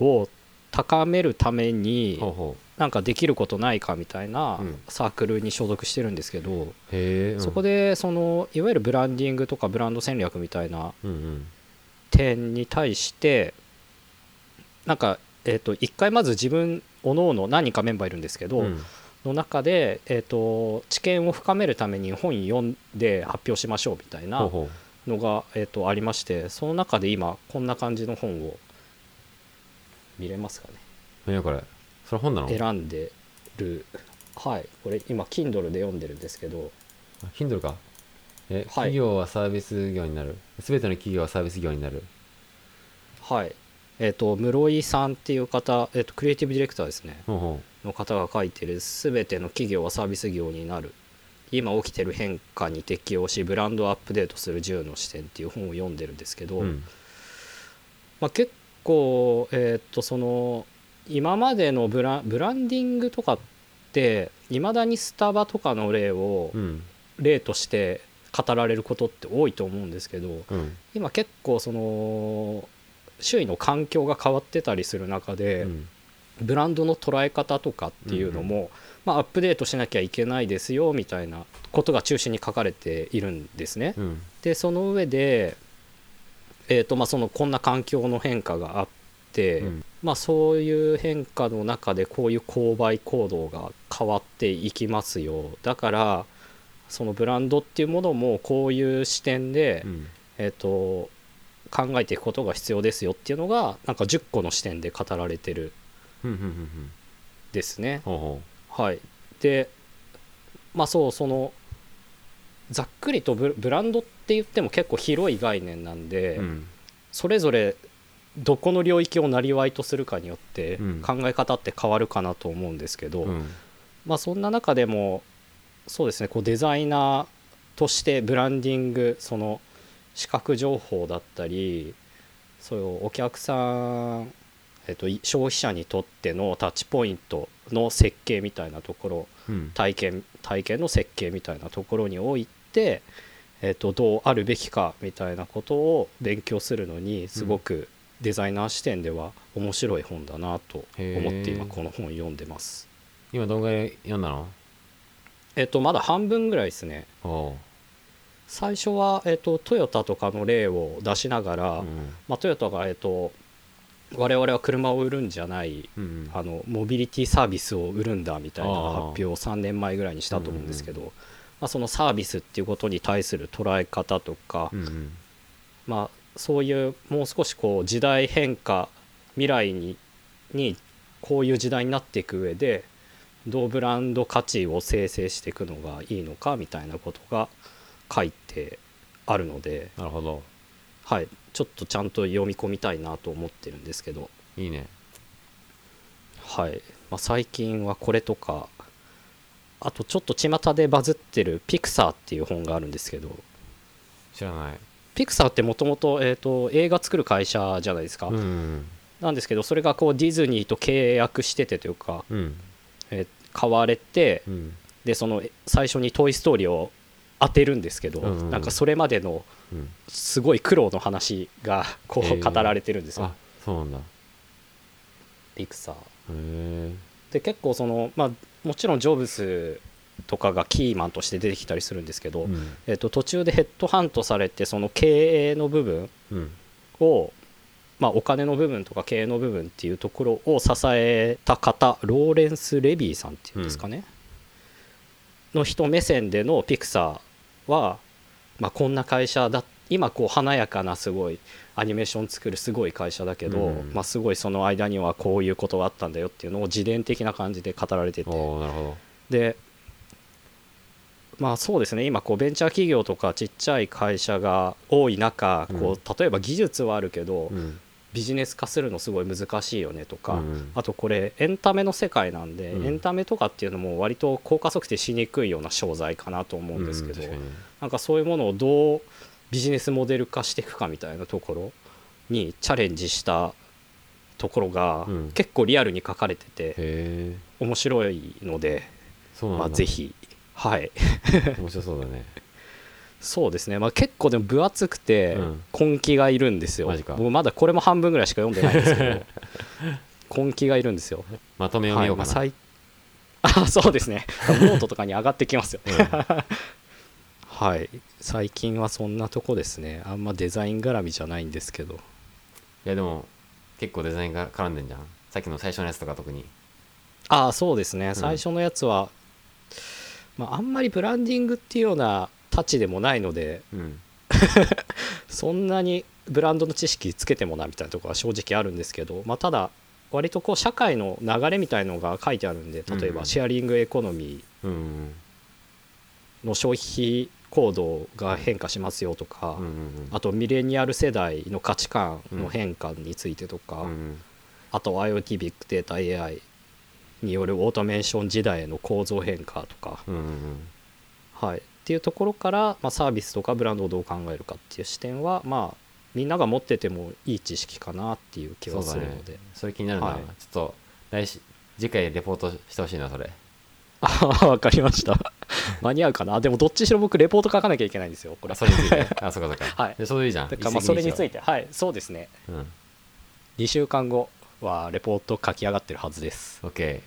Speaker 1: を高めるために
Speaker 2: ほうほ
Speaker 1: なんかできることないかみたいな
Speaker 2: うん
Speaker 1: サークルに所属してるんですけど、
Speaker 2: うへえ、うん
Speaker 1: そこでそのいわゆるブランディングとかブランド戦略みたいな
Speaker 2: うんうん
Speaker 1: 点に対してなんかえっ、と一回まず自分おのおの何人かメンバーいるんですけど、
Speaker 2: うん
Speaker 1: の中で、えー、と知見を深めるために本読んで発表しましょうみたい
Speaker 2: ほう
Speaker 1: な
Speaker 2: ほ
Speaker 1: のが、えー、とありましてその中で今こんな感じの本を見れますかね
Speaker 2: う何これそれ本なの
Speaker 1: 選んでるはいこれ今 Kindle で読んでるんですけど
Speaker 2: あ Kindle かえ、
Speaker 1: はい
Speaker 2: 企業はサービス業になる全ての企業はサービス業になる
Speaker 1: はいえっ、と室井さんっていう方、えー、とクリエイティブディレクターですね
Speaker 2: ほうほ
Speaker 1: の方が書いてる「すべての企業はサービス業になる」今起きてる変化に適応しブランドをアップデートする10の視点っていう本を読んでるんですけど、
Speaker 2: ううん
Speaker 1: まあ、結構、えーっとその今までのブラブランディングとかっていまだにスタバとかの例を
Speaker 2: うん
Speaker 1: 例として語られることって多いと思うんですけど
Speaker 2: うん
Speaker 1: 今結構その周囲の環境が変わってたりする中で、
Speaker 2: うん
Speaker 1: ブランドの捉え方とかっていうのも、まあ、アップデートしなきゃいけないですよみたいなことが中心に書かれているんですね。
Speaker 2: うん
Speaker 1: でその上で、えーとまあ、そのこんな環境の変化があって、
Speaker 2: うん
Speaker 1: まあ、そういう変化の中でこういう購買行動が変わっていきますよだからそのブランドっていうものもこういう視点で、
Speaker 2: うん
Speaker 1: えー、と考えていくことが必要ですよっていうのがなんか10個の視点で語られてる
Speaker 2: ふんふんふんふん
Speaker 1: ですね。
Speaker 2: ほうほ
Speaker 1: はい、でまあそうそのざっくりとブブランドって言っても結構広い概念なんで、
Speaker 2: ううん
Speaker 1: それぞれどこの領域をなりわいとするかによって
Speaker 2: うん
Speaker 1: 考え方って変わるかなと思うんですけど、
Speaker 2: うん
Speaker 1: まあ、そんな中でもそうですねこうデザイナーとしてブランディングその視覚情報だったりそういうお客さん、えっと、い消費者にとってのタッチポイントの設計みたいなところ
Speaker 2: うん
Speaker 1: 体験体験の設計みたいなところにおいて、えっとどうあるべきかみたいなことを勉強するのにすごくデザイナー視点では面白い本だなと思って
Speaker 2: へー
Speaker 1: 今この本読んでます。
Speaker 2: 今どんぐらい読んだの
Speaker 1: えっとまだ半分ぐらいですね
Speaker 2: ほ
Speaker 1: 最初は、えっとトヨタとかの例を出しながら、
Speaker 2: ううん
Speaker 1: まあ、トヨタが、えっと我々は車を売るんじゃない
Speaker 2: うんうん
Speaker 1: あのモビリティサービスを売るんだみたいな
Speaker 2: あー
Speaker 1: 発表を3年前ぐらいにしたと思うんですけど、まあ、そのサービスっていうことに対する捉え方とか、
Speaker 2: うんうん
Speaker 1: まあ、そういうもう少しこう時代変化未来ににこういう時代になっていく上でどうブランド価値を生成していくのがいいのかみたいなことが書いてあるので、
Speaker 2: なるほど
Speaker 1: はい、ちょっとちゃんと読み込みたいなと思ってるんですけど。
Speaker 2: いいね
Speaker 1: はいまあ、最近はこれとかあとちょっと巷でバズってる「ピクサー」っていう本があるんですけど
Speaker 2: 知らない
Speaker 1: ピクサーってもともと映画作る会社じゃないですか、
Speaker 2: うんうん
Speaker 1: なんですけどそれがこうディズニーと契約しててというか、
Speaker 2: うん
Speaker 1: えー買われて
Speaker 2: うん
Speaker 1: でそのえ最初に「トイ・ストーリー」を当てるんですけど、
Speaker 2: うんうん
Speaker 1: なんかそれまでの
Speaker 2: うん
Speaker 1: すごい苦労の話がこ
Speaker 2: へ
Speaker 1: う
Speaker 2: ー
Speaker 1: 語られてるんですよ、
Speaker 2: あそうなんだへ
Speaker 1: ピクサー。
Speaker 2: え
Speaker 1: で結構その、まあ、もちろんジョブズとかがキーマンとして出てきたりするんですけど、
Speaker 2: うん
Speaker 1: えっと途中でヘッドハントされてその経営の部分
Speaker 2: うん
Speaker 1: を、まあ、お金の部分とか経営の部分っていうところを支えた方ローレンス・レビーさんっていうんですかね、の人目線でのピクサーは、まあ、こんな会社だ今こう華やかなすごいアニメーション作るすごい会社だけど、
Speaker 2: うん
Speaker 1: まあ、すごいその間にはこういうことがあったんだよっていうのを自伝的な感じで語られてて
Speaker 2: おおなるほ
Speaker 1: でまあそうですね今こうベンチャー企業とかちっちゃい会社が多い中こう例えば技術はあるけど、
Speaker 2: どうん
Speaker 1: ビジネス化するのすごい難しいよねとか、
Speaker 2: うん
Speaker 1: あとこれエンタメの世界なんで、
Speaker 2: うん
Speaker 1: エンタメとかっていうのも割と効果測定しにくいような商材かなと思うんですけど、
Speaker 2: うん確かに
Speaker 1: なんかそういうものをどうビジネスモデル化していくかみたいなところにチャレンジしたところが
Speaker 2: うん
Speaker 1: 結構リアルに書かれてて
Speaker 2: へえ
Speaker 1: 面白いので、
Speaker 2: そうなんだ
Speaker 1: まあ、ぜひはい
Speaker 2: 面白そうだね
Speaker 1: そうですね、まあ、結構でも分厚くて
Speaker 2: うん
Speaker 1: 根気がいるんですよ、
Speaker 2: マジか
Speaker 1: 僕まだこれも半分ぐらいしか読んでないんですけ ど根気がいるんですよ
Speaker 2: まとめ読みよう
Speaker 1: ま
Speaker 2: か
Speaker 1: あ
Speaker 2: な
Speaker 1: 最 あそうです ねノートとかに上がってきますよ、はい最近はそんなとこですねあんまデザイン絡みじゃないんですけど
Speaker 2: いやでも結構デザインが絡んでんじゃんさっきの最初のやつとか特に
Speaker 1: ああそうですね最初のやつは、まあ、あんまりブランディングっていうようなタッチでもないので
Speaker 2: うん
Speaker 1: そんなにブランドの知識つけてもなみたいなところは正直あるんですけど、まあ、ただ割とこう社会の流れみたいのが書いてあるんで例え
Speaker 2: うん
Speaker 1: ばシェアリングエコノミ
Speaker 2: うんうん
Speaker 1: ーの消費行動が変化しますよとか、
Speaker 2: うんうん
Speaker 1: あとミレニアル世代の価値観の変化についてとか、
Speaker 2: うん
Speaker 1: あと IoT ビッグデータ AI によるオートメーション時代への構造変化とか、
Speaker 2: うんうん
Speaker 1: はい、っていうところから、まあ、サービスとかブランドをどう考えるかっていう視点は、まあ、みんなが持っててもいい知識かなっていう気
Speaker 2: そ
Speaker 1: は
Speaker 2: うだ
Speaker 1: する
Speaker 2: ね
Speaker 1: ので、
Speaker 2: それ気になるな、
Speaker 1: はい
Speaker 2: ちょっと来週次回レポートしてほしいなそれ
Speaker 1: あ あ分かりました間に合うかなあでもどっちしろ僕レポート書かなきゃいけないんですよこれ
Speaker 2: あそれについて あそうかそうか、
Speaker 1: はい
Speaker 2: でそれでいいじゃん
Speaker 1: だからまあそれについ
Speaker 2: て
Speaker 1: てはいそうですね
Speaker 2: うん
Speaker 1: 2週間後はレポート書き上がってるはずです。
Speaker 2: OK、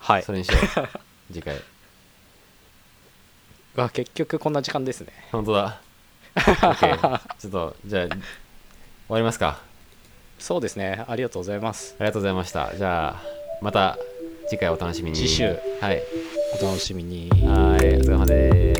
Speaker 1: はい
Speaker 2: そ。れにしよう 次回
Speaker 1: わ結局こんな時間ですね。
Speaker 2: 本当だ OK ちょっとじゃあ終わりますか
Speaker 1: そうですね。ありがとうございます。
Speaker 2: ありがとうございましたじゃあまた次回お楽しみに
Speaker 1: 次週
Speaker 2: はい
Speaker 1: お楽しみに。
Speaker 2: はいお疲れ様です